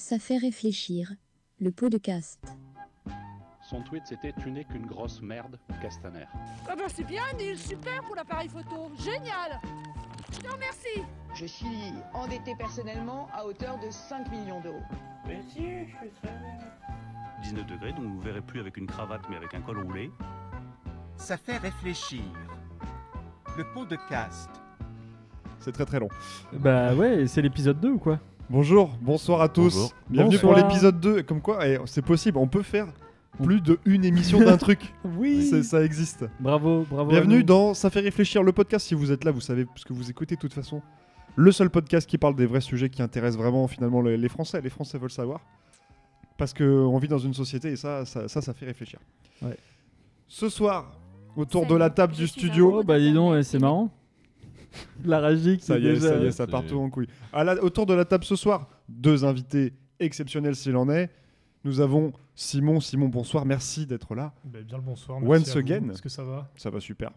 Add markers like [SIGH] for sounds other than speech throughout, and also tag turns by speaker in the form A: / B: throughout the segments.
A: Ça fait réfléchir. Le pot de caste.
B: Son tweet c'était Tu n'es qu'une grosse merde, Castaner.
C: Ah ben c'est bien Neil, super pour l'appareil photo, génial Je te remercie
D: Je suis endetté personnellement à hauteur de 5 millions d'euros.
E: Mais si, je suis très bien.
F: 19 degrés, donc vous ne verrez plus avec une cravate mais avec un col roulé.
G: Ça fait réfléchir. Le pot de caste.
H: C'est très très long.
I: Bah ouais, c'est l'épisode 2 ou quoi
H: Bonjour, bonsoir à tous.
F: Bonjour.
H: Bienvenue pour
I: Bonsoir.
H: l'épisode 2. Comme quoi, eh, c'est possible, on peut faire plus de une émission d'un truc.
I: Oui
H: C'est- Ça existe.
I: Bravo, bravo. à
H: Bienvenue
I: nous.
H: dans Ça fait réfléchir le podcast. Si vous êtes là, vous savez ce que vous écoutez de toute façon. Le seul podcast qui parle des vrais sujets qui intéressent vraiment finalement les les Français. Les Français veulent savoir. Parce qu'on vit dans une société et ça, ça, ça, ça fait réfléchir.
I: Ouais.
H: Ce soir, autour de
J: Salut,
H: la table
J: je
H: du
J: suis
H: studio.
I: Oh bah dis donc, ouais, c'est marrant. [LAUGHS] La ragie qui
H: Ça y est,
I: déjà...
H: ça y est, ça part
J: c'est-
H: tout en couille. À la- autour de la table ce soir, deux invités exceptionnels s'il en est. Nous avons Simon. Simon, bonsoir, merci d'être là.
K: Ben, bien le bonsoir.
H: Once
K: merci à vous.
H: again.
K: Est-ce que ça va
H: Ça va super.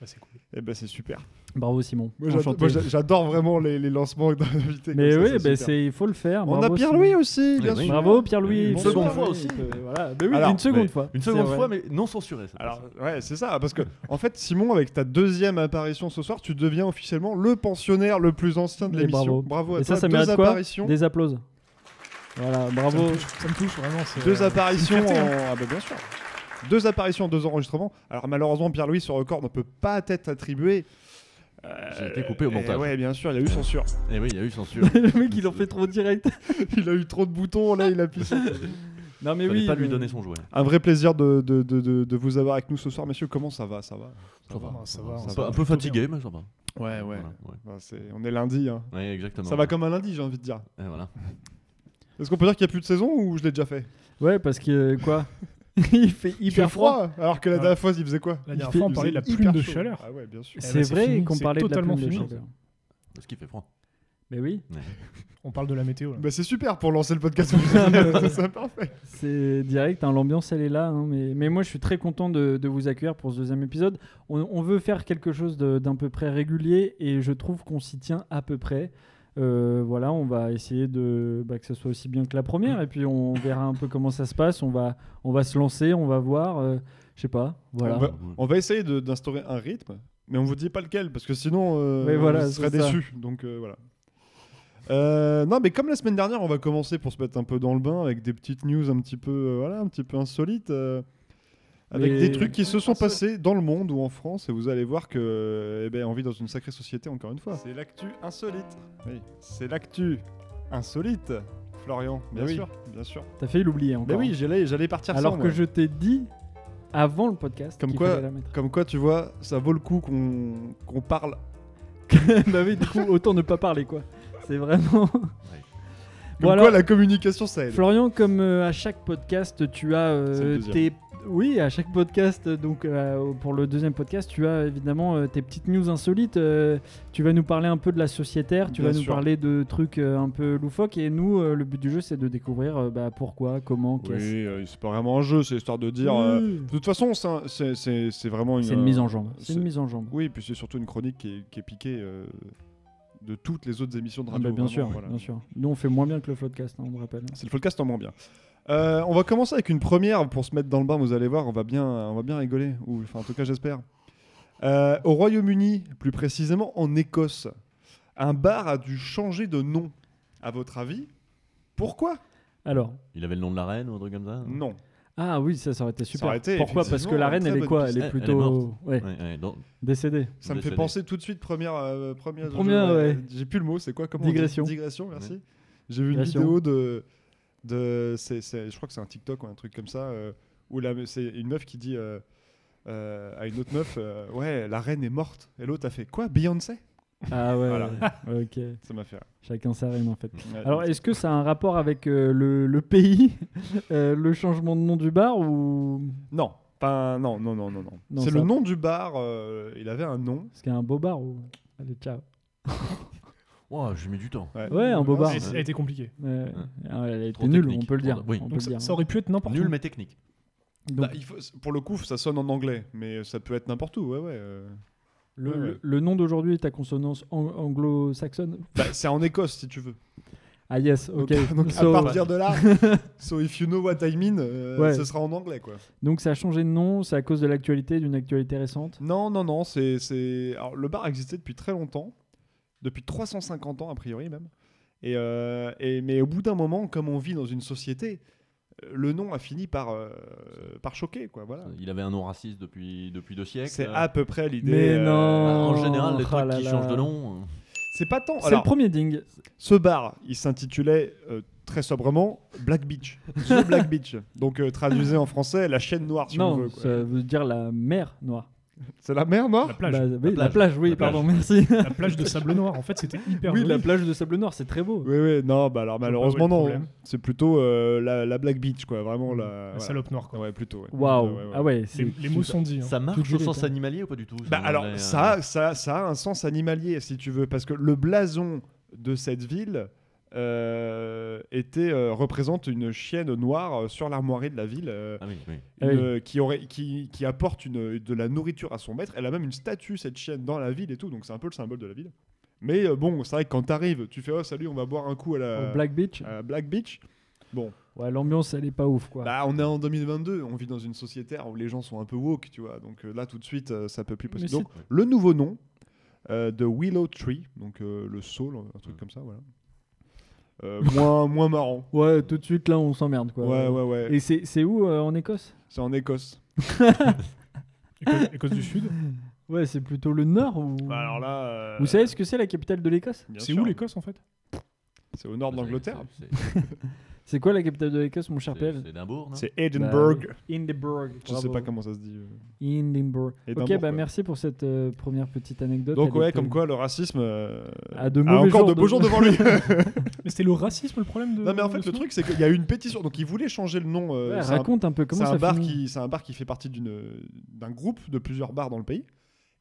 K: Bah, C'est cool.
H: Eh ben c'est super.
I: Bravo Simon.
H: Moi, j'ado-
I: Enchanté.
H: moi, j'a- j'adore vraiment les, les lancements d'invités.
I: Mais
H: comme ça,
I: oui,
H: c'est
I: bah
H: super.
I: c'est il faut le faire.
H: On a
I: bravo, Simon.
H: Pierre-Louis aussi, bien
J: Oui,
H: sûr.
I: Bravo Pierre-Louis.
H: Une
I: Bonsoir.
J: seconde fois aussi.
I: Euh, voilà. Bah oui,
H: Alors,
I: une seconde
J: mais-
I: fois.
J: Une
I: C'est
J: seconde
I: vrai.
J: fois, mais non censurée. cette
H: Alors,
J: fois-ci.
H: ouais, c'est ça, parce que, en fait, Simon, avec ta deuxième apparition ce soir, tu deviens officiellement le pensionnaire le plus ancien de
I: Et
H: l'émission.
I: bravo.
H: Bravo à
I: Et
H: toi.
I: ça, ça
H: deux
I: mérite quoi
H: apparitions,
I: Des applauses. Voilà,
K: Ça me
I: bravo.
K: touche, ça me touche vraiment. c'est,
H: Deux
K: euh,
H: apparitions
K: fierté,
H: en... [LAUGHS] Ah bah bien sûr. Deux apparitions, deux enregistrements. Alors malheureusement, Pierre-Louis, ce record ne peut pas être attribué. Euh,
J: J'ai été coupé au montage.
H: Oui, ouais, bien sûr, il y a eu censure.
J: Eh oui, il y a eu censure.
I: [LAUGHS] Le mec, il en fait trop direct.
H: [LAUGHS] il a eu trop de boutons, là, il a pissé.
I: Non mais
J: Fallait
I: oui.
J: pas lui
I: mais-
J: donner son jouet.
H: Un vrai plaisir de, de, de, de- de vous avoir avec nous ce soir, messieurs. Comment ça va Ça va
J: Ça va.
K: Ça va,
J: Un
K: ça
J: peu-
K: va.
J: un peu fatigué, mais ça va.
H: Ouais,
J: Voilà, ouais.
H: Bah, c'est- On est lundi. hein.
J: Ouais, exactement.
H: Ça va comme un lundi, j'ai envie de dire.
J: Eh, voilà.
H: Est-ce qu'on peut dire qu'il n'y a plus de saison ou je l'ai déjà fait
I: Ouais, parce que euh, quoi Il fait
H: [LAUGHS] Il fait
I: hyper froid.
H: alors que la
K: Ouais.
H: dernière fois, il faisait quoi
K: Ah. La dernière
I: fait-
K: fois, on
H: Il
K: parlait de la
H: faisait
K: plume
H: hyper
K: de
H: chaud.
K: chaleur.
H: Ah ouais, bien sûr.
J: Eh
I: C'est
K: bah,
J: ben,
K: c'est
I: vrai
K: fini,
I: qu'on
K: c'est
I: parlait de la
K: totalement
I: plume de
K: fini.
I: chaleur.
J: Parce qu'il fait froid.
I: Mais oui,
K: On parle de la météo. là.
H: Bah, c'est super pour lancer le [LAUGHS] podcast. c'est parfait.
I: c'est direct, hein, l'ambiance elle est là. hein, mais, mais moi je suis très content de, de vous accueillir pour ce deuxième épisode. On, on veut faire quelque chose de- d'un peu près régulier et je trouve qu'on s'y tient à peu près. Euh, voilà, on va essayer de bah, que ce soit aussi bien que la première et puis on verra un peu comment ça se passe. On va, on va se lancer, on va voir. euh, je sais pas, voilà.
H: On va, on va essayer de- d'instaurer un rythme, mais on vous dit pas lequel, parce que sinon, euh,
I: Mais voilà,
H: vous serez
I: c'est ça.
H: déçus. Donc euh, voilà. Euh, non, mais comme la semaine dernière, on va commencer pour se mettre un peu dans le bain avec des petites news un petit peu, euh, voilà, un petit peu insolites, euh, avec
I: Mais-
H: des trucs qui se sont passés dans le monde ou en France, et vous allez voir que, eh ben, on vit dans une sacrée société encore une fois. C'est l'actu insolite. Oui, c'est l'actu insolite, Florian. Bien
I: Mais oui.
H: sûr, bien sûr.
I: T'as failli l'oublier encore.
H: Mais bah oui, j'allais, j'allais partir.
I: Alors
H: sans,
I: que
H: moi.
I: je t'ai dit avant le podcast.
H: Comme
I: qu'il
H: quoi-
I: fallait la mettre.
H: Comme quoi, tu vois, ça vaut le coup qu'on qu'on parle. [LAUGHS]
I: bah oui, du coup, autant ne pas parler quoi. C'est vraiment.
H: Comme
I: Voilà.
H: quoi, la communication, ça aide.
I: Florian, comme euh, à chaque podcast, tu as euh,
H: C'est le deuxième.
I: tes. Oui, à chaque podcast, euh, donc euh, pour le deuxième podcast, tu as évidemment euh, tes petites news insolites. euh, tu vas nous parler un peu de la sociétaire, tu
H: Bien
I: vas nous
H: sûr.
I: parler de trucs euh, un peu loufoques. Et nous, euh, le but du jeu, c'est de découvrir euh, bah, pourquoi, comment, qu'est-ce.
H: Oui, euh, c'est pas vraiment un jeu, c'est histoire de dire. euh,
I: Oui.
H: De toute façon, c'est un- c'est- c'est c'est vraiment une.
I: C'est une mise en jambe. C'est
H: c'est-
I: une mise en jambe.
H: Oui, puis c'est surtout une chronique qui est, qui est piquée euh, de toutes les autres émissions de
I: Ah
H: radio.
I: bah, bien
H: vraiment,
I: sûr,
H: voilà.
I: bien sûr. Nous, on fait moins bien que le podcast, hein, on me rappelle.
H: C'est le podcast en moins bien. Euh, on va commencer avec une première pour se mettre dans le bain. Vous allez voir, on va bien, on va bien rigoler. Ou enfin, en tout cas, j'espère. Euh, au Royaume-Uni, plus précisément en Écosse, un bar a dû changer de nom. À votre avis, pourquoi
I: Alors,
J: Il avait le nom de la reine ou un truc comme ça
H: Non.
I: ah oui, ça, ça aurait été super.
H: aurait été
I: Pourquoi Parce que
H: effectivement
I: la
H: une
I: reine,
H: très
I: elle est
H: bonne
I: quoi
H: piste.
I: Elle est
J: Elle- elle est
I: plutôt ouais,
J: Ouais, ouais, donc,
I: décédée.
H: Ça me fait
J: Décédé.
H: penser tout de suite première euh, première,
I: Première,
H: je-
I: ouais.
H: j'ai plus le mot c'est quoi comment on dit
I: Digression.
H: digression merci j'ai vu une
I: Digression.
H: vidéo de de c'est- c'est- je crois que c'est un TikTok ou un truc comme ça euh, où la me- c'est une meuf qui dit euh, euh, à une autre meuf euh, ouais la reine est morte et l'autre a fait quoi Beyoncé
I: Ah ouais,
H: Voilà.
I: ouais, ok.
H: ça m'a fait rire.
I: Chacun sa reine en fait.
H: Ouais.
I: Alors est-ce que ça a un rapport avec euh, le, le pays, [LAUGHS] euh, le changement de nom du bar ou...
H: non pas un- non non non non non,
I: Non,
H: c'est
I: ça-
H: le nom du bar euh, il avait un nom
I: Parce qu'il y a un beau bar ou... Allez, ciao.
J: Ouah, j'ai mis du temps.
I: Ouais, un beau
H: Ah,
I: bar.
K: Ça a- ça a été compliqué.
I: Ouais. Ah, elle était
J: Trop
I: nulle,
J: technique.
I: on peut le dire.
J: Trop- oui.
I: on peut
K: Donc
I: le
K: ça,
I: dire.
K: ça aurait pu être n'importe
J: Nul
K: où.
J: mais technique.
I: Donc,
H: Bah, il faut- pour le coup ça sonne en anglais mais ça peut être n'importe où ouais ouais euh.
I: le,
H: ouais, ouais.
I: le- le nom d'aujourd'hui est à consonance ang- anglo-saxonne.
H: Bah, c'est en Écosse si tu veux
I: Ah yes, ok.
H: [LAUGHS]
I: [LAUGHS]
H: Donc, donc,
I: So-
H: à partir de là, so if you know what I mean, euh,
I: Ouais.
H: ce sera en anglais quoi.
I: Donc ça a changé de nom, c'est à cause de l'actualité, d'une actualité récente.
H: Non, non, non, c'est, c'est... Alors, le bar existait depuis très longtemps, depuis 350 ans a priori même. Et, euh, et- mais au bout d'un moment, comme on vit dans une société, euh, le nom a fini par, euh, par choquer quoi. Voilà.
J: Il avait un nom raciste depuis, depuis deux siècles.
H: C'est à peu près l'idée.
I: Mais
H: euh,
I: non.
J: En général, les
I: Oh
J: trucs
I: là
J: qui
I: là.
J: changent de nom. euh,
H: C'est pas tant.
I: C'est
H: Alors,
I: le premier ding.
H: ce bar, il s'intitulait euh, très sobrement Black Beach. The Black Beach. Donc euh, traduisez en français la chaîne noire si on
I: non,
H: veut. quoi.
I: ça veut dire la mer noire.
H: C'est la mer noire
K: La plage.
I: Bah, oui, la
J: plage.
I: plage, oui,
J: La plage.
I: pardon, merci.
K: La plage de sable noir. En fait, c'était hyper
I: oui,
K: joli.
I: la plage de sable noir, c'est très beau.
H: Oui, oui, non, bah alors
K: vois pas
H: malheureusement
K: où est le
H: non. hein.
K: problème.
H: C'est plutôt euh, la, la Black Beach, quoi. Vraiment la.
K: La
H: voilà.
K: salope noire, quoi.
H: Ouais, plutôt. ouais.
I: Waouh.
H: Ouais, ouais, ouais.
I: Ah ouais, c'est
K: Les, les mots sont dits. hein.
J: Ça marche
I: Tout
J: au
I: joli,
J: sens
I: quoi.
J: animalier ou pas du tout ça,
H: Bah
J: en
H: alors
J: anglais,
H: ça,
J: euh,
H: ça, ça a un sens animalier si tu veux, parce que le blason de cette ville euh, était euh, représente une chienne noire euh, sur l'armoirie de la ville. euh,
J: Ah oui, oui.
I: Ah oui.
H: une, euh, qui, aurait, qui, qui apporte une, de la nourriture à son maître. Elle a même une statue, cette chienne, dans la ville et tout, donc c'est un peu le symbole de la ville. Mais euh, bon, c'est vrai que quand t'arrives, tu fais Oh, salut, on va boire un coup à la
I: au Black Beach.
H: à Black Beach.
I: Ouais, l'ambiance, elle est pas ouf, quoi.
H: Bah, on est en 2022, on vit dans une société où les gens sont un peu woke, tu vois. Donc euh, là, tout de suite, euh, ça peut plus
K: Mais
H: possible. Donc, le nouveau nom euh, de Willow Tree, donc euh, le saule, un truc comme ça, voilà. Euh, moins, [LAUGHS] moins marrant.
I: Ouais, tout de suite, là, on s'emmerde, quoi.
H: Ouais, ouais, ouais.
I: Et c'est c'est où euh, en Écosse
H: C'est en Écosse.
K: À cause- à cause du sud.
I: Ouais, c'est plutôt le nord ou.
H: alors là. euh,
I: Vous savez ce que c'est la capitale de l'Écosse
H: bien
K: C'est
H: sûr.
K: où l'Écosse en fait
H: C'est au nord de
J: C'est-
H: l'Angleterre.
J: c'est- c'est-
I: C'est quoi la capitale de l'Écosse, mon cher
J: C'est
I: PL
J: c'est Edimbourg, non
H: C'est Edinburgh.
I: Bah oui. Edinburgh.
H: Je sais
I: bravo.
H: pas comment ça se dit. euh.
I: Edinburgh. Ok,
H: Edimbourg,
I: bah
H: quoi.
I: merci pour cette euh, première petite anecdote.
H: Donc
I: Elle
H: ouais,
I: était-
H: comme quoi le racisme euh,
I: Ah, de
H: a
I: mauvais
H: encore
I: jours
H: de beaux jours
I: [LAUGHS]
H: devant lui.
K: Mais c'était le racisme le problème de.
H: non mais en
K: de
H: fait
K: ce
H: le
K: nom
H: truc c'est qu'il y a eu une pétition. Donc ils voulaient changer le nom. euh,
I: Ouais,
H: c'est un-
I: raconte un... peu comment
H: c'est
I: ça
H: un bar
I: finit.
H: qui c'est un bar qui fait partie d'une d'un groupe de plusieurs bars dans le pays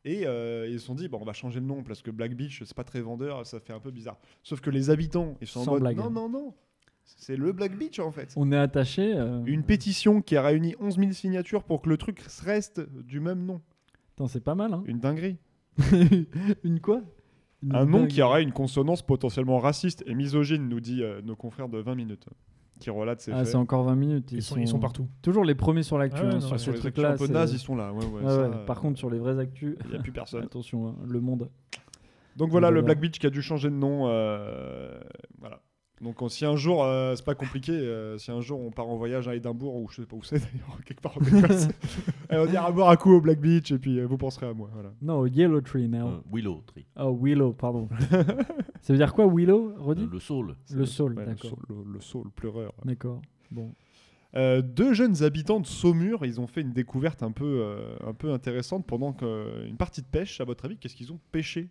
H: et euh, ils se sont dit bon on va changer le nom parce que Black Beach c'est pas très vendeur ça fait un peu bizarre sauf que les habitants ils sont en
I: Sans
H: mode
I: blague. Oh.
H: non non non c'est le Black Beach en fait
I: On est attaché. euh,
H: une pétition qui a réuni 11 000 signatures pour que le truc reste du même nom
I: Putain, c'est
H: [LAUGHS]
I: pas mal, hein.
H: une dinguerie
I: Une quoi Une
H: un nom
I: dingue.
H: qui aurait une consonance potentiellement raciste et misogyne nous dit euh, nos confrères de 20 minutes qui relatent ces
I: Ah,
H: faits
I: c'est encore 20 minutes.
K: Ils sont, ils sont partout.
I: Toujours les premiers sur l'actu.
K: Ah ouais,
I: hein,
K: non,
I: sur
K: ouais,
I: ces
H: sur les actus
I: trucs-là,
H: un peu
I: c'est-
H: nazes ils sont là ouais, ouais,
I: Ah
H: ça,
I: ouais,
H: euh,
I: Par contre, sur les vraies actus, [LAUGHS]
H: il n'y a plus personne
I: attention, hein, le monde.
H: Donc voilà,
I: Donc
H: le
I: voilà.
H: Black Beach qui a dû changer de nom. euh, voilà. Donc on- si un jour, euh, c'est pas compliqué, euh, si un jour on part en voyage à Édimbourg, ou je sais pas où c'est [LAUGHS] d'ailleurs, quelque part en Écosse,
I: [LAUGHS]
H: et on ira boire un coup au Black Beach, et puis euh, vous penserez à moi. Voilà.
I: Non, Yellow Tree now.
J: Euh, Willow Tree.
I: Oh, Willow, pardon. [LAUGHS] ça veut dire quoi, Willow Redis
J: Le, le saule.
H: C'est
I: Le saule,
H: ouais, le
I: d'accord.
H: saule, Le, le saule, le pleureur.
I: D'accord. Bon.
H: Euh, deux jeunes habitants de Saumur, ils ont fait une découverte un peu, euh, un peu intéressante pendant que, euh, une partie de pêche. À votre avis, qu'est-ce qu'ils ont pêché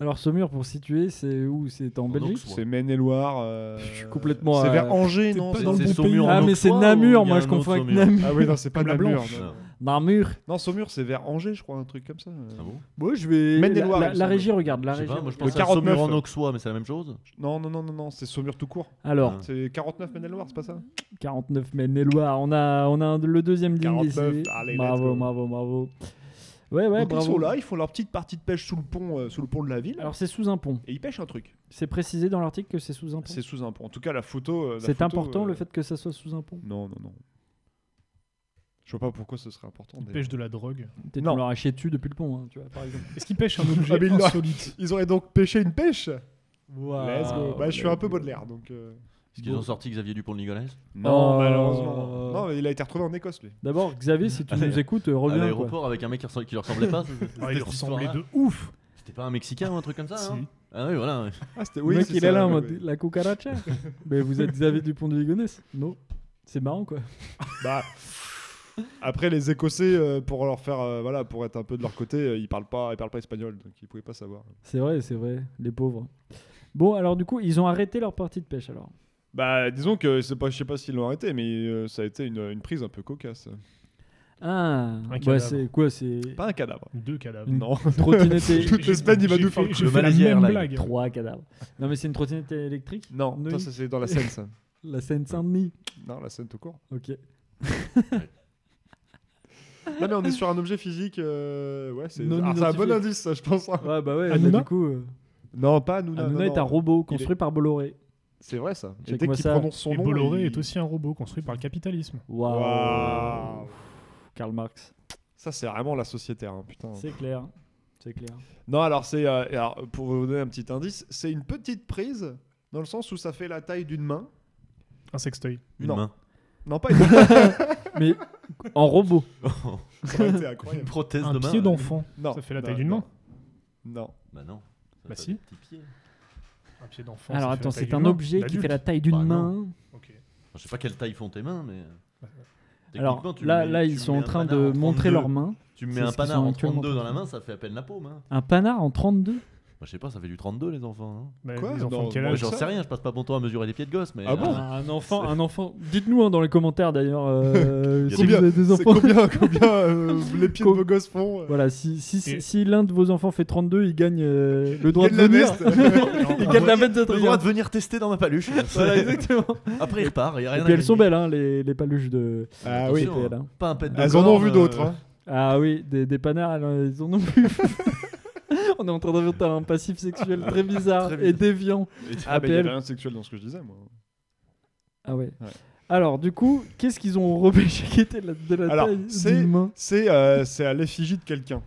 I: Alors, Saumur, pour situer, c'est où C'est en
J: En
I: Belgique
J: Auxois.
H: C'est Maine-et-Loire. euh,
I: Je suis complètement,
H: C'est
I: euh,
H: vers Angers,
K: t'es
H: non
K: pas
H: c'est-
K: dans le
H: c'est-
K: bon
J: Saumur
I: Ah,
J: en
I: mais c'est
J: Auxois
I: Namur,
J: ou il y a
I: moi
J: un
I: je
J: autre
I: confonds avec
J: Saumur
I: Namur.
H: Ah oui, non, c'est pas de
K: La
H: la Namur.
K: Blanche.
H: non.
J: Non.
I: Namur.
H: Non, Saumur, c'est vers Angers, je crois, un truc comme ça.
J: Ah bon
I: Bon, je vais.
H: Maine-et-Loire,
I: la,
H: il
I: la
H: me semble.
I: régie, regarde, la
J: Je sais
I: régie.
J: pas, moi je
H: Le
J: pense à
H: 49.
J: Saumur en Auxois, mais c'est la même chose
H: Non, non, non, non, non, c'est Saumur tout court.
I: Alors,
J: Hein.
H: C'est 49 Maine-et-Loire, c'est pas ça
I: 49 Maine-et-Loire. On a, on a un- le deuxième digne
H: 49,
I: d'ici.
H: allez, let's
I: Bravo,
H: go.
I: bravo, bravo. Ouais, ouais,
H: Donc
I: bravo.
H: Ils sont là, ils font leur petite partie de pêche sous le pont, euh, sous le pont de la ville,
I: Alors, c'est sous un pont.
H: et ils pêchent un truc.
I: C'est précisé dans l'article que c'est sous un pont.
H: C'est sous un pont. En tout cas, la photo. euh, la
I: C'est
H: photo,
I: important
H: euh,
I: le fait que ça soit sous un pont.
H: Non, non, non. Je vois pas pourquoi ce serait important.
K: Ils
H: d'ailleurs.
K: pêchent de la drogue.
I: Peut-être
H: Non.
I: qu'on leur a chié dessus depuis le pont, hein, tu vois, par exemple.
K: Est-ce qu'ils pêchent un objet
H: Ah, mais il l'a-
K: insolite
H: Ils auraient donc pêché une pêche
I: Waouh.
H: Let's go. Bah, je suis un peu Baudelaire, donc. euh,
J: Est-ce qu'ils ont sorti Xavier Dupont de Ligonnès
H: Non,
I: Oh.
H: malheureusement. Non, mais il a été retrouvé en Écosse, lui.
I: D'abord, Xavier, si tu nous écoutes, euh,
J: À
I: reviens. quoi.
J: l'aéroport avec un mec qui ressemble- qui leur ressemblait pas c'est- c'est-
K: Ah, Il
J: cette
K: ressemblait
J: histoire-là.
K: de ouf
J: C'était pas un Mexicain ou un truc comme ça
K: Si.
J: hein Ah oui, voilà. ouais.
H: Ah, c'était.
I: le mec,
H: c'est
I: il
H: ça,
I: est là en
H: ouais,
I: mode
H: ouais. [LAUGHS]
I: la cucaracha. Mais vous êtes Xavier Dupont de Ligonnès Non. C'est marrant, quoi.
H: Bah. Après, les Écossais, euh, pour leur faire, euh, voilà, pour être un peu de leur côté, euh, ils parlent pas, ils parlent pas espagnol, donc ils pouvaient pas savoir.
I: C'est vrai, c'est vrai. Les pauvres. Bon, alors, du coup, ils ont arrêté leur partie de pêche, alors.
H: Bah, disons que c'est pas, je sais pas s'ils l'ont arrêté, mais euh, ça a été une, une prise un peu cocasse.
I: Ah. Bah,
K: cadavre.
I: c'est quoi C'est
H: [LAUGHS] Pas un cadavre.
K: Deux cadavres.
I: Une
H: Non. [LAUGHS]
I: trottinette
K: J'ai-
I: électrique.
H: Toute
K: j'ai-
H: l'Espagne, il va
K: j'ai
H: nous
K: fait-
H: faire
K: J'ai
J: le
K: fait la
J: Malaisière,
K: même
J: là, il
K: blague.
I: Trois cadavres. Non, mais c'est une trottinette électrique
H: Non,
I: Oui.
H: ça, ça, c'est dans la Seine, ça.
I: La Seine-Saint-Denis.
H: Non, la Seine tout court.
I: Ok.
H: Là, mais on est sur un objet physique. euh, ouais, c'est
I: Non
H: ah, c'est un
I: identifié.
H: bon indice, ça, je pense.
I: Ouais, bah ouais, bah,
K: Hanouna
I: du coup. euh,
H: Non, pas Hanouna. non,
I: Hanouna est
H: non.
I: un robot
H: Il est-
I: construit par Bolloré.
H: C'est vrai ça. Et
I: Check
H: dès
I: moi
H: qu'il
I: ça.
H: prononce son
K: Et
H: nom.
K: Bolloré
H: il-
K: est aussi un robot construit par le capitalisme.
I: Waouh
H: Waouh.
I: Karl Marx.
H: Ça, c'est vraiment la société. hein, putain.
I: C'est clair. C'est clair.
H: Non, alors c'est euh, alors, pour vous donner un petit indice, c'est une petite prise dans le sens où ça fait la taille d'une main.
K: Un sextoy.
J: Une
H: Non.
J: main.
H: Non, pas une
J: [LAUGHS]
H: main.
I: Mais en robot.
H: Ça aurait été
J: une
H: incroyable.
J: prothèse
K: Un
J: de main.
K: pied d'enfant.
H: Non,
K: Ça fait la
H: non,
K: taille d'une
H: non.
K: main.
H: Non.
J: Bah non. Ça
K: Bah
J: fait
K: si.
J: des petits pieds.
K: Un pied d'enfant.
I: Alors
K: ça fait la
I: attends,
K: taille
I: c'est
K: d'une
I: un
K: main.
I: objet qui
K: D'adulte.
I: fait la taille d'une
J: Bah, non.
I: main.
K: Ok.
J: Enfin, Je sais pas quelle taille font tes mains, mais. euh,
I: Alors
J: Techniquement, tu
I: là,
J: mets-
I: là,
J: tu
I: ils sont
J: mets
I: en
J: un
I: train
J: panard
I: de
J: en 32.
I: montrer leur main.
J: Tu
I: C'est
J: mets un
I: ce qu'ils
J: panard
I: ont
J: en
I: actuellement
J: 32 dans la
I: montré.
J: main, ça fait à peine la paume. Hein.
I: Un panard en 32
J: Bah, je sais pas, ça fait du 32 les enfants. hein.
K: Bah,
H: Quoi
K: les enfants
H: Non,
K: de quel
H: moi,
J: Moi,
K: âge
J: J'en
H: ça-
J: sais rien, je passe pas bon temps à mesurer les pieds de gosse. Mais,
H: Ah bon
J: euh,
I: Un enfant,
J: [LAUGHS]
I: un enfant. Dites-nous hein, dans les commentaires d'ailleurs euh, si vous
H: Combien,
I: avez des
H: c'est
I: enfants.
H: combien, combien euh, les pieds
I: Co-
H: de vos gosses font euh,
I: Voilà, si, si, si,
K: Et-
I: si l'un de vos enfants fait 32, il gagne euh, le droit
H: gagne
I: de
H: la
I: venir.
H: veste.
K: [LAUGHS]
I: il gagne la veste de
J: Le
I: [LAUGHS]
J: droit de venir tester dans ma paluche. [LAUGHS]
I: Voilà, exactement.
J: Après, il repart, il y a rien
I: Et
J: à
I: puis elles sont
J: gagner.
I: belles, hein, les, les paluches de
H: Ah
J: Attention,
H: oui.
I: PPL. hein.
J: Pas un pet de
H: Elles en ont
J: corne,
H: vu
J: euh,
H: d'autres. hein.
I: Ah oui, des, des panards, elles, euh, ils en ont vu. [LAUGHS] On est en train d'inventer un passif sexuel très bizarre,
J: Très
I: et
J: bizarre.
I: déviant.
H: Ah, mais il y
I: APL.
H: avait rien de sexuel dans ce que je disais, moi.
I: Ah ouais.
H: Ouais.
I: Alors, du coup, qu'est-ce qu'ils ont repêché qui était de la, de la
H: Alors,
I: taille
H: c'est-
I: d'une main
H: C'est euh, c'est à l'effigie de quelqu'un.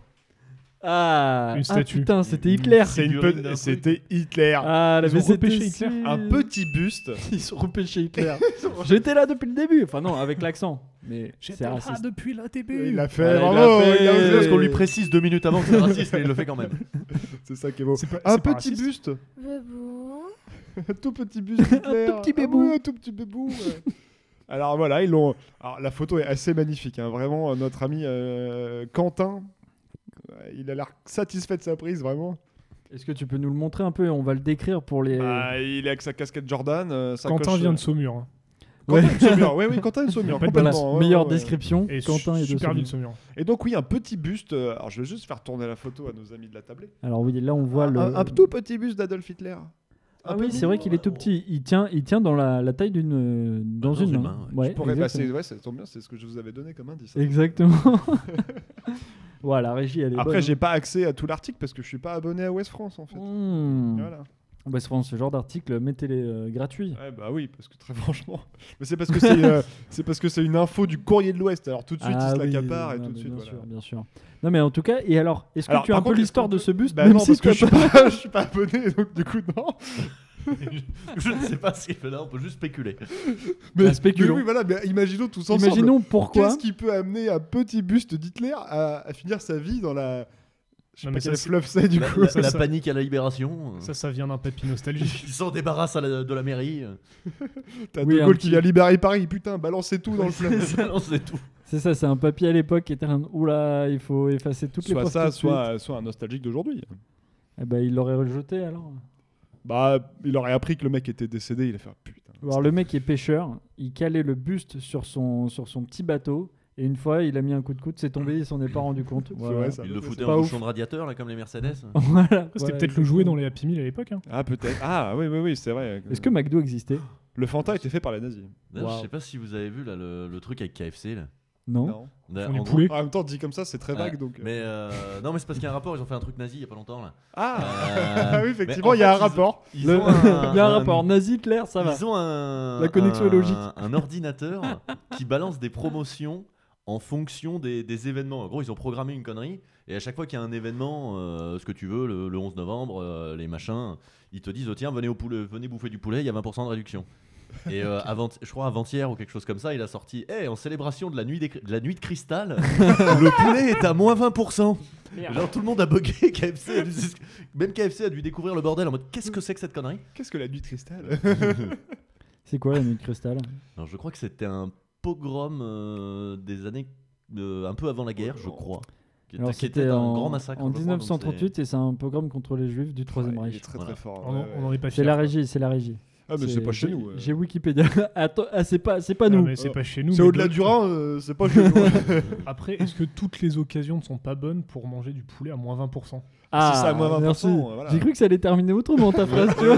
I: Ah,
K: Une
I: ah,
K: statue.
I: putain, c'était Hitler.
H: C'est une
J: Figurine
H: pe-
J: d'un truc.
H: C'était Hitler.
I: Ah, la
K: Ils ont
I: VCT,
K: repêché
I: c'est-
K: Hitler.
H: Un petit buste.
I: [LAUGHS] Ils ont repêché Hitler. J'étais là depuis le début. Enfin, non, avec l'accent. Mais c'est
K: J'étais là
I: raciste.
K: depuis la début.
H: Il a fait.
I: Ouais, il
H: bravo,
I: l'a fait.
H: il a osé.
J: Parce qu'on lui précise deux minutes avant que [LAUGHS] c'est raciste, mais il le fait quand même.
H: C'est ça qui est beau.
K: C'est pas-
H: Un
K: c'est pas
H: petit [LAUGHS] buste.
K: raciste.
C: Bebou.
H: Un tout petit buste. un
I: tout petit bébou.
H: Ah un tout petit bébou. ouais. [LAUGHS] Alors voilà, ils l'ont. Alors la photo est assez magnifique. hein. Vraiment, euh, notre ami euh, Quentin, euh, il a l'air satisfait de sa prise, vraiment.
I: Est-ce que tu peux nous le montrer un peu et on va le décrire pour les.
H: Ah, il est avec sa casquette Jordan. euh, sa
K: Quentin
H: coche-
K: vient de Saumur. hein.
H: Quentin de Saumur. Oui, oui, Quentin de
I: [LAUGHS]
H: Saumur.
K: pas de
I: Voilà,
H: complètement, ouais,
I: meilleure
H: ouais, ouais.
I: description.
K: Et
I: Quentin est de
K: super
I: Saumur.
K: ville Saumur.
H: Et donc oui, un petit buste. euh, Alors je vais juste faire tourner la photo à nos amis de la table.
I: Alors oui, là on voit le.
H: Ah, Un, un tout petit buste d'Adolf Hitler.
I: Ah oui, c'est vrai qu'il est tout petit. Il tient, il tient dans la, la taille d'une, euh, dans,
J: Dans
I: une,
J: une main,
I: main. Ouais,
H: Je pourrais
I: exactement.
H: passer. Ouais, ça tombe bien. C'est ce que je vous avais donné comme indice. hein. [LAUGHS]
I: Exactement. [LAUGHS] voilà, la régie, elle est
H: Après,
I: bonne.
H: j'ai pas accès à tout l'article parce que je suis pas abonné à West France en fait.
I: Hmm.
H: Voilà.
I: Bah, c'est vraiment ce genre d'article, mettez-les euh, gratuits.
H: Ouais, bah oui, parce que
J: [LAUGHS]
H: très franchement. Mais c'est parce que c'est euh, c'est parce que c'est une info du courrier de l'Ouest. Alors tout de suite,
I: Ah
H: il se
I: oui,
H: l'accapare et
I: non,
H: tout de
I: mais
H: suite.
I: Bien
H: voilà.
I: sûr, bien sûr. Non, mais en tout cas, et alors, est-ce que
H: Alors,
I: tu as
H: par
I: un peu
H: contre, est-ce
I: l'histoire
H: qu'on
I: de
H: peut-
I: ce buste
H: Bah
I: même
H: non,
I: si
H: parce que
I: t'as
H: je suis,
I: [LAUGHS]
H: pas, je suis pas abonné, donc du coup, non.
J: [LAUGHS] Je ne sais pas ce qu'il fait là, on peut juste spéculer.
H: Mais,
I: Bah, spéculons.
H: mais oui, voilà, mais imaginons tous ensemble.
I: [LAUGHS] Imaginons pourquoi.
H: Qu'est-ce qui peut amener un petit buste d'Hitler à, à finir sa vie dans la. Je sais
K: Non,
H: pas
K: mais
H: quel
K: ça, c'est-
H: fleuve c'est du
J: La,
H: coup.
J: la-
K: ça,
J: la
K: ça-
J: panique à la libération. euh,
K: Ça, ça vient d'un papy nostalgique.
J: Ils s'en débarrassent à la- de la mairie. euh,
H: T'as
I: Oui,
H: De
I: un
H: Gaulle
I: petit-
H: qui vient libérer Paris, putain, balancez tout
I: [LAUGHS]
H: dans le fleuve.
J: ça, non, c'est tout.
I: C'est ça, c'est un papier à l'époque qui était un. Oula, il faut effacer toutes les
H: soit
I: postes
H: ça,
I: tout de suite.
H: soit, euh, soit un nostalgique d'aujourd'hui.
I: Eh ben, il l'aurait rejeté alors.
H: Bah, il aurait appris que le mec était décédé, il a fait ah, putain.
I: Alors le mec est pêcheur, il calait le buste sur son, sur son petit bateau, et une fois il a mis un coup de coude, c'est tombé, il s'en est pas rendu compte. Voilà.
H: vrai, ça.
J: Ils le
H: C'est
J: foutaient
I: pas
J: en bouchon de radiateur, là, comme les Mercedes.
I: [LAUGHS] Voilà,
K: C'était
I: voilà,
K: peut-être le jouet dans
I: exactement.
K: les Happy Meal à l'époque. hein.
H: Ah, peut-être. Ah, oui, oui, oui, c'est vrai.
I: Est-ce que McDo existait
H: Le Fanta était fait par les nazis
J: D'ailleurs,
I: Wow.
J: Je sais pas si vous avez vu là, le, le truc avec KFC. Là.
I: Non. Ah,
J: Là,
K: Ils font
J: en
K: des
J: gros-
K: poulets.
H: Ah, En même temps, dit comme ça, c'est très
J: Ouais,
H: vague. donc...
J: Mais euh, non, mais c'est parce qu'il y a un rapport, ils ont fait un truc nazi il y a pas longtemps là.
H: [LAUGHS] Ah,
J: Euh,
H: oui,
J: mais
H: effectivement,
J: en
H: il y a
J: fait,
H: un
J: ils-
H: rapport.
J: Ils
I: Le-
J: ont un,
I: [LAUGHS] il y a un rapport nazi clair, ça va.
J: Ils ont un,
I: La connexion
J: un-
I: est logique.
J: Un ordinateur qui balance des promotions en fonction des, des événements. En gros, ils ont programmé une connerie. Et à chaque fois qu'il y a un événement, euh, ce que tu veux, le, le 11 novembre, euh, les machins, ils te disent oh, tiens, venez, au poulet, venez bouffer du poulet, il y a 20% de réduction. Et
K: [LAUGHS]
J: euh, avant, je crois avant-hier ou quelque chose comme ça, il a sorti hey, en célébration de la nuit, des- de la nuit de cristal, le poulet est à moins 20%. Genre tout le monde a bugué, KFC a dû- même KFC a dû découvrir le bordel en mode qu'est-ce que c'est que cette connerie
H: Qu'est-ce que la nuit de [LAUGHS] cristal
I: C'est quoi la nuit de cristal
J: Alors, je crois que c'était un pogrom euh, des années euh, un peu avant la guerre, je crois. Qui
I: Alors
J: était, qui était
I: c'était
J: un
I: en,
J: grand massacre.
I: en
J: je crois, donc c'est-
I: 1938 et c'est un pogrom contre les juifs du Troisième
H: Ouais, Il
I: Reich.
H: est très
J: Voilà.
H: très fort.
K: euh, On
H: ouais,
K: en-
H: ouais.
K: on en est pas
I: C'est
K: fiers.
I: la régie, c'est la régie.
H: Ah, mais c'est pas chez
I: j'ai-
H: nous. euh.
I: J'ai Wikipédia. [LAUGHS] Attends, ah, c'est pas, c'est pas
K: Ah,
I: nous.
K: mais c'est pas chez nous.
H: C'est
K: mais
H: au-delà
K: d'autres-
H: du Rhin, euh, c'est pas chez nous.
I: [LAUGHS]
K: Après, est-ce que toutes les occasions ne sont pas bonnes pour manger du poulet à moins 20%
I: Ah,
H: c'est ça, moins 20%,
I: merci.
H: euh, voilà.
I: J'ai cru que ça allait terminer
H: [LAUGHS]
I: autrement ta phrase, tu vois.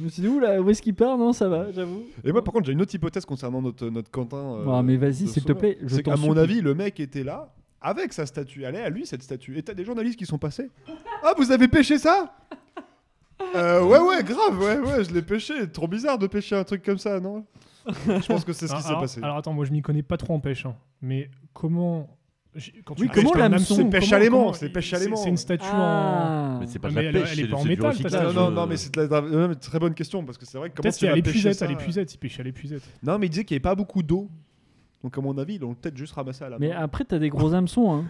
I: Je me suis dit, oula, où est-ce qu'il part Non, ça va, j'avoue.
H: Et moi, par contre, j'ai une autre hypothèse concernant notre, notre Quentin. euh,
I: Ah, mais vas-y,
H: de
I: s'il te
H: Saumur.
I: plaît, je
H: C'est
I: t'en
H: qu'à mon
I: supplie.
H: avis, le mec était là, avec sa statue. Elle est à lui, cette statue. Et t'as des journalistes qui sont passés. Ah, vous avez pêché ça Euh, Ouais, ouais, grave, ouais, ouais, je l'ai pêché. Trop bizarre de pêcher un truc comme ça, non Je pense que c'est ce qui
K: Ah, Alors-
H: s'est passé.
K: Alors attends, moi je m'y connais pas trop en pêche, hein. mais comment. j'ai- Quand
H: Oui,
K: pêches
H: comment
K: comme un
H: l'hameçon
K: hameçon,
H: C'est pêche
K: comment-
H: allemand,
K: comment-
H: c'est pêche
K: c'est-
H: allemand.
K: C'est une statue en.
I: Ah.
J: Mais c'est pas de
K: Mais
J: la
K: elle-
J: pêche,
K: elle est
J: c'est
K: pas en
J: c'est du
K: métal, parce que-
J: recyclage.
H: non, non, non,
J: euh.
H: mais c'est de la- de la- très bonne question parce que c'est vrai que comment
K: Peut-être
H: tu
K: qu'il y a
H: vas pêcher
K: l'épuisette,
H: ça
K: à l'épuisette, il pêche
H: [LAUGHS]
K: à l'épuisette.
H: Non, mais il disait qu'il n'y avait pas beaucoup d'eau. Donc à mon avis, ils l'ont peut-être juste ramassé à la
I: Mais
H: main.
I: après, t'as des gros
H: [LAUGHS]
I: hameçons. Hein.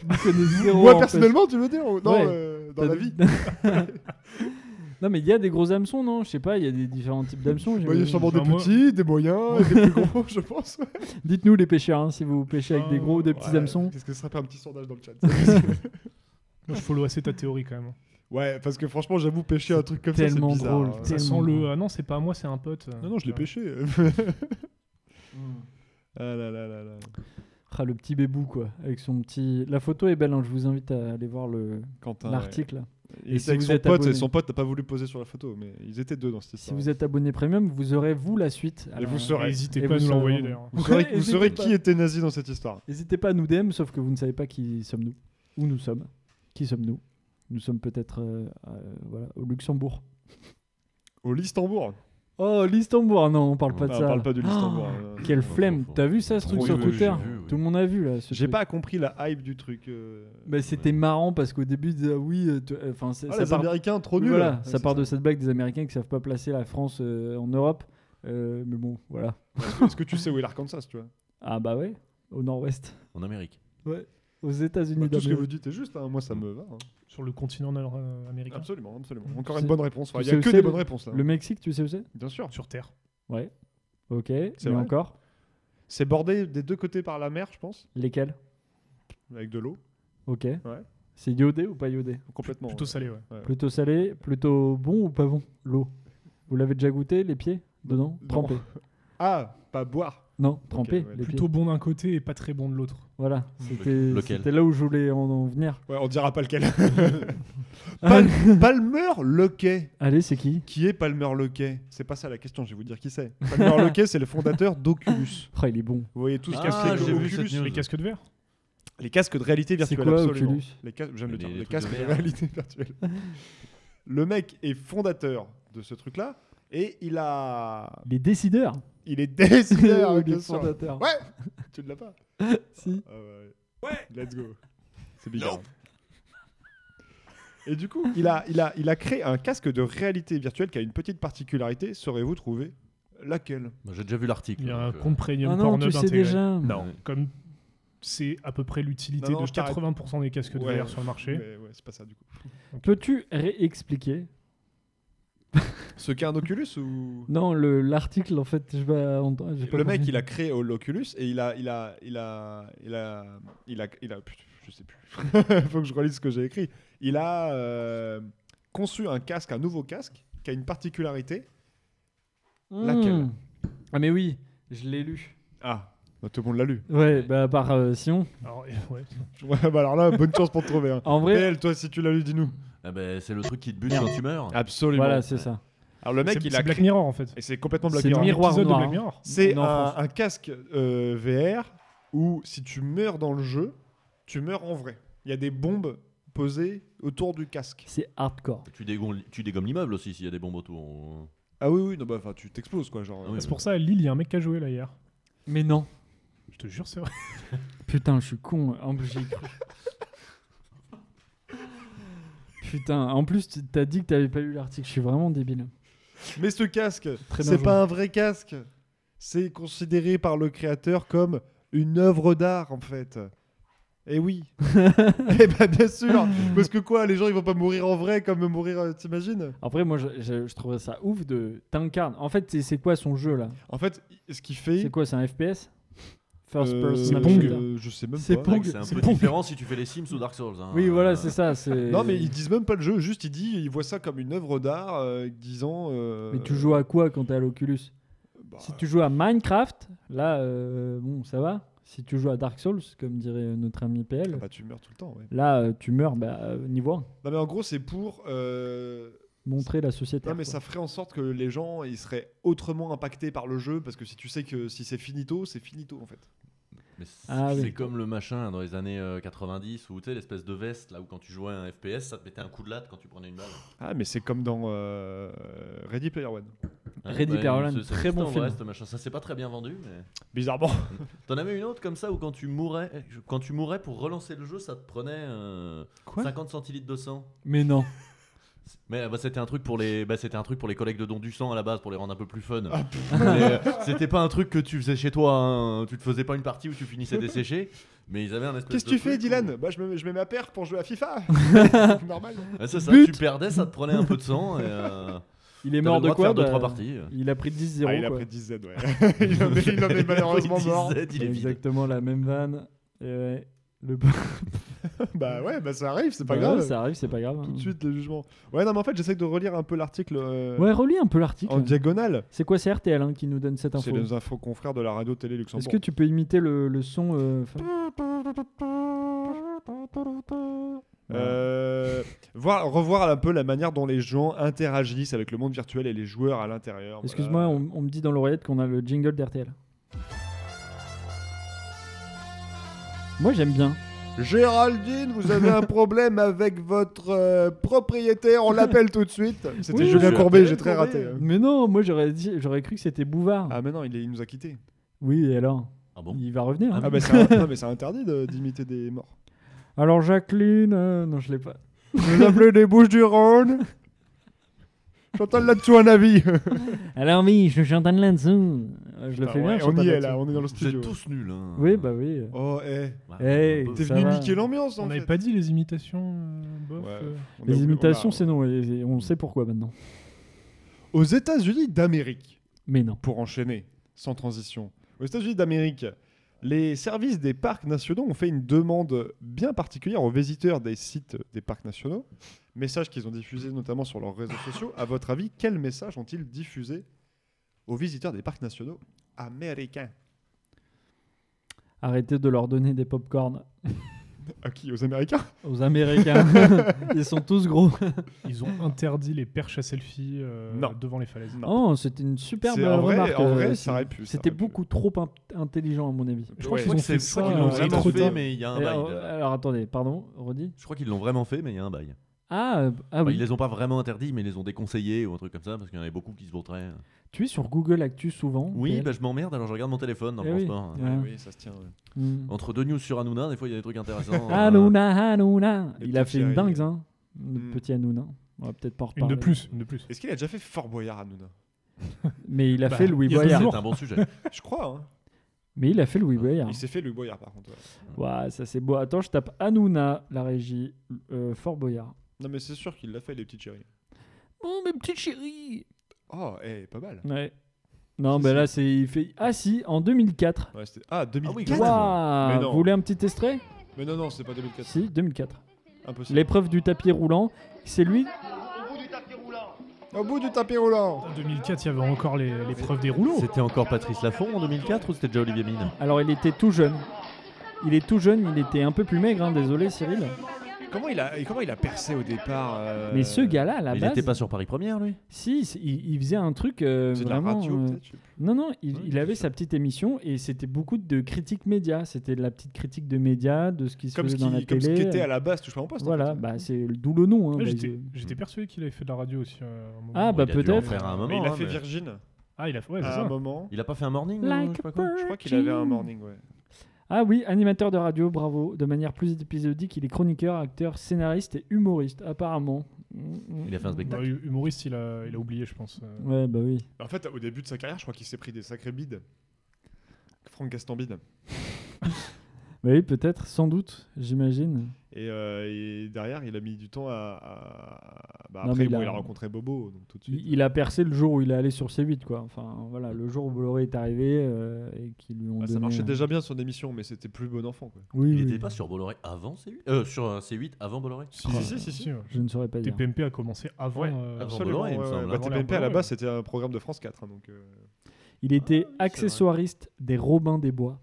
I: Je me connais zéro. en
H: Moi
I: pêche.
H: personnellement, tu veux dire ou- Non,
I: Ouais.
H: euh, dans
I: T'as
H: la
I: des-
H: vie.
I: [LAUGHS] non, mais il y a des gros hameçons, non Je sais pas, il y a des différents types d'hameçons.
H: Bah, il y a
I: j'imagine.
H: sûrement des
K: Genre, moi-
H: petits, des moyens, et des plus [LAUGHS] gros, je pense. ouais.
I: Dites-nous, les pêcheurs, hein, si vous pêchez avec des gros ou des petits
H: Ouais,
I: hameçons.
H: Qu'est-ce que ce serait pas un petit sondage dans le chat
K: Moi, je follow assez ta théorie quand même.
H: [LAUGHS] Ouais, parce que franchement, j'avoue, pêcher un truc comme ça, c'est
I: Tellement
H: bizarre.
I: drôle.
H: hein.
K: Ça
I: tellement
K: sent
I: drôle.
K: le. Ah non, c'est pas à moi, c'est un pote. Euh, hmm.
H: Non, non, je l'ai
K: pêché.
H: pêché.
I: [LAUGHS]
H: ah là là là là.
I: Ah, le petit bébou, quoi. Avec son petit. La photo est belle, hein, je vous invite à aller voir le-
H: Quentin. ouais.
I: l'article. là.
H: Il
I: Et
H: était
I: si
H: avec
I: vous
H: son
I: êtes
H: pote,
I: abonné
H: et son pote n'a pas voulu poser sur la photo, mais ils étaient deux dans cette
I: Si
H: histoire.
I: vous êtes abonné premium, vous aurez, vous, la suite. hein.
H: Et vous
K: Et
H: saurez.
K: N'hésitez
I: Et
K: pas à
I: vous
K: nous
I: saurez
K: l'envoyer
I: vraiment.
K: d'ailleurs.
H: Vous saurez,
I: [LAUGHS]
H: vous
I: N'hésitez
H: saurez
I: pas.
H: qui était nazi dans cette histoire.
I: N'hésitez pas à nous DM, sauf que vous ne savez pas qui sommes-nous. Où nous sommes. Qui sommes-nous Nous sommes peut-être euh, euh, voilà, au Luxembourg.
H: Au Listembourg.
I: Oh, Listembourg Non, on parle pas de
H: Ah,
I: ça.
H: on parle pas du
I: Oh,
H: Listembourg. Ah, euh.
I: Quelle flemme T'as vu ça, ce truc
J: Oui,
I: sur
J: oui, oui,
I: Twitter
J: j'ai vu, oui.
I: Tout le monde a vu, là. ce
H: J'ai
I: truc.
H: pas compris la hype du truc. euh.
I: Bah, c'était marrant parce qu'au début, ils disaient, ah oui, euh, tu- enfin, c'est-
H: Ah,
I: ça
H: les
I: part-
H: Américains, trop
I: Oui,
H: nuls.
I: Voilà,
H: Ouais,
I: ça
H: c'est
I: part de cette blague des Américains qui savent pas placer la France euh, en Europe. Euh, mais bon, voilà.
H: Est-ce que- Est-ce que tu sais où est l'Arkansas, tu vois
I: Ah bah ouais, au nord-ouest.
J: En Amérique.
I: Aux États-Unis
H: Bah, Tout ce que
I: d'Amérique.
H: vous dites est juste, hein, moi ça me va. hein.
K: Sur le continent nord- euh, américain.
H: Absolument, absolument. Encore une
I: sais-
H: bonne réponse.
I: tu
H: ouais, Il
I: sais
H: n'y
I: où
H: a que
I: c'est,
H: des
I: le-
H: bonnes réponses. hein.
I: Le Mexique, tu sais où c'est
H: Bien sûr.
K: Sur Terre.
I: Ouais. Ok, mais
H: vrai.
I: encore.
H: C'est bordé des deux côtés par la mer, je pense,
I: Lesquels
H: avec de l'eau,
I: Ok. C'est iodé ou pas iodé
H: complètement. euh,
K: Plutôt
H: ouais.
K: salé, ouais.
I: Plutôt salé, plutôt bon ou pas bon L'eau. Vous l'avez déjà goûté, les pieds Dedans
H: Non.
I: Trempé.
H: Ah, pas boire.
I: Non, trempé,
H: ouais.
I: les
K: Plutôt
I: pieds.
K: bon d'un côté et pas très bon de l'autre.
I: Voilà, c'était
J: Lequel
I: c'était là où je voulais en, en venir.
H: Ouais, on dira pas
I: [LAUGHS]
H: lequel. Pal- Palmer Lockey.
I: Allez, c'est qui
H: Qui est Palmer Lockey C'est pas ça la question, je vais vous dire qui c'est.
I: [LAUGHS]
H: Palmer Lockey, c'est le fondateur d'Oculus.
I: Oh, il est bon.
H: Vous voyez tout ce
J: Ah,
H: qui a
J: j'ai
H: fait
J: vu
H: Oculus.
J: cette news.
K: Les casques de verre
H: Les casques de réalité
I: C'est
H: virtuelle,
I: quoi,
H: absolument.
I: Oculus
H: les cas- J'aime le
J: Les-
H: terme,
J: les
H: les
J: trucs de
H: casques de,
J: VR.
H: réalité [LAUGHS] virtuelle. le mec est fondateur de ce truc-là et il a,
I: Les décideurs.
H: il est
I: Ou [LAUGHS]
H: décideur.
I: les
H: bien sûr.
I: fondateurs.
H: Ouais, tu ne l'as pas.
I: Si.
H: Ah ouais. Let's go. C'est bizarre. hein. Et du coup, il a, il a, il a créé un casque de réalité virtuelle qui a une petite particularité. Saurez-vous trouver laquelle
J: Bah, J'ai déjà vu l'article.
K: Il y a un
J: donc, euh,
K: compte premium
I: Ah non,
K: Pornhub
I: tu sais
K: intégré.
I: déjà.
J: Non.
K: Comme c'est à peu près l'utilité
H: Non, non,
K: de
H: je t'arrête.
K: 80% des casques de
H: Ouais,
K: verre sur le marché.
H: Mais ouais, c'est pas ça du coup.
I: Peux-tu réexpliquer
H: Ce qu'est un Oculus ou
I: Non, le- l'article, en fait, je vais entendre. j'ai pas
H: Le mec,
I: compris.
H: il a créé l'Oculus et il a, il a, il a, il a, il a, il a, putain, je sais plus. [LAUGHS] Faut que je relise ce que j'ai écrit. Il a euh, conçu un casque, un nouveau casque qui a une particularité. Laquelle
I: Hmm. Ah, mais oui, je l'ai lu.
H: Ah, bah, tout le monde l'a lu. [LAUGHS]
I: Ouais, bah, par euh, Sion.
K: Alors, ouais.
H: Ouais, bah alors là, bonne chance pour trouver. Hein.
I: En vrai,
H: BL, toi, si tu l'as lu, dis-nous.
J: ah bah, c'est le truc qui te bute quand tu meurs.
H: Absolument.
I: voilà, c'est ça.
H: Alors le mec,
K: C'est-
H: il
K: c'est
H: a
K: Black
H: créé...
K: Mirror en fait.
H: et c'est complètement Black
I: C'est
H: Mirror.
I: miroir
K: Épisode
I: noir,
K: de Black
I: hein.
K: Mirror.
H: C'est
I: Non,
H: un,
I: France.
H: un casque euh, VR où si tu meurs dans le jeu, tu meurs en vrai. Il y a des bombes posées autour du casque.
I: C'est hardcore.
J: Tu dégommes, tu dégommes l'immeuble aussi s'il y a des bombes autour.
H: Ah oui, oui, non, bah, enfin, tu t'exploses quoi, genre.
J: Ah oui.
K: C'est pour ça, à Lille, il y a un mec qui a joué là hier.
I: Mais non.
K: Je te jure, c'est vrai.
I: Putain, je suis con. hein. En plus, j'y ai cru. Putain, en plus, tu- t'as dit que t'avais pas lu l'article. Je suis vraiment débile.
H: Mais ce casque,
I: Très bien
H: c'est
I: joué.
H: pas un vrai casque. C'est considéré par le créateur comme une œuvre d'art en fait. Et
I: [LAUGHS]
H: oui. Eh bah bien sûr. Parce que quoi, les gens ils vont pas mourir en vrai comme mourir, euh, t'imagines
I: Après, moi, je, je- je trouverais ça ouf de t'incarnes. En fait, c'est- c'est quoi son jeu là
H: En fait, ce qu'il fait.
I: C'est quoi C'est un FPS First
H: euh,
I: person
K: Pong.
I: shooter.
H: euh, Je sais même
I: C'est
H: pas.
I: Pong.
J: C'est un
I: c'est
J: peu
I: Pong.
J: différent si tu fais les Sims ou Dark Souls. hein.
I: Oui, voilà,
J: Euh,
I: c'est ça. c'est-
H: Non mais ils disent même pas le jeu, juste ils disent, ils voient ça comme une œuvre d'art, euh, disant. euh,
I: Mais tu joues à quoi quand t'es à l'Oculus
H: bah,
I: Si tu joues à Minecraft, là, euh, bon, ça va. Si tu joues à Dark Souls, comme dirait notre ami PL,
H: bah, tu meurs tout le temps. ouais.
I: là, euh, tu meurs bah, euh, niveau 1.
H: Non mais en gros c'est pour. euh,
I: Montrer la société.
H: Non, mais ça ferait en sorte que les gens ils seraient autrement impactés par le jeu parce que si tu sais que si c'est finito, c'est finito en fait.
J: Mais c-
I: Ah
J: c'est
I: oui.
J: comme le machin dans les années euh, 90 où tu sais, l'espèce de veste là où quand tu jouais à un FPS, ça te mettait un coup de latte quand tu prenais une balle.
H: Ah, mais c'est comme dans euh, Ready Player One.
I: Ready
J: bah,
I: Player One,
J: c'est- c'est
I: très bon
J: existant, en vrai,
I: film.
J: ce machin. Ça s'est pas très bien vendu, mais.
H: Bizarrement.
J: T'en avais une autre comme ça où quand tu mourais, eh, je- quand tu mourais pour relancer le jeu, ça te prenait euh,
I: Quoi
J: 50 centilitres de sang.
I: Mais non.
J: Mais bah, c'était un truc pour les, bah, c'était un truc pour les collègues de dons du sang à la base pour les rendre un peu plus fun. [LAUGHS] Mais, euh, c'était pas un truc que tu faisais chez toi. hein. Tu te faisais pas une partie où tu
K: [LAUGHS]
J: finissais desséché. Mais ils avaient un espèce.
H: [LAUGHS] Qu'est-ce que
J: de
H: tu fais,
J: truc
H: Dylan
J: où-
H: Bah, je me, je mets ma perf pour jouer à
I: [LAUGHS]
H: FIFA. Normal.
J: Ah, [LAUGHS] c'est ça,
I: But.
J: tu perdais, ça te prenait un peu de sang. Et, euh,
I: [LAUGHS] Il est
J: t'avais
I: mort
J: le
I: de
J: droit
I: quoi
J: faire deux,
I: Bah,
J: trois parties.
I: Il a pris 10-0.
H: Ah, il a
I: quoi.
H: pris 10 Z, ouais. [LAUGHS] il en est, il en [LAUGHS] est malheureusement
J: Il
H: mort.
J: disait, il est vide.
I: Exactement la même vanne. Et ouais, le
H: Bah, ouais, bah, ça arrive, c'est pas
I: Ouais,
H: grave.
I: Ça arrive, c'est pas grave.
H: Tout de
I: hein.
H: suite, le jugement. Ouais, non, mais en fait, j'essaie de relire un peu l'article euh,
I: Ouais, relis un peu l'article.
H: en diagonale.
I: C'est quoi, c'est RTL hein, qui nous donne cette info
H: C'est les infos confrères de la radio-télé
I: Est-ce
H: Luxembourg.
I: que tu peux imiter le, le son euh, fin-
H: Euh, voir, revoir un peu la manière dont les gens interagissent avec le monde virtuel et les joueurs à l'intérieur. voilà.
I: Excuse-moi, on, on me dit dans l'oreillette qu'on a le jingle d'RTL. Moi j'aime bien.
H: Géraldine, vous avez un problème avec votre euh, propriétaire, on l'appelle tout de suite. C'était
I: Oui,
H: Julien
I: oui,
H: Courbet,
I: Julien
H: j'ai très raté. hein.
I: Mais non, moi j'aurais dit- j'aurais cru que c'était Bouvard.
H: Ah, mais non, il, est- il nous a quittés.
I: Oui, et alors
J: Ah bon
I: Il va revenir. hein.
H: Ah, mais c'est [LAUGHS] un- non, mais c'est interdit de- d'imiter des morts.
I: Alors Jacqueline, euh, non je l'ai pas.
H: Vous appelez des Bouches du Rhône Chantal là-dessous un avis.
I: Alors oui, je chante un là-dessous. Euh, Je le fais bien.
H: Ouais,
I: je
H: on
I: chante
H: y
I: un
H: est là,
I: là-dessous.
H: on est dans le
J: Vous êtes
H: studio.
J: tous nuls. hein.
I: Oui, bah oui.
H: Oh, eh.
J: Ouais,
I: Hey,
J: un peu.
H: T'es
I: Oh, Ça
H: venu
I: va.
H: niquer l'ambiance en
K: On
H: fait.
K: n'avait pas dit les imitations euh, bof,
H: Ouais.
K: euh.
H: On a
I: Les
H: oublié- on a-
I: imitations, c'est non, et- et on sait pourquoi maintenant.
H: Aux États-Unis d'Amérique,
I: Mais non.
H: pour enchaîner, sans transition, aux États-Unis d'Amérique, les services des parcs nationaux ont fait une demande bien particulière aux visiteurs des sites des parcs nationaux. Message qu'ils ont diffusé notamment sur leurs réseaux sociaux. À votre avis, quel message ont-ils diffusé aux visiteurs des parcs nationaux américains
I: Arrêtez de leur donner des pop-corn
H: À qui Aux Américains [LAUGHS]
I: aux Américains. Ils sont tous gros.
K: Ils [LAUGHS] ont interdit les perches à selfie euh,
H: Non.
K: devant les falaises.
H: Non.
I: Oh, c'était une superbe
H: C'est- en vrai-
I: remarque.
H: en
I: euh,
H: vrai, ça
I: c'est-
H: aurait pu, ça
I: C'était
H: aurait pu.
I: beaucoup trop in- intelligent, à mon avis.
J: Je crois
H: Ouais.
J: qu'ils ont
K: Ils ont
J: fait
K: fait
J: ça.
K: ça,
J: Ils l'ont
K: euh,
J: vraiment
K: trop
J: fait,
K: tard.
J: mais il y a un
I: Et
J: bail.
I: alors,
J: là.
I: alors, attendez, pardon, redis.
J: Je crois qu'ils l'ont vraiment fait, mais il y a un bail.
I: Ah, euh, ah
J: Enfin,
I: oui.
J: Ils les ont pas vraiment interdits, mais ils les ont déconseillés ou un truc comme ça, parce qu'il y en avait beaucoup qui se vautraient.
I: Tu es sur Google Actu souvent
J: Oui,
I: PL?
J: bah, je m'emmerde, alors je regarde mon téléphone dans le
I: Eh oui.
J: transport.
I: Ouais.
H: Oui, ça se tient.
I: Mm.
J: Entre deux news sur Hanouna, des fois il y a des trucs intéressants.
I: Ah,
J: euh,
I: Hanouna, Hanouna.
H: Le
I: Il a
H: petit
I: fait une
H: Thierry.
I: dingue, hein. Le
H: Mm.
I: petit Hanouna. On va peut-être pas en
K: Une
I: reparler.
K: de plus, une de plus.
H: Est-ce qu'il a déjà fait Fort Boyard à Nouna
I: Mais il a
K: Bah,
I: fait Louis
K: il y a deux
I: Boyard.
J: C'est un bon sujet.
H: Je crois. hein.
I: Mais il a fait Louis Boyard.
H: Ah, Il s'est fait Louis Boyard par contre. ouais.
I: Ouah, ça c'est beau. Attends, je tape Hanouna, la régie, euh, Fort Boyard.
H: Non, mais c'est sûr qu'il l'a fait, les petits chéris.
I: Oh, mes petites chéries
H: Oh, eh, pas mal.
I: Ouais. Non, mais là, c'est. Il fait... Ah, si, en 2004.
H: Ouais, c'était- ah, 2004
I: Waouh
H: Mais non.
I: Ah, Vous voulez un petit extrait
H: Mais non, non, c'est pas 2004.
I: Si, 2004.
H: Impossible.
I: L'épreuve du tapis roulant, c'est lui.
H: Au bout du tapis roulant
K: En 2004, il y avait encore les- l'épreuve des rouleaux.
J: C'était encore Patrice Laffont en 2004 ou c'était déjà Olivier Mine
I: Alors, il était tout jeune. Il est tout jeune, il était un peu plus maigre, hein, désolé Cyril.
H: Euh, Comment il a, et comment il a percé au départ euh,
I: Mais ce gars-là, à la
J: Il
I: base,
J: n'était pas sur Paris Première, lui
I: si, c'est- il, il faisait un truc euh,
H: C'est de la
I: vraiment,
H: radio,
I: euh,
H: peut-être je sais plus.
I: Non, non, il,
H: Ouais,
I: il
H: c'est
I: avait
H: ça.
I: sa petite émission et c'était beaucoup de critiques médias. C'était de la petite critique de médias, de ce qui se
H: Comme ce
I: faisait
H: qui,
I: dans la
H: comme ce
I: télé.
H: qui était à la base, touche pas en poste. en
I: Voilà,
H: fait.
I: bah, c'est d'où le nom. hein,
K: Ouais,
I: bah,
K: J'étais
I: il-
K: j'étais persuadé qu'il avait fait de la radio aussi. euh, un moment.
I: Ah, bah
J: Bon, il a dû en
I: peut-être.
J: faire à un moment,
H: Mais il a
J: hein,
H: fait
J: mais-
H: Virgin
K: Ah, il a fait. Ouais, c'est
H: à un
K: ça.
H: moment.
J: Il a pas fait un morning ou
I: Like
J: je sais pas
I: a
J: quoi
I: bird.
H: Je crois qu'il avait un morning, ouais.
I: Ah oui, animateur de radio, bravo. De manière plus épisodique, il est chroniqueur, acteur, scénariste et humoriste, apparemment. Mm, mm.
J: Il a fait un
K: Bah,
J: spectacle.
K: hu- humoriste, il a, il a oublié, je pense. euh.
I: Ouais, bah oui.
H: En fait, au début de sa carrière, je crois qu'il s'est pris des sacrés bides. Franck Gaston bide.
I: Bah oui, peut-être, sans doute, j'imagine.
H: Et, euh, et derrière, il a mis du temps à. à- Bah,
I: Non,
H: après,
I: mais il
H: bon,
I: a-
H: il a rencontré Bobo, donc tout de suite.
I: Il, il a percé le jour où il est allé sur C8, quoi. Enfin, voilà, le jour où Bolloré est arrivé euh, et qu'ils lui ont
H: Bah, ça
I: donné,
H: marchait
I: euh,
H: déjà bien son émission, mais c'était plus bon enfant, quoi.
I: Oui,
J: Il
I: oui.
J: n'était pas sur Bolloré avant C8 Euh, sur euh, C8 avant Bolloré
K: Si,
I: Oh,
K: si, si, si, si, ouais.
I: Je ne saurais pas dire.
K: TPMP a commencé avant.
H: Ouais,
K: euh,
J: avant
K: Absolument.
J: Bolloré, il me
H: ouais,
J: semble.
H: ouais. Bah,
K: Avant
H: TPMP, à la
K: l'heure,
H: base, c'était un programme de France 4. hein, donc, euh,
I: Il était
J: Ah, c'est
I: accessoiriste des Robins des Bois.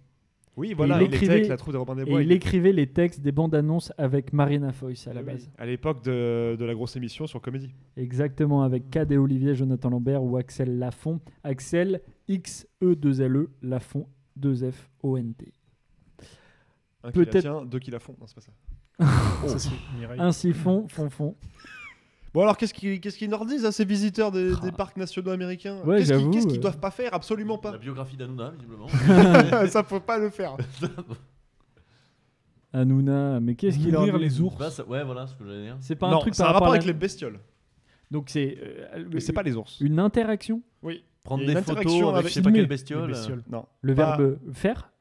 H: Oui, voilà,
I: il
H: il,
I: écrivait-
H: était avec la troupe des Robin des
I: Et
H: Bois. Eh
I: il écrivait les textes des bandes annonces avec Marina Foïs à la
H: Oui,
I: base.
H: À l'époque de, de la grosse émission sur Comédie.
I: Exactement, avec Cad et Olivier, Jonathan Lambert ou Axel E Lafont. Axel, X-E-2-L-E, Lafont, 2-F-O-N-T.
H: Un qui la
I: Peut-être-
H: tient, deux qui la font. Non, c'est pas ça.
K: Ça, c'est Mireille.
I: Un siphon, fond, fond.
H: Bon, alors, qu'est-ce qu'ils qu'est-ce qu'ils leur disent à ces visiteurs des,
I: Ah.
H: des parcs nationaux américains
I: Ouais,
H: Qu'est-ce qu'ils
I: j'avoue,
H: qu'est-ce qu'ils
I: ouais.
H: doivent pas faire Absolument
J: La
H: pas.
J: biographie d'Anouna, visiblement.
H: [LAUGHS] ça, faut pas le faire.
I: Hanouna, mais qu'est-ce qu'il leur
K: Nourrir
I: dit
K: les ours.
J: Bah, ça- ouais, voilà ce que j'allais dire.
I: C'est pas un
H: non,
I: truc
H: ça a
I: par
H: rapport
I: rapport à
H: avec
I: la-
H: les bestioles.
I: Donc c'est euh,
H: Mais c'est pas les ours.
I: une interaction.
H: Oui.
J: Prendre
H: Il y a
J: des
H: une
J: photos
H: interaction
J: avec,
H: avec-
J: je sais pas quelle
K: Les
J: bestiole.
K: bestioles.
H: Non.
I: Le
H: Pas-
I: verbe faire.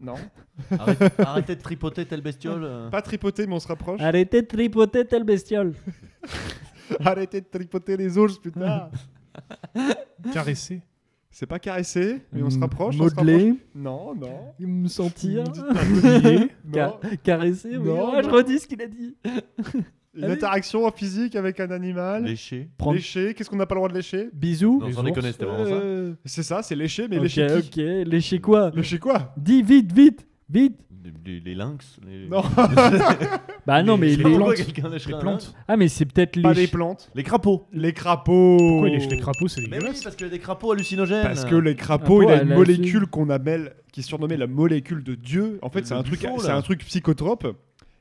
H: Non.
J: [LAUGHS] Arrête- arrêtez de tripoter telle bestiole. euh.
H: Pas tripoter, mais on se rapproche.
I: [LAUGHS] Arrêtez de tripoter telle bestiole.
H: [LAUGHS] Arrêtez de tripoter les ours, putain.
I: [LAUGHS]
K: Caresser.
H: c'est pas caresser, mais on se rapproche. on se rapproche.
I: Hmm. Modeler,
H: Non, non.
I: me hein. sentir,
H: non.
I: [LAUGHS] ca- caresser. oui.
H: Non,
I: Ah, je
H: non.
I: redis ce qu'il a dit.
H: Une
I: Allez.
H: interaction en physique avec un animal.
J: Lécher.
I: Prendre-
H: Lécher. Qu'est-ce qu'on n'a pas le droit de lécher
I: Bisous.
J: Non,
K: les
J: sans
K: ours,
J: déconner, c'était vraiment ça.
H: Euh, C'est ça, c'est lécher, mais
I: ok,
H: lécher qui
I: ok. Lécher quoi
H: Lécher quoi
I: Dis vite, vite, vite.
J: Les, les- les lynx. Les... [LAUGHS]
H: Non,
J: Ah
I: Bah non, mais les,
K: Les- les
J: Pourquoi
K: plantes.
J: quelqu'un lècherait
K: Les
J: un
K: plantes.
I: Ah mais c'est peut-être
H: pas les
I: lécher.
H: plantes.
J: lynx Les crapauds.
H: Les crapauds.
K: Pourquoi il lèche les crapauds C'est
J: Mais oui,
K: dégueulasse.
J: parce qu'il y a des crapauds hallucinogènes.
H: Parce que les
I: Crapaud,
H: crapauds, il a
I: elle
H: une
I: a
H: molécule qu'on appelle, qui est surnommée la molécule de Dieu. En fait,
J: Le
H: c'est un, truc,
J: buffo,
H: c'est
J: là.
H: un truc psychotrope.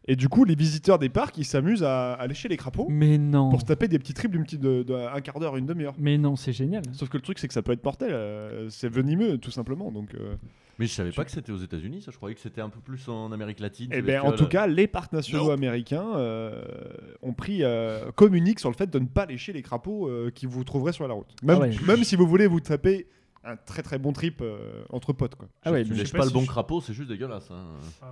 H: Et du coup, les visiteurs des parcs, ils s'amusent à, à lécher les crapauds
I: Mais non.
H: pour se taper des petits triples d'une petite, de, de- un quart d'heure, une demi-heure.
I: Mais non, c'est génial.
H: Sauf que le truc, c'est que ça peut être mortel. euh, c'est venimeux, tout simplement. Donc, euh,
J: Mais je savais pas que c'était aux États-Unis, ça. Je croyais que c'était un peu plus en Amérique latine.
H: eh
J: ces
H: ben, en
J: bestioles.
H: tout cas, les parcs nationaux
J: Nope.
H: américains euh, ont pris euh, communiquent sur le fait de ne pas lécher les crapauds euh, qui vous trouverez sur la route. Même,
I: Ah ouais.
H: même si vous voulez vous taper un très très bon trip euh, entre potes. Quoi.
I: Ah ouais.
J: Tu
I: mais-
J: lèches
K: pas
J: pas
K: si
J: le bon
K: je- Ah.
J: crapaud, c'est juste dégueulasse. hein.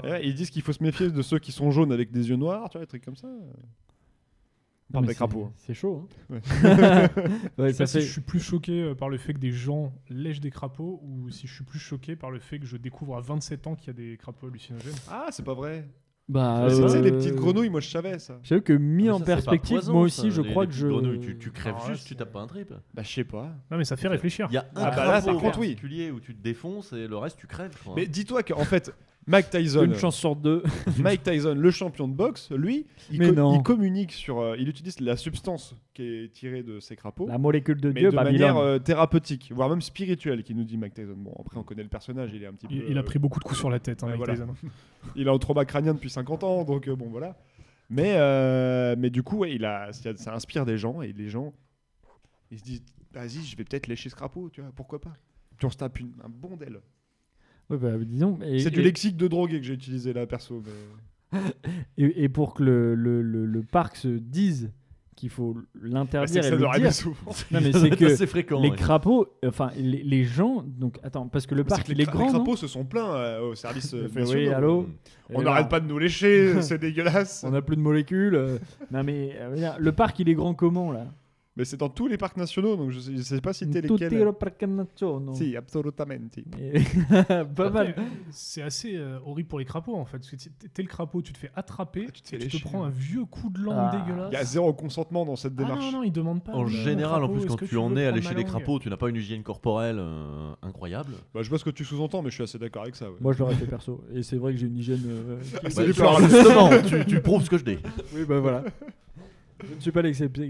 H: Et ouais, ils disent qu'il faut se méfier de ceux qui sont jaunes avec des yeux noirs, tu vois, des trucs comme ça.
I: non,
H: parle
I: mais
H: des
I: c'est-
H: crapauds.
I: C'est chaud. hein.
H: Ouais.
I: Ouais, [LAUGHS]
K: Je sais pas
I: ça
K: si
I: fait.
K: je suis plus choqué euh, par le fait que des gens lèchent des crapauds ou si je suis plus choqué par le fait que je découvre à 27 ans qu'il y a des crapauds hallucinogènes.
H: Ah, c'est pas vrai.
I: Bah.
H: Ah, c'est
I: euh,
H: des petites grenouilles, moi je savais ça.
I: J'avoue que mis
J: Mais ça,
I: en
J: c'est pas
I: perspective,
J: poison,
I: moi
J: ça,
I: aussi, je
J: les-
I: crois
J: les
I: que
J: petites
I: je.
J: grenouilles, tu, tu crèves
K: Alors là,
J: juste, tu
K: c'est-
J: tapes pas un trip.
H: Bah, je sais pas.
K: Non, mais ça fait réfléchir.
J: Il y a un
H: Ah bah là,
J: crapaud
H: par contre, oui.
J: particulier où tu te défonces et le reste, tu crèves. je crois.
H: Mais dis-toi qu'en fait, Mike Tyson,
I: Une chance sur deux.
H: [LAUGHS] Mike Tyson, le champion de boxe, lui, il,
I: Mais
H: co-
I: non.
H: il communique sur. euh, il utilise la substance qui est tirée de ces crapauds.
I: La molécule de
H: mais
I: Dieu, bah,
H: de
I: Babylone.
H: manière euh, thérapeutique, voire même spirituelle, qui nous dit Mike Tyson. Bon, après, on connaît le personnage, il est un petit
K: Il,
H: peu.
K: il
H: euh,
K: a pris beaucoup de coups sur la tête, hein,
H: ouais,
K: Mike
H: voilà.
K: Tyson.
H: il est en trauma crânien depuis 50 ans, donc euh, bon voilà. Mais, euh, mais du coup, ouais, il a, ça, ça inspire des gens et les gens, ils se disent, vas-y, je vais peut-être lécher ce crapaud, tu vois, pourquoi pas Tu en se tape une- un bon d'aile.
I: Ouais, bah, disons. Et,
H: C'est du
I: et-
H: lexique de drogué que j'ai utilisé là, perso. mais-
I: et- et pour que le, le, le, le parc se dise qu'il faut
H: Bah, c'est
I: l'interdire
H: que
I: et
H: ça
I: le
H: doit
I: dire.
H: arriver souvent.
I: Non, mais
J: Ça doit
I: c'est
J: être
I: que
J: assez fréquent.
I: les
J: ouais.
I: crapauds, enfin les, les gens, donc attends, parce que le
H: C'est
I: parc
H: que
I: il
H: les,
I: est
H: cra- les
I: grand. non
H: crapauds se sont plaints euh, au service.
I: [LAUGHS]
H: euh,
I: Il fait,
H: nationaux.
I: oui, allô.
H: On
I: Et
H: n'arrête
I: là,
H: pas de nous
I: [LAUGHS]
H: lécher, euh, c'est dégueulasse.
I: On a plus de molécules. euh,
H: [LAUGHS]
I: non mais euh, regarde, le parc il est grand comment là
H: Mais c'est dans tous les parcs nationaux, donc je sais, je sais pas citer
I: Tutti
H: lesquels.
I: lo parcanazzono.
H: Si, Ah, absolument.
I: Et- [LAUGHS] pas mal.
K: Après, C'est assez euh, horrible pour les crapauds en fait. Parce que t'es- t'es le crapaud, tu te fais attraper,
H: Ah, tu te fais
K: et tu te
H: lécher.
K: prends un vieux coup de langue
I: Ah.
K: dégueulasse.
H: Il y a zéro consentement dans cette
K: Ah
H: démarche.
K: non, non, ils demandent pas.
J: En
K: euh,
J: général, en
K: crapaud,
J: plus,
K: est-ce
J: quand
K: que
J: tu en
K: veux
J: es à
K: prendre
J: lécher
K: ma
J: les
K: langue [LAUGHS]
J: crapauds, tu n'as pas une hygiène corporelle euh, incroyable.
H: Bah, je vois ce que tu sous-entends, mais je suis assez d'accord avec ça. ouais. [LAUGHS]
I: Moi je l'aurais fait perso. Et c'est vrai que j'ai une hygiène. euh, qui-
H: C'est
J: Bah,
H: des
J: tu-
H: fleurs.
J: justement, tu, tu prouves ce que je dis.
I: oui bah voilà. [LAUGHS] Je ne suis pas l'exception.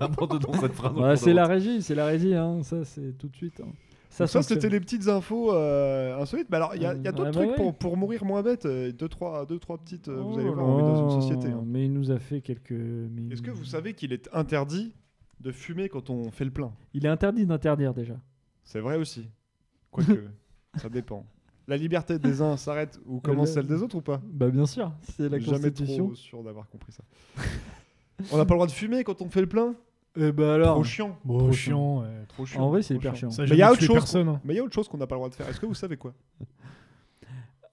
J: Abandonnons cette phrase.
I: Voilà, c'est la régie, c'est la régie, hein. ça c'est tout de suite. hein.
H: Ça, ça
I: fonctionne.
H: c'était les petites infos euh, insolites. Mais alors, il y a, il y a
I: Euh,
H: d'autres
I: ah bah
H: trucs
I: ouais.
H: pour, pour mourir moins bête. euh, Deux, trois, deux, trois petites, euh, vous allez
I: Oh
H: voir, on est dans
I: là,
H: une société. hein.
I: Mais il nous a fait quelques. mais il-
H: Est-ce que vous savez qu'il est interdit de fumer quand on fait le plein
I: Il est interdit d'interdire déjà.
H: C'est vrai aussi.
K: [LAUGHS]
H: Quoique, ça dépend. La liberté des uns s'arrête ou commence
I: Euh,
H: celle des autres ou pas
I: Bah bien sûr, c'est la
H: Jamais
I: constitution.
H: trop sûr d'avoir compris ça. [LAUGHS] on n'a pas le droit de fumer quand on fait le plein
K: Eh
I: Euh,
K: ben
I: bah alors.
H: Trop chiant.
K: Bon,
I: Trop
K: chiant. euh,
H: Trop chiant.
I: En vrai, c'est
H: trop
I: hyper chiant.
K: ça a
H: Mais il y a
K: jamais
H: autre
K: tué
H: chose
K: personne. hein.
H: Mais il y a autre chose qu'on n'a pas le droit de faire. Est-ce que vous savez quoi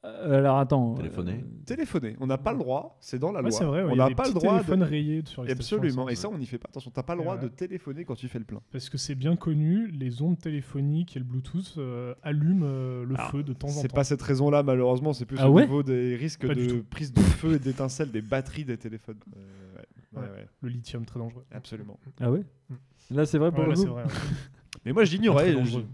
I: Euh, alors attends. euh,
J: Téléphoner.
H: Téléphoner. On n'a pas le droit. C'est dans la
K: Ouais,
H: loi.
K: c'est vrai. ouais,
H: on
K: il y a
H: n'a
K: des
H: pas le
K: petits
H: droit. de-
K: téléphones rayés sur les stations
H: Absolument, et
K: essence.
H: ça on n'y fait pas attention, t'as pas le
K: Et
H: droit
K: ouais.
H: de téléphoner quand tu fais le plein.
K: Parce que c'est bien connu, les ondes téléphoniques et le Bluetooth euh, allument euh, le
H: Alors,
K: feu de temps en
H: Ah, C'est
K: temps.
H: pas cette raison-là malheureusement, c'est plus
I: Ah
H: au
I: ouais
H: niveau des risques
K: Pas du
H: de
K: tout.
H: prise de feu et d'étincelles des batteries des téléphones. Euh, ouais, ouais, ouais,
K: Le lithium, très dangereux.
H: absolument.
I: Ah ouais
H: Hmm.
I: Là, c'est vrai pour
K: Ouais,
I: le
K: là,
I: coup
K: c'est vrai. ouais.
H: Mais moi j'ignorais.
K: Très
H: je-
K: dangereux.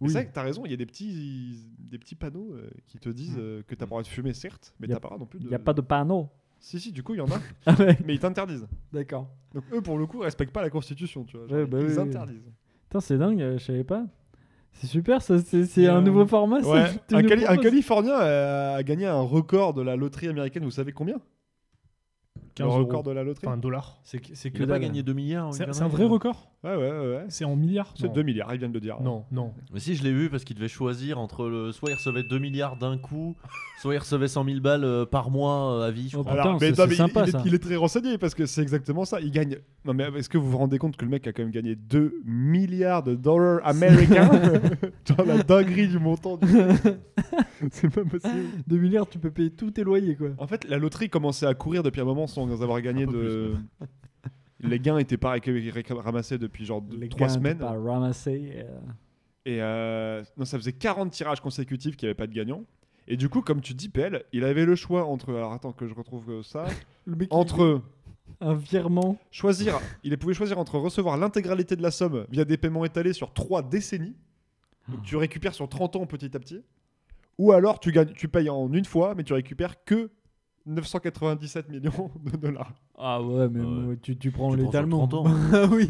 H: Mais
I: Oui.
H: C'est vrai que t'as raison, il y a des petits, des petits panneaux euh, qui te disent
K: Mm.
H: euh, que t'as pas le droit de fumer certes, mais
I: Y a-
H: t'as pas le droit non plus
I: Il
H: de...
I: n'y a pas de panneau.
H: Si si, du coup il y en a,
I: Ah ouais,
H: mais ils t'interdisent.
I: [LAUGHS] D'accord.
H: Donc eux pour le coup respectent pas la constitution, tu vois.
I: Ouais, bah
H: ils
I: oui, oui.
H: interdisent.
I: Putain, c'est dingue, euh, je savais pas. C'est super, ça, c'est c'est
K: Mais,
I: un
K: euh,
I: nouveau format. ça,
H: Ouais,
I: que tu
H: un,
I: nous
H: Cali- un
I: proposes.
H: Californien euh, a gagné un record de la loterie américaine, vous savez combien
K: 15
H: Le
K: euros.
H: record de la loterie
K: Enfin, un dollar.
I: C'est que- c'est
J: Il
I: que
J: a pas
I: dalle.
J: gagné 2 milliards. une
K: C'est c'est
J: connerie
K: un vrai record
H: Ouais, ouais, ouais. ouais.
K: C'est en milliards
H: C'est
K: Non.
H: 2 milliards, il vient de le dire.
K: Non, non.
J: Mais si, je l'ai vu parce qu'il devait choisir entre le. Soit il recevait 2 milliards d'un coup, soit il recevait 100 000 balles euh, par mois euh, à vie, je
I: Oh,
J: crois.
H: Alors,
I: Putain,
H: mais
I: c'est-
H: non,
I: c'est
H: mais il-
I: sympa,
H: il, est-
I: ça.
H: il est très renseigné parce que c'est exactement ça. Il gagne. Non, mais est-ce que vous vous rendez compte que le mec a quand même gagné 2 milliards de dollars
I: [LAUGHS]
H: américains [LAUGHS] Genre la dinguerie du montant. du- [LAUGHS] c'est pas possible.
I: 2 milliards, tu peux payer tous tes loyers, quoi.
H: En fait, la loterie commençait à courir depuis un moment sans avoir gagné
J: Un peu
H: de. [LAUGHS] Les gains étaient pas récu- récu- ramassés depuis genre
I: Les
H: 3
I: gars,
H: semaines. hein.
I: t'as pas ramassé, euh,
H: Et euh, non, ça faisait 40 tirages consécutifs qu'il n'y avait pas de gagnant. Et du coup, comme tu dis, PL, il avait le choix entre. Alors attends que je retrouve euh,
I: [LAUGHS]
H: ça.
I: le mec, il-
H: Entre
I: un virement.
H: choisir. Il pouvait choisir entre recevoir l'intégralité de la somme via des paiements étalés sur 3 décennies. Donc tu récupères sur 30 ans petit à petit. Ou alors tu, gagnes, tu payes en une fois, mais tu récupères que 997 millions de dollars.
I: Ah ouais, mais
J: Ouais.
I: moi, tu, tu prends
J: Tu prends sur
I: l'étalement.
J: 30 ans. [LAUGHS]
I: Ah oui.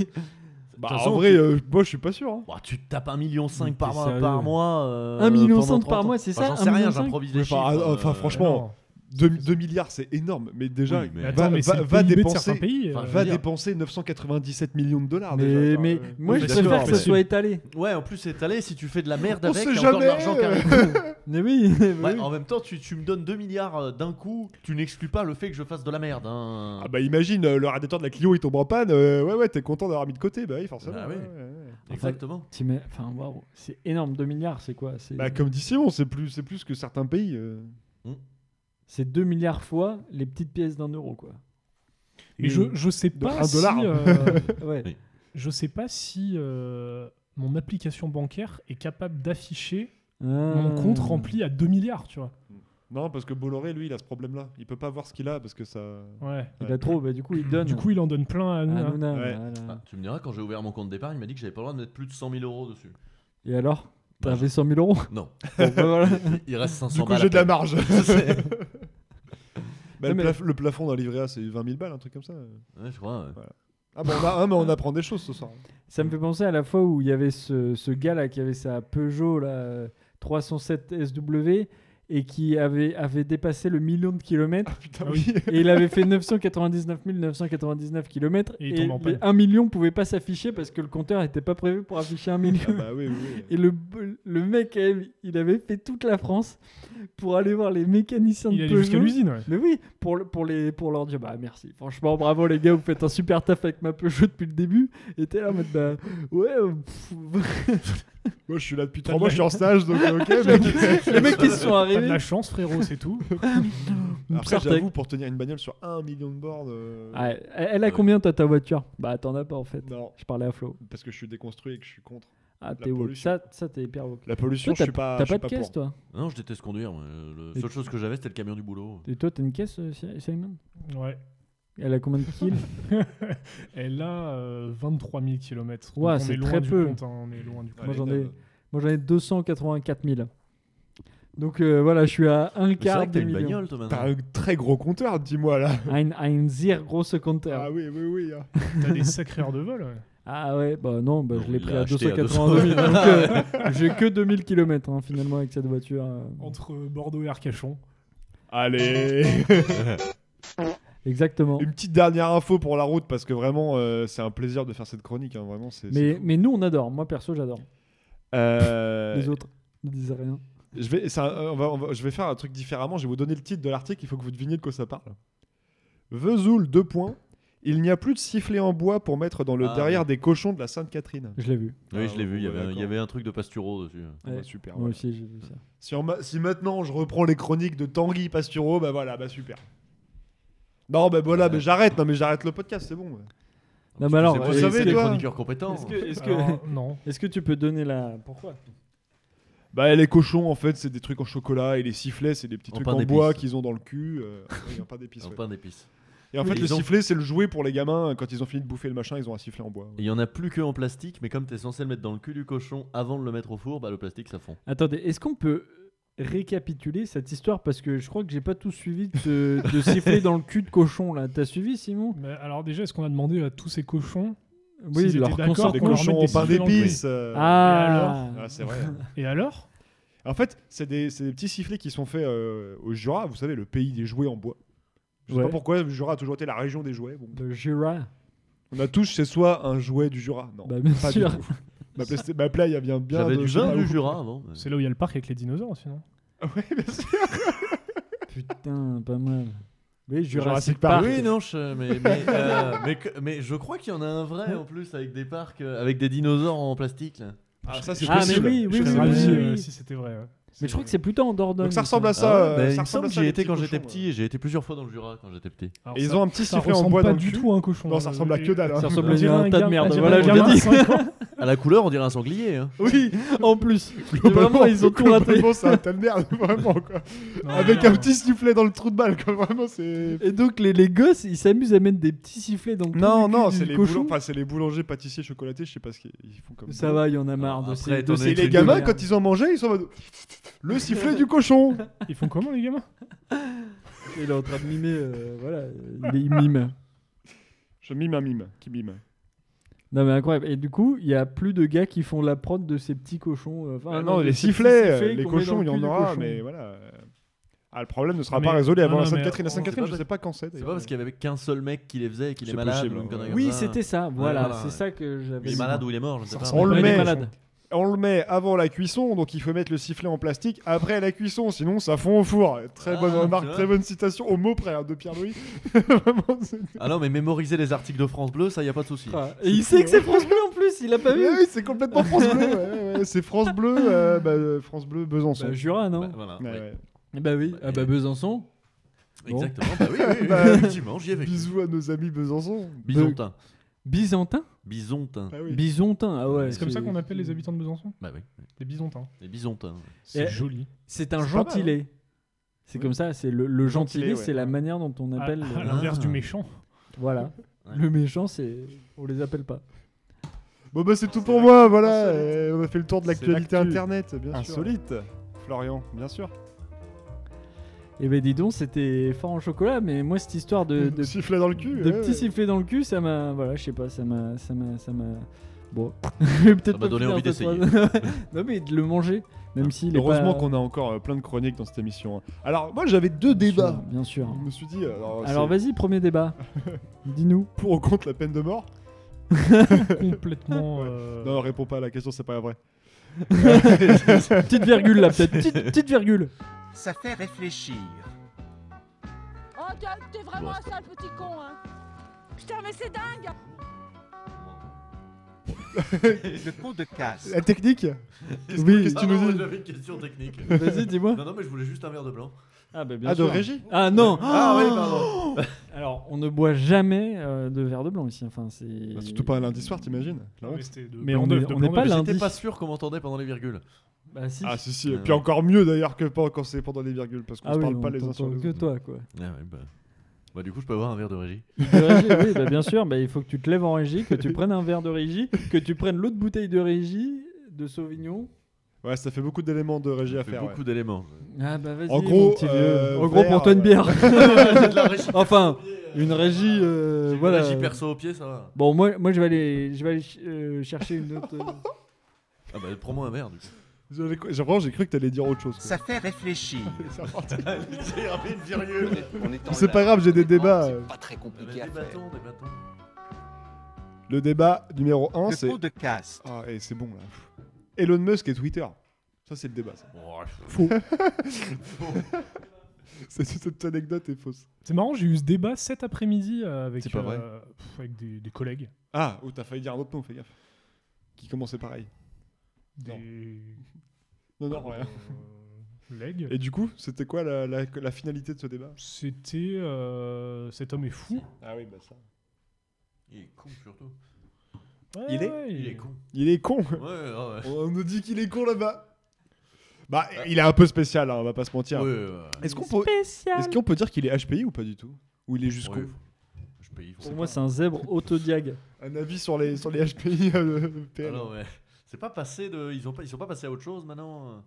J: Bah,
H: en vrai, euh, moi je suis pas sûr. hein.
J: Bah, tu te tapes 1,5 million
I: Mais
J: par,
I: t'es
J: mois-
I: sérieux
J: par mois. euh,
I: 1,5 million
J: pendant 30
I: par
J: ans.
I: mois, c'est
J: Enfin,
I: ça,
J: J'en sais rien,
I: 1,5
J: j'improvise des
H: Ouais, enfin,
J: chiffres.
H: ah, enfin,
J: euh,
H: franchement,
K: Non.
H: 2, milliards, c'est énorme, mais déjà,
J: Oui, mais-
K: Mais attends,
H: va-
K: mais
H: va-
K: c'est le
H: va
K: PIB de
H: dépenser-
K: certains pays.
J: Enfin,
K: euh,
J: je
H: va
J: veux dire-
H: dépenser 997 millions de dollars.
I: Mais,
H: déjà,
I: mais
H: enfin, euh,
I: moi,
K: oui,
I: je
K: mais
I: préfère
K: d'accord,
I: que ça
K: mais-
I: soit étalé.
J: Ouais, en plus, c'est étalé. Si tu fais de la merde
H: On
J: avec,
H: sait
J: il y a encore de
H: jamais,
J: l'argent qui
H: euh.
J: arrive.
H: [LAUGHS]
I: Mais oui. mais
J: Ouais,
I: oui.
J: en même temps, tu, tu me donnes 2 milliards euh, d'un coup, tu n'exclus pas le fait que je fasse de la merde. hein.
H: Ah bah imagine, euh, le radiateur de la Clio il tombe en panne, euh, ouais ouais t'es content d'avoir mis de côté, bah oui forcément.
J: Bah oui.
H: ouais, ouais, ouais.
J: Exactement.
I: Tu mets- Enfin, waouh, c'est énorme. 2 milliards, c'est quoi C'est
H: Bah comme dit Simon, c'est plus, c'est plus que certains pays. euh.
I: c'est 2 milliards fois les petites pièces d'un
H: [LAUGHS]
I: euro, quoi.
K: Mais je, je sais pas
H: un
K: si,
H: dollar.
K: euh,
I: Ouais.
K: je sais pas si euh, mon application bancaire est capable d'afficher mon
I: Hmm.
K: compte
I: Ah.
K: rempli à 2 milliards, tu vois.
H: Non parce que Bolloré lui il a ce problème là, il peut pas voir ce qu'il a parce que ça...
K: Ouais.
I: Il a trop, bah, du coup, il donne.
K: Du coup, il en donne plein à hein.
I: Ah,
K: Hanouna.
I: Hanouna,
H: Ouais.
I: voilà.
J: Ah, tu me diras, quand j'ai ouvert mon compte d'épargne, il m'a dit que j'avais pas le droit de mettre plus de 100 000 euros dessus.
I: Et alors
J: Bah,
I: T'avais 100 000 euros
J: Non,
I: Bon, bah,
J: [LAUGHS]
I: voilà.
J: il reste 500
H: Du coup
J: balles à
H: j'ai de la
J: peine.
H: marge.
J: C'est-
H: Bah,
I: Non,
H: le,
I: mais-
H: plaf- le plafond d'un livret A c'est 20 000 balles, un truc comme ça.
J: Ouais, je crois. ouais.
H: Ah bah on, a- ah, mais on apprend des choses ce soir.
I: Ça me fait penser à la fois où il y avait ce, ce gars là qui avait sa Peugeot là, euh, 307 SW et qui avait, avait dépassé le million de
K: [LAUGHS]
I: kilomètres
H: Putain
K: Ah oui.
H: oui.
I: et il avait fait 999 999 kilomètres
K: Et
I: et,
K: il tombe en panne.
I: les 1 million pouvait pas s'afficher parce que le compteur n'était pas prévu pour afficher 1 million.
H: Ah
K: [LAUGHS]
H: bah oui, oui, oui.
I: Et le, le mec, eh, il avait fait toute la France pour aller voir les mécaniciens
K: Il
I: de
K: est allé
I: Peugeot.
K: jusqu'à l'usine, ouais.
I: Mais oui, pour, le- pour, les, pour leur dire, bah merci. Franchement, bravo les gars, vous faites un super taf avec ma Peugeot depuis le début. Et t'es là en mode, bah ouais, euh, pff,
H: Moi je suis là depuis
K: T'as
H: 3
K: de
H: mois,
K: la-
H: je suis en stage donc [LAUGHS] euh, ok. mais-
I: les mecs qui se sont
K: T'as de
I: arrivés.
K: la chance, frérot,
I: [LAUGHS]
K: c'est tout.
H: Après
I: Sartek.
H: j'avoue pour tenir une bagnole sur 1 million de bornes... euh,
I: Ouais, Ah, elle elle a combien toi ta voiture Bah t'en as pas en fait.
H: Non,
I: Je parlais à Flo.
H: parce que je suis déconstruit et que je suis contre.
I: Ah
H: La
I: t'es woke.
H: pollution.
I: Ça, ça t'es hyper woke.
H: La pollution,
I: Toi,
H: je
I: t'as
H: suis pas.
I: t'as
H: je suis
I: pas de caisse
H: pour.
I: toi
J: Non, je déteste conduire. moi. Euh, La seule chose que j'avais, c'était le camion du boulot.
I: Et toi t'as une caisse euh, Si- Simon
K: Ouais. [LAUGHS]
I: Elle a combien de kills
K: Elle a euh, 23 000 km.
I: Ouais,
K: on
I: c'est
K: est loin
I: très
K: du
I: peu.
K: compte, hein, on est loin du compte.
I: Moi,
H: Allez,
I: j'en ai-
H: Nab.
I: Moi j'en ai 284 000. Donc euh, voilà, je suis à un
J: Mais C'est
I: quart
J: vrai que
I: de
J: t'as une
I: million.
J: bagnole, toi,
H: T'as
J: maintenant.
H: un très gros compteur, dis-moi là.
I: Ein, ein sehr große compteur.
H: Ah oui, oui, oui. hein.
K: T'as des sacrées heures de vol.
I: [LAUGHS]
K: ouais.
I: Ah ouais, bah non, bah
J: Non,
I: je l'ai
J: il
I: pris
J: l'a
I: à
J: acheté à
I: 282 000. donc, euh, [LAUGHS] j'ai que 2000 km hein, finalement avec cette voiture. euh.
K: Entre Bordeaux et Arcachon.
H: Allez.
I: Exactement.
H: [LAUGHS] Une petite dernière info pour la route parce que vraiment, euh, c'est un plaisir de faire cette chronique. hein, Vraiment, c'est.
I: Mais, mais nous on adore, moi perso j'adore.
H: c'est- Euh,
I: Les autres ne disent rien.
H: Je vais, c'est un- euh, on va- on va- je vais faire un truc différemment. Je vais vous donner le titre de l'article. Il faut que vous deviniez de quoi ça parle. Vesoul, deux points. Il n'y a plus de sifflet en bois pour mettre dans le
J: Ah,
H: derrière
J: oui.
H: des cochons de la Sainte-Catherine.
I: Je l'ai vu.
J: Oui, je l'ai vu. Il y,
H: Ah,
J: avait, il y
H: d'accord.
J: avait un truc de Pasturo dessus.
H: Ah, bah,
I: Ouais.
H: super.
I: Moi
H: voilà.
I: aussi j'ai vu ça.
H: Si, on ma- si maintenant je reprends les chroniques de Tanguy Pasturo, bah voilà, bah super. Non, bah voilà, mais j'arrête, non, mais j'arrête le podcast, c'est bon.
I: Non,
J: Tu
I: mais alors, euh,
J: sais pas
H: vous
J: si
H: savez,
J: c'est des
H: toi
J: chroniqueurs compétents.
I: Est-ce que, est-ce que,
K: Alors, non.
I: [LAUGHS] est-ce que tu peux donner la. Pourquoi
H: Bah les cochons, en fait, c'est des trucs en chocolat et les sifflets, c'est des petits
J: En
H: trucs
J: pain
H: en
J: d'épices.
H: bois qu'ils ont dans le cul. euh, ouais, en pain d'épices,
J: Un
H: ouais.
J: pain d'épices.
H: Et en fait,
J: Et
H: le
J: ils ont-
H: sifflet, c'est le jouet pour les gamins. Quand ils ont fini de bouffer le machin, ils ont un sifflet en bois.
J: Et Il y en a plus que en plastique, mais comme t'es censé le mettre dans le cul du cochon avant de le mettre au four, bah le plastique ça fond.
I: Attendez, est-ce qu'on peut récapituler cette histoire Parce que je crois que j'ai pas tout suivi de, de siffler dans le cul de cochon là. T'as suivi Simon
K: Mais alors déjà, est-ce qu'on a demandé à tous ces cochons
I: Oui,
K: S'ils
I: leur
K: étaient d'accord
I: consort
K: qu'on
H: des
K: leur mette
H: cochons au pain
K: sifflets dans le cul.
H: d'épices. euh,
I: Ah.
H: Ah, c'est vrai.
K: Et alors
H: En fait, c'est des, c'est des petits sifflets qui sont faits euh, au Jura, vous savez, le pays des jouets en bois. Je sais
I: Ouais.
H: pas pourquoi, le Jura a toujours été la région des jouets. Bon.
I: Le bah, Jura.
H: On a tous chez soi un jouet du Jura. Non,
I: Bah, bien
H: pas du
I: sûr.
H: tout. Ma, playsta- ma play, elle vient bien.
J: J'avais
H: de
J: du
H: je sais
J: vin
H: pas
J: du
H: où.
J: Jura avant. mais-
K: C'est là où il y a le parc avec les dinosaures, sinon.
H: Ah ouais, bien sûr.
I: Putain, pas mal. Oui,
H: Jurassic
I: Jurassic
H: Park.
I: Park.
J: Oui, non, je, mais, mais, euh, mais que- mais je crois qu'il y en a un vrai en plus avec des parcs, euh, avec des dinosaures en plastique. là.
H: Ah, ça, c'est
I: Ah, mais
H: possible.
I: oui,
H: Je
I: oui,
K: Je
I: oui,
H: serais
K: serais
I: oui,
H: ravi.
K: ravi,
I: oui.
K: euh, si c'était vrai. ouais.
I: Mais je crois que c'est plutôt en Dordogne.
H: Donc ça ressemble à ça.
J: Ah ouais,
H: euh,
J: bah, il me
H: ça ressemble
J: semble
H: à
J: que
H: ça,
J: j'y
H: les
J: étais
H: petits
J: quand j'étais
H: cochons,
J: petit et j'ai été plusieurs fois dans le Jura quand j'étais petit.
K: Alors,
H: Et ils
K: ça-
H: ont un petit
K: ça
H: sifflet en
K: ressemble
H: bois
K: pas
H: dans le
K: du
H: cul.
K: tout à un cochon.
H: Non, ça
K: Euh,
H: ressemble à
K: et-
H: que
K: [LAUGHS]
H: dalle. hein.
I: Ça
K: On
I: ressemble à
K: dirait
I: un tas de
K: gars-
I: merde.
K: on dirait
I: Voilà,
K: un
I: je
K: gars
I: viens de
K: de
I: dire.
K: 5 ans.
J: À la couleur, on dirait un sanglier. hein.
H: Oui, [LAUGHS]
I: En plus,
H: globalement,
I: Vraiment, ils ont tout raté.
H: globalement, c'est un tas de merde, [LAUGHS] vraiment quoi.
K: Non,
H: Avec
K: Ah, non,
H: un
K: non.
H: petit sifflet dans le trou de balle, quoi. Vraiment, c'est.
I: Et donc les, les gosses, ils s'amusent à mettre des petits sifflets dans le
H: Non,
I: trou du
H: non,
I: cul
H: c'est
I: du
H: les,
I: cochon.
H: boulangers, enfin, c'est les boulangers, pâtissiers, chocolatés, je sais pas ce qu'ils ils font comme
I: Ça va, il y en a marre de
J: Après,
I: ces,
J: étant
I: de ces
J: donné
H: Et
J: que
H: les
I: trucs de
H: gamins,
I: merde.
H: quand ils ont mangé, ils sont en mode. Le sifflet du cochon
K: Ils font comment, les gamins
I: Il est en train de mimer, euh, voilà, il, il
H: [LAUGHS]
I: mime.
H: Je mime un mime, qui mime.
I: Non mais incroyable. Et du coup, il y a plus de gars qui font la prod de ces petits cochons. euh, enfin,
H: Ah
I: de
H: non, les
I: ces petits
H: sifflets, euh, les
I: qu'on met dans
H: cochons,
I: le
H: il y
I: cul
H: en
I: du
H: aura,
I: cochon.
H: mais voilà. Ah, le problème ne sera
K: Non,
H: pas
K: mais-
H: résolu avant
K: non,
H: la
K: non, mais-
H: Sainte-Catherine. La Sainte-Catherine,
J: c'est
H: je
J: pas-
H: sais pas quand c'est.
J: C'est pas
H: d'ailleurs.
J: parce qu'il y avait qu'un seul mec qui les faisait et qu'il est,
H: C'est
J: malade.
H: possible,
J: ou une
H: ouais.
J: connerie
I: Oui,
J: comme ça.
I: c'était ça. Voilà,
J: voilà,
I: c'est
J: ouais.
I: ça que j'avais.
J: Il est malade ou il est mort, je sais pas.
H: On le
I: Il est
H: met.
I: malade.
H: On le met avant la cuisson, donc il faut mettre le sifflet en plastique après la cuisson, sinon ça fond au four. Très
J: Ah,
H: bonne
J: tu
H: remarque,
J: vois.
H: très bonne citation au mot près hein, de Pierre Louis. Vraiment, c'est-
J: Ah non, mais mémoriser les articles de France Bleu, ça y a pas de souci.
I: Ah, Et il sait que c'est France Bleu en plus, il a pas vu.
H: Ouais, oui, c'est complètement France Bleu. ouais, ouais, ouais. C'est France Bleu, euh, bah, euh, France Bleu Besançon.
I: Bah, Jura, non
J: Bah, voilà,
H: Ouais,
J: oui.
H: ouais.
I: Eh Bah oui. Ah bah Besançon. Bon.
J: Exactement. Bah oui, oui, oui,
H: [LAUGHS] Bah,
J: effectivement, j'y ai vécu.
H: Bisous à nos amis Besançon.
J: Bisontin.
I: Bisontin
J: Bisontin.
H: Ah oui.
I: Bisontin, ah ouais.
K: C'est comme ça qu'on appelle les habitants de Besançon
J: Bah oui,
K: Des bisontins.
J: les bisontins.
I: Eh,
K: C'est joli.
I: C'est
H: C'est pas
I: un
H: mal,
I: gentilé. C'est
H: Oui.
I: comme ça, c'est le, le gentilé,
H: Gentilé, ouais.
I: c'est la manière dont on
K: À,
I: appelle.
K: à
I: le-
K: l'inverse
J: Ah.
K: du méchant.
I: Voilà.
J: Ouais.
I: Le méchant, c'est. On les appelle pas.
H: Bon bah c'est tout pour moi, voilà. euh, on a fait le tour de
K: C'est
H: l'actualité
K: l'actu.
H: internet, bien sûr.
K: Insolite.
H: Florian, bien sûr.
I: Et ben dis donc, c'était fort en chocolat, mais moi, cette histoire de, de,
H: Sifflet Euh, dans le cul.
I: de
H: ouais,
I: petits
H: ouais.
I: sifflets dans le cul, ça m'a. Voilà, je sais pas, ça m'a. Ça m'a. Ça m'a. Bon. [LAUGHS] Je vais peut-être
J: m'a
I: pas
J: donné
I: finir
J: envie
I: cette
J: d'essayer.
I: phrase. [LAUGHS] non, mais de le manger. Même s'il est
H: Ah, Heureusement
I: pas-
H: qu'on a encore euh, plein de chroniques dans cette émission. hein. Alors moi j'avais deux
I: Bien sûr,
H: débats.
I: Bien sûr.
H: Je me suis dit, alors,
I: Alors
H: Oh, c'est
I: vas-y,
H: [LAUGHS]
I: premier débat. Dis-nous.
H: pour ou contre la peine de mort
K: [LAUGHS] Complètement. euh,
H: [LAUGHS] Non, réponds pas à la question, c'est pas [LAUGHS] vrai.
I: Petite virgule là, peut-être. Petite, petite virgule.
G: Ça fait réfléchir.
C: Oh, t'es- t'es vraiment
J: Bon,
C: un sale petit con, hein. Putain, mais c'est dingue.
G: Le pot de casse.
H: La technique
J: Oui,
H: qu'est-ce que tu nous dis
J: J'avais une question
H: [LAUGHS]
J: technique.
I: Vas-y, dis-moi.
J: Non, non, mais je voulais juste un verre de blanc.
I: Ah bah bien
H: Ah, de
I: sûr.
H: régie
I: Ah non.
J: Ah oui, pardon.
I: [GASPS] Alors, on ne boit jamais euh, de verre de blanc ici. Enfin, c'est
H: Bah, Surtout pas un lundi soir, t'imagines La
K: non,
H: honte.
K: mais c'était de
I: Mais
K: Blanc
I: on
K: d'œuf,
I: est-
K: de
I: on est
K: Blanc
I: pas
K: d'œuf.
I: là.
J: J'étais
I: Lundi.
J: pas sûr qu'on m'entendait pendant les virgules.
I: Bah si.
H: Ah si si, et
J: Euh,
H: puis encore mieux d'ailleurs que pas quand c'est pendant les virgules parce qu'on
I: Ah
H: se
I: oui,
H: parle
I: on
H: pas les uns sur
I: t'entend
H: les
I: que
H: autres.
I: toi quoi.
J: Ah ouais, bah. Bah, du coup, je peux avoir un verre de régie.
I: De régie, oui, bah, bien sûr. Bah, il faut que tu te lèves en régie, que tu prennes un verre de régie, que tu prennes l'autre bouteille de régie de Sauvignon.
H: Ouais, ça fait beaucoup d'éléments de régie à
J: J'ai fait
H: faire.
J: beaucoup
H: [LAUGHS]
J: d'éléments.
I: Ah bah vas-y.
H: En gros,
I: mon petit vieux.
H: euh,
I: en gros,
H: verre,
I: pour toi une bière.
H: [LAUGHS]
I: enfin,
J: Une
I: une régie. euh, voilà.
J: régie perso au pied, ça va.
I: Bon, moi, moi, je vais aller, je vais aller ch- euh, chercher une autre. euh,
J: Ah bah prends-moi un verre du coup.
H: ouais. J'avais cru- j'ai- vraiment, j'ai cru que t'allais dire autre chose. quoi. [LAUGHS]
G: Ça fait
J: [LAUGHS]
G: réfléchir.
H: C'est parti.
J: J'ai envie de virieux.
H: C'est pas grave, j'ai des débats. euh.
J: Des bâtons, des bâtons.
H: Le débat numéro 1,
G: Le
H: c'est...
G: pot de casse.
H: Ah, et c'est bon, là. Elon Musk et Twitter. Ça, c'est le débat, ça.
J: Oh,
H: Faux. [LAUGHS] C'est- Cette anecdote est fausse.
K: C'est marrant, j'ai eu ce débat cet après-midi euh, avec,
J: C'est pas vrai.
K: euh, pff, avec des, des collègues.
H: Ah, ou t'as failli dire un autre nom, fais gaffe. Qui commençait pareil. Non.
K: Des.
H: Non, non, rien.
K: euh, legs.
H: Et du coup, c'était quoi la, la- la finalité de ce débat
K: C'était. euh, cet homme est fou.
H: Ah oui, bah ça.
J: Il est con surtout.
K: Ouais,
H: Il est-
K: ouais,
J: Il est con.
H: Il est con
J: Ouais, ouais.
H: [LAUGHS] On nous dit qu'il est con là-bas. Bah, il est un peu spécial, hein, on va pas se mentir.
J: Ouais, ouais, ouais.
H: [LAUGHS] Est-ce qu'on peut, est-ce qu'on peut dire qu'il est HPI ou pas du tout Ou il est jusqu'au
J: Ouais, Je paye.
I: Pour moi, c'est un zèbre autodiag.
H: Un avis sur les, sur les HPI euh, le
J: Ah
H: PL.
J: non, mais c'est pas passé de. Ils, ont pas... Ils sont pas passés à autre chose maintenant. euh.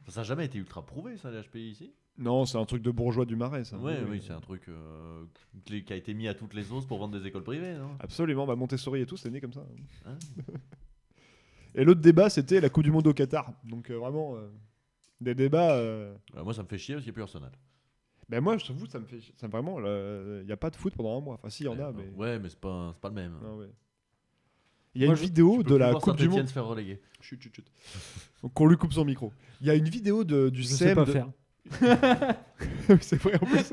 J: Enfin, ça n'a jamais été ultra prouvé, ça, les HPI ici.
H: Non, c'est un truc de bourgeois du marais, ça.
J: Ouais, oui, c'est un truc euh, qui qui a été mis à toutes les sauces pour vendre des écoles privées, non
H: Absolument, bah Montessori et tout, c'est né comme ça.
J: Hein
H: Et l'autre débat, c'était la Coupe du Monde au Qatar. Donc euh, vraiment, euh, des débats. euh,
J: Euh, Moi, ça me fait chier parce qu'il n'y a plus Arsenal.
H: Ben moi, je t'avoue, ça me fait. Ça, me- vraiment, il n'y a pas de foot pendant un mois. Enfin, si, il y en a,
J: Ouais,
H: mais.
J: Ouais, mais c'est pas, c'est pas le même.
H: Non, ouais. Il y a
I: Moi,
H: une
I: je-
H: vidéo
J: Tu peux
H: de
J: plus
H: la
J: voir
H: Coupe du
J: Saint-Étienne
H: Monde.
J: se faire reléguer.
H: Chut, chut, chut. Donc, on lui coupe son micro. Il y a une vidéo de, du
I: Je
H: CM
I: sais pas
H: de- [LAUGHS]
I: faire.
H: c'est vrai
J: [LAUGHS]
H: en plus.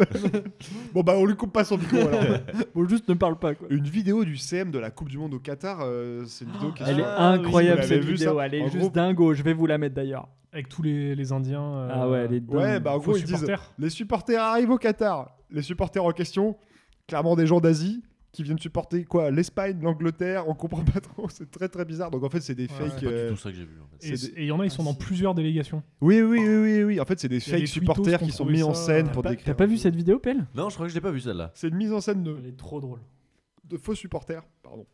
H: bon, bah, on lui coupe pas son micro alors.
I: Bon, juste ne parle pas, quoi.
H: Une vidéo du CM de la Coupe du Monde au Qatar, euh, c'est une vidéo qui est
I: Ah, Elle est
H: sur-
I: incroyable
H: vous l'avez
I: cette
H: vu,
I: vidéo,
H: ça
I: elle est
H: En
I: juste
H: gros-
I: dingo, je vais vous la mettre d'ailleurs.
K: Avec tous les, les Indiens. euh,
I: Ah ouais, elle est dingue.
H: Ouais, bah en
K: faux
H: gros, ils disent
K: supporters.
H: les supporters arrivent au Qatar. Les supporters en question, clairement des gens d'Asie qui viennent supporter quoi L'Espagne, l'Angleterre, on comprend pas trop, [LAUGHS] c'est très très bizarre. Donc en fait, c'est des
K: Ouais,
H: fakes.
J: C'est pas
H: euh,
J: du tout ça que j'ai vu. En fait.
K: Et
H: c'est des-
K: et il y en a, ils sont dans plusieurs délégations.
H: Oui, oui, oui, oui, oui. En fait, c'est des
K: y
H: fakes
K: a des twittos
H: supporters
K: qui
H: qui
K: ont
H: sont
K: trouvé
H: mis en
K: ça,
H: scène
K: euh,
H: pour
I: T'as
H: décrire.
I: pas vu cette
H: [LAUGHS]
I: vidéo, Pelle
J: Non, je crois que je l'ai pas vu celle-là.
H: C'est une mise en scène de,
K: Elle est trop drôle.
H: de faux supporters, pardon.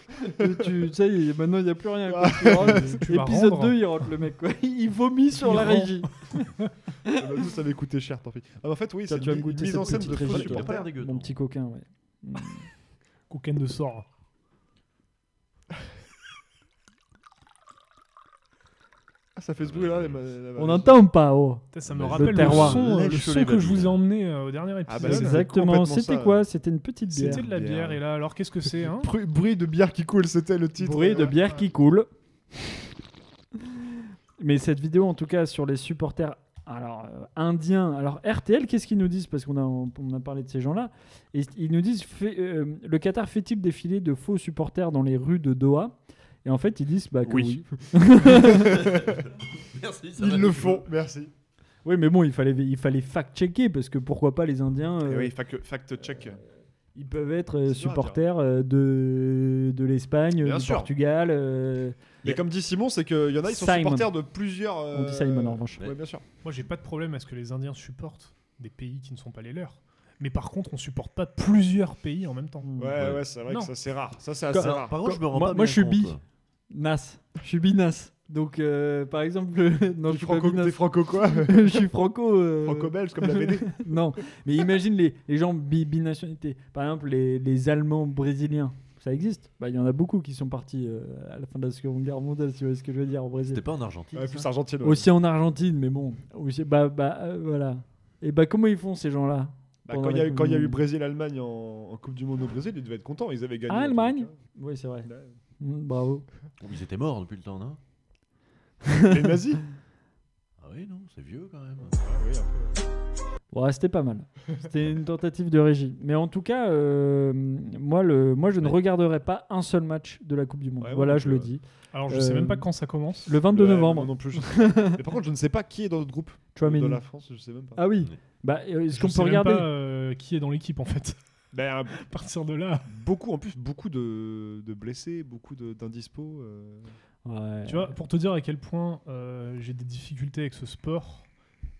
H: [LAUGHS]
I: Tu sais, il- maintenant il n'y a plus rien. quoi.
H: Ah.
I: Tu
H: [LAUGHS]
I: rentres-
K: Tu vas
I: Épisode
K: rendre.
I: 2, il rentre le mec, quoi. [LAUGHS] Il vomit sur la
K: rend.
I: régie.
H: On a tous, ça m'avait coûté cher, tant pis. Ah, mais en fait, oui,
I: Tiens,
H: c'est
I: tu vas
H: une,
I: me goûter
H: une mise
I: cette
H: en scène
I: petite
H: de
I: régie,
H: faux
I: toi.
J: Il a pas l'air
H: supporters.
J: dégueu.
I: Mon
J: non.
I: petit coquin, ouais. Mm.
K: Cocaine de sort.
H: Ah, ça fait ce bruit là. la- la- la-
I: On entend pas, oh.
K: Putain, Ça me
J: Le
K: rappelle le
I: terroir.
K: son, euh, le
J: Lèche
K: son
J: les
K: que je
J: babines.
K: vous ai emmené euh, au dernier
H: Ah bah,
K: épisode.
H: c'est
I: Exactement.
H: complètement
I: C'était
H: ça.
I: quoi C'était une petite bière.
K: C'était de la bière.
H: Bière.
K: et là, alors qu'est-ce que c'est hein
H: Bru- Bruit de bière qui coule, c'était le titre.
I: Bruit de bière qui coule. Mais cette vidéo, en tout cas, sur les supporters alors, euh, indiens. Alors, RTL, qu'est-ce qu'ils nous disent Parce qu'on a, on a parlé de ces gens-là. Et ils nous disent fait- euh, le Qatar fait-il défiler de faux supporters dans les rues de Doha Et en fait, ils disent bah, que
H: Oui.
I: oui.
J: [LAUGHS]
H: [LAUGHS]
J: Merci, ça va.
H: Ils le font, merci.
I: Oui, mais bon, il fallait, il fallait fact-checker parce que pourquoi pas les Indiens euh,
H: fact-check.
I: Ils peuvent
H: Eh C'est
I: être euh,
H: dur à
I: supporters euh, de, de l'Espagne,
H: Bien
I: du
H: sûr.
I: Portugal. euh,
H: Mais comme dit Simon, c'est qu'il y en a, ils sont
I: Simon.
H: supporters de plusieurs. euh,
I: On dit Simon en revanche.
H: Ouais, bien sûr.
K: Moi, j'ai pas de problème à ce que les Indiens supportent des pays qui ne sont pas les leurs. Mais par contre, on supporte pas plusieurs pays en même temps.
I: Mm.
H: Ouais, ouais, c'est vrai
K: Non.
H: que ça c'est rare. Ça c'est
I: Quand-
H: assez
J: Alors,
H: rare.
J: Par contre, je me rends
I: Moi-
J: pas
I: moi,
J: bien
I: je suis
J: compte.
I: bi. Nas. Je suis binas. Donc, euh, par exemple, le- non, je
H: T'es
I: suis pas
H: franco,
I: binas.
H: t'es franco quoi
I: [LAUGHS] je suis franco.
H: [LAUGHS]
I: euh,
H: Franco-belge comme la
I: [LAUGHS]
H: BD.
I: non, mais imagine les, les gens bi- binationalités. Par exemple, les, les Allemands brésiliens. Ça existe Bah, Il y en a beaucoup qui sont partis euh, à la fin de la Seconde Guerre mondiale, si tu vois ce que je veux dire, au Brésil.
J: C'était pas en Argentine.
H: Ouais,
J: ça
H: plus argentine. ouais.
I: Aussi en Argentine, mais bon. Aussi, bah, bah, euh, voilà. Et bah, comment ils font ces gens-là
H: Bah,
I: pendant
H: quand il y
I: la
H: a eu-
I: Coupe
H: quand il y a
I: du
H: eu
I: Monde.
H: Brésil-Allemagne en, en Coupe du Monde au Brésil, ils devaient être contents. Ils avaient gagné. un
I: Ah,
H: truc,
I: Allemagne.
H: hein.
I: Oui, c'est vrai.
H: Ouais.
I: Mm, bravo.
J: Ils étaient morts depuis le temps, non
H: Les nazis
J: Ah oui, non, c'est vieux quand même.
H: Ah oui, un peu.
I: Ouais, c'était pas mal. C'était une tentative de régie. Mais en tout cas, euh, moi, le, moi, je ne
J: Ouais.
I: regarderai pas un seul match de la Coupe du Monde.
H: Ouais, moi
I: voilà,
H: non
I: je le
H: plus,
I: dis.
K: Alors, je
I: Euh,
K: sais même pas quand ça commence.
I: Le 22
H: Ouais,
I: novembre,
H: moi non plus. je
I: [LAUGHS]
H: sais. Mais par contre, je ne sais pas qui est dans notre groupe. De
I: Tchouaméni.
H: la France, je sais même pas.
I: Ah oui.
J: Ouais.
I: Bah, euh, est-ce
K: Je
I: qu'on
K: sais
I: peut
K: même
I: regarder
K: pas, euh, qui est dans l'équipe en fait [LAUGHS]
H: Ben,
K: À partir de là,
H: beaucoup, en plus, beaucoup de, de blessés, beaucoup de- d'indispos. euh.
I: Ouais.
K: tu vois, pour te dire à quel point euh, j'ai des difficultés avec ce sport,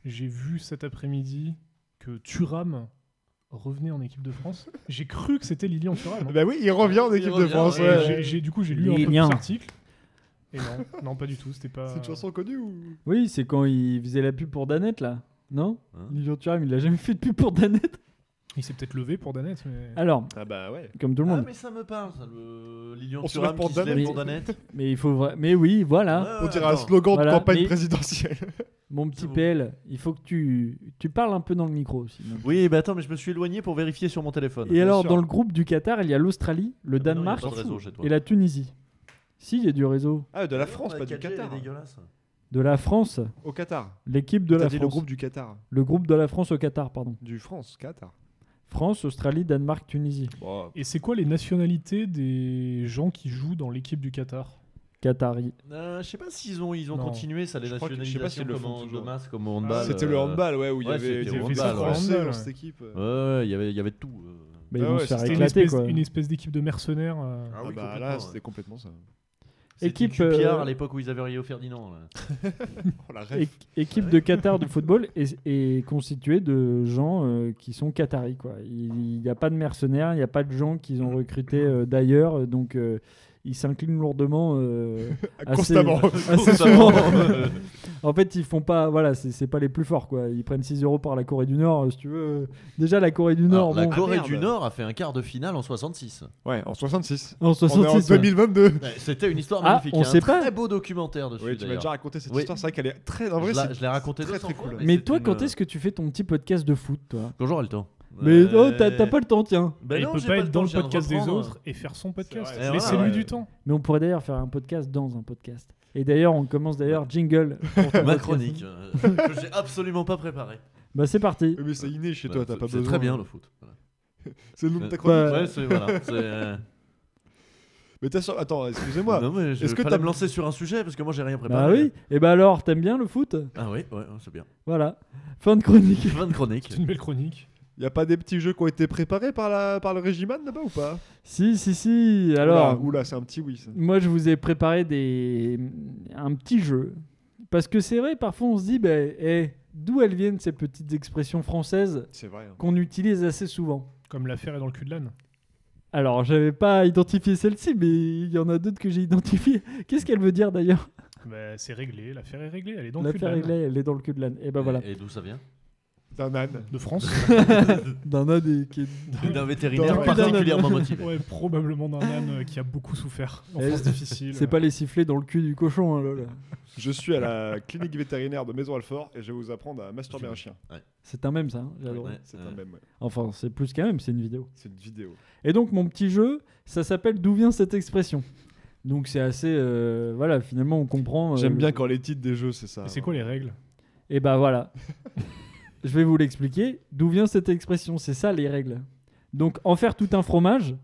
K: j'ai vu cet après-midi que Thuram revenait en équipe de France. J'ai cru que c'était Lilian Thuram. hein.
H: Ben oui, il revient en
J: Il
H: équipe de
J: revient,
H: France.
K: Et
H: ouais.
K: j'ai- j'ai- du coup, j'ai lu un peu plus
I: Lilian.
K: article. Et non, non, pas du tout. C'était pas.
H: C'est une chanson connue ou
I: Oui, c'est quand il faisait la pub pour Danette, là. Non
J: Hein
I: Lilian Thuram, il a jamais fait de pub pour Danette.
K: Il s'est peut-être levé pour Danette, mais.
I: Alors,
H: Ah bah ouais.
I: comme tout le
J: Ah,
I: monde.
J: mais ça me parle, ça, le Lilian
H: On se
J: Thuram
H: lève pour Ah.
J: qui se lève
I: Danette.
J: pour Danette.
I: Mais il faut. vra- Mais oui, voilà.
J: Ouais,
H: On
J: ouais,
H: dirait un
J: attends.
H: slogan
I: Voilà,
H: de campagne
I: mais-
H: présidentielle.
I: Mon petit
J: bon.
I: PL, il faut que tu tu parles un peu dans le micro aussi. mon
J: Oui, bah attends, mais je me suis éloigné pour vérifier sur mon téléphone.
I: Et alors,
H: sûr.
I: dans le groupe du Qatar, il y a l'Australie, le
J: Ah bah non,
I: Danemark
J: il y a pas de réseau chez toi.
I: et la Tunisie. Si, il y a du réseau.
H: Ah, de la
J: Non,
H: France,
J: la
H: pas du
J: 4G, elle est
H: Qatar. hein.
J: dégueulasse.
I: De la France,
H: Au Qatar.
I: l'équipe de
H: T'as
I: la
H: dit
I: France.
H: le groupe du Qatar.
I: Le groupe de la France au Qatar, pardon.
H: Du France, Qatar.
I: France, Australie, Danemark, Tunisie.
K: Et c'est quoi les nationalités des gens qui jouent dans l'équipe du Qatar
I: Qatari.
J: Euh, je sais pas s'ils ont, ils ont
K: Non.
J: continué ça, les
H: Je crois que- je sais
J: nationalisations
H: pas s'ils le
J: comme en-
H: font
J: de
H: toujours.
J: masse, comme au handball.
H: Ah, C'était
J: euh,
H: le handball, ouais, où il y
J: ouais,
H: avait
J: c'était
H: il y
J: au
H: avait des
J: handball, ouais.
H: Français dans
K: Ouais.
H: cette équipe.
J: Ouais, ouais, il y avait- il y avait de tout. euh.
I: Bah, ils
H: Ah
I: vont
H: ouais,
I: se
H: c'était
I: faire
K: C'était une
I: éclater,
K: espèce,
I: quoi.
K: une espèce d'équipe de mercenaires. euh,
J: Ah
H: Ah
J: oui,
H: bah
J: complètement, ouais.
H: là, c'était complètement ça.
J: C'était
I: Équipe,
J: du Cupiard
I: euh,
J: à l'époque où ils avaient Rio Ferdinand. là.
H: Oh la ref.
I: É- équipe de Qatar de football [LAUGHS] est, est constituée de gens euh, qui sont qataris. Quoi. Il n'y a pas de mercenaires, il n'y a pas de gens qu'ils ont recrutés euh, d'ailleurs. Donc, euh, ils s'inclinent lourdement. euh,
H: [LAUGHS]
I: assez-
H: Constamment.
J: [LAUGHS]
I: assez souvent. [LAUGHS] en fait, ils font pas. Voilà, c'est c'est pas les plus forts, quoi. Ils prennent 6 euros par la Corée du Nord, euh, si tu veux. Déjà, la Corée du
J: Alors,
I: Nord,
J: la
I: bon,
J: Corée
F: Ah,
J: du
F: merde.
J: Nord a fait un quart de finale en 66.
H: Ouais, en 66.
I: en
H: On est en
I: 66, ouais.
H: 2022.
J: Ouais, C'était une histoire
I: Ah,
J: magnifique.
I: on
J: Il y a
I: sait
J: un
I: pas.
J: très beau documentaire dessus.
H: Oui, tu m'as
J: d'ailleurs.
H: déjà raconté cette
J: Oui.
H: histoire. C'est vrai qu'elle est très. En vrai,
J: Je l'ai-
H: c'est
J: je l'ai raconté
H: très,
J: 200
H: très
J: fois,
H: cool.
I: Mais
J: c'est
I: toi,
J: une,
I: quand
J: euh,
I: est-ce que tu fais ton petit podcast de foot, toi
J: Quand j'aurai le temps.
I: Mais
J: Euh,
I: oh, t'as t'as pas le temps, tiens.
J: bah
K: il
J: non,
K: peut
J: j'ai
K: pas
J: le
K: être dans
J: temps,
K: le
J: je viens de
K: podcast des
J: reprendre. hein.
K: autres et faire son podcast.
J: C'est vrai. Et
K: Laissez-lui
J: voilà,
K: du
H: ouais.
K: temps.
I: Mais on pourrait d'ailleurs faire un podcast dans un podcast. Et d'ailleurs, on commence d'ailleurs jingle.
J: [LAUGHS]
I: pour
J: Ma
I: ton podcast.
J: chronique, euh, [LAUGHS] que j'ai absolument pas préparée.
I: Bah c'est parti.
H: Oui, Mais c'est inné chez
J: Voilà,
H: toi, t'as
J: Bah, c'est-
H: pas
J: C'est
H: besoin.
J: très bien Bah, le foot. Voilà.
H: C'est le nom de ta
J: Ouais.
H: chronique.
J: Ouais, c'est- voilà, c'est, euh,
H: [LAUGHS] Mais t'as sûr. Attends, excusez-moi.
J: Non, mais je
H: Est-ce que
J: fallait
H: t'as-
J: me lancer sur un sujet parce que moi j'ai rien
I: Bah
J: préparé.
I: oui. Et bah alors, t'aimes bien le foot
J: Ah oui, ouais, c'est bien.
I: Voilà. Fin de chronique. [LAUGHS]
J: Fin de chronique.
K: C'est une belle chronique.
H: Y a pas des petits jeux qui ont été préparés par, la... par le régiman là-bas ou pas
I: Si, si, si. Alors,
H: Oula, oula, c'est un petit oui. ça.
I: moi, je vous ai préparé des... un petit jeu. Parce que c'est vrai, parfois, on se dit, bah, eh, d'où elles viennent ces petites expressions françaises
H: C'est vrai. hein.
I: qu'on utilise assez souvent
K: Comme l'affaire est dans le cul de l'âne.
I: alors, j'avais pas identifié celle-ci, mais il y en a d'autres que j'ai identifiées. [LAUGHS] Qu'est-ce qu'elle veut dire d'ailleurs
K: Bah, c'est réglé, l'affaire est réglée, elle est dans le cul de
I: L'affaire
K: l'âne.
I: réglée, elle est dans le cul de l'âne. Et ben voilà.
J: Et d'où ça
I: [LAUGHS]
J: vient
H: D'un âne. [LAUGHS]
K: De France.
I: D'un âne et qui est
J: D'un vétérinaire
H: D'un-
J: particulièrement motivé.
K: [LAUGHS] Ouais, probablement d'un âne
I: [LAUGHS]
K: euh, qui a beaucoup souffert. En
I: Eh,
K: France difficile.
I: C'est pas les sifflets dans le cul du cochon, hein, lol.
H: Je suis à la clinique vétérinaire de Maison Alfort et je vais vous apprendre à masturber un chien.
I: C'est un même ça, hein, j'adore.
J: Ouais,
H: C'est
J: euh,
H: un même, ouais.
I: Enfin, c'est plus qu'un même, c'est une vidéo.
H: c'est une vidéo.
I: Et donc, mon petit jeu, ça s'appelle D'où vient cette expression Donc, c'est assez. euh, voilà, finalement, on comprend. euh,
H: J'aime bien quand les titres des jeux, c'est ça.
K: Et c'est quoi les règles
I: Et bah voilà. [LAUGHS] Je vais vous l'expliquer. D'où vient cette expression C'est ça les règles. Donc, en faire tout un fromage,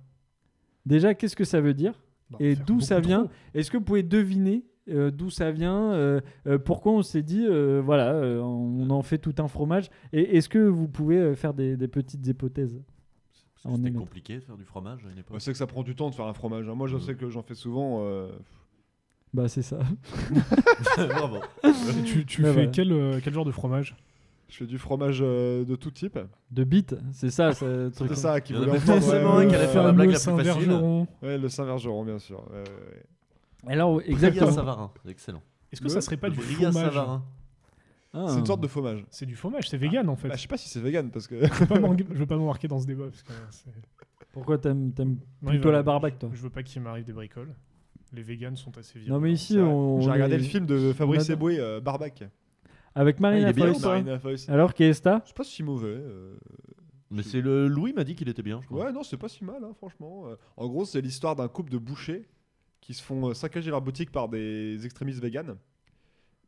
I: déjà, qu'est-ce que ça veut dire
K: Non,
I: Et
K: Bah, faire
I: d'où ça
K: beaucoup
I: vient
K: trop.
I: Est-ce que vous pouvez deviner euh, d'où ça vient euh, euh, Pourquoi on s'est dit, euh, voilà, euh, on en fait tout un fromage Et est-ce que vous pouvez euh, faire des, des petites hypothèses
J: parce que
I: On est
J: C'était
I: maître.
J: compliqué de faire du fromage à une
H: Ouais,
J: époque.
H: c'est que ça prend du temps de faire un fromage. hein. Moi, je
J: Mm.
H: sais que j'en fais souvent. euh,
I: Bah c'est ça.
J: [LAUGHS] Bravo.
K: Et Tu, tu
I: Ah Ouais,
K: fais
I: voilà.
K: quel, euh, quel genre de fromage
H: Je fais du fromage euh, de tout type.
I: De bite, c'est ça, ça, le truc.
H: C'est ça qui
J: Il y en a
H: voulait
J: pas
H: entendre.
J: forcément un
H: ouais,
J: qui allait
H: ouais,
J: faire la
H: ouais.
J: blague
K: Fameux
J: la plus facile. hein.
K: Saint-Vergeron.
H: Ouais, le Saint-Vergeron, bien sûr. ouais, ouais, ouais.
I: Alors
J: Brillat
I: exactement.
J: Savarin, excellent.
K: Est-ce que
H: Le-
K: ça serait pas
J: Le
K: du
J: Brillat
K: fromage
J: Savarin.
I: Ah.
H: C'est une sorte de fromage.
K: C'est du fromage, c'est vegan en fait.
H: Bah, je sais pas si c'est vegan parce que.
K: Je veux pas m'en- je veux pas m'embarquer dans ce débat parce que c'est-
I: Pourquoi t'aimes t'aimes
K: Non,
I: plutôt
K: il va-
I: la barbaque toi
K: Je veux pas qu'il m'arrive des bricoles. Les vegans sont assez virulents.
I: Non mais ici
H: [LAUGHS] J'ai
I: on. on
H: regardé
I: est-
H: le film de Fabrice
I: adore.
H: Eboué, euh, Barbac.
I: avec Marina
J: Ah, il est bien,
I: Foïs.
J: ça.
H: Marina Foïs.
I: Alors qu'Esta
H: Je sais pas si mauvais. euh,
J: Mais c'est le Louis m'a dit qu'il était bien, je crois.
H: Ouais, non, c'est pas si mal, hein, franchement. Euh, En gros, c'est l'histoire d'un couple de bouchers qui se font euh, saccager leur boutique par des extrémistes véganes.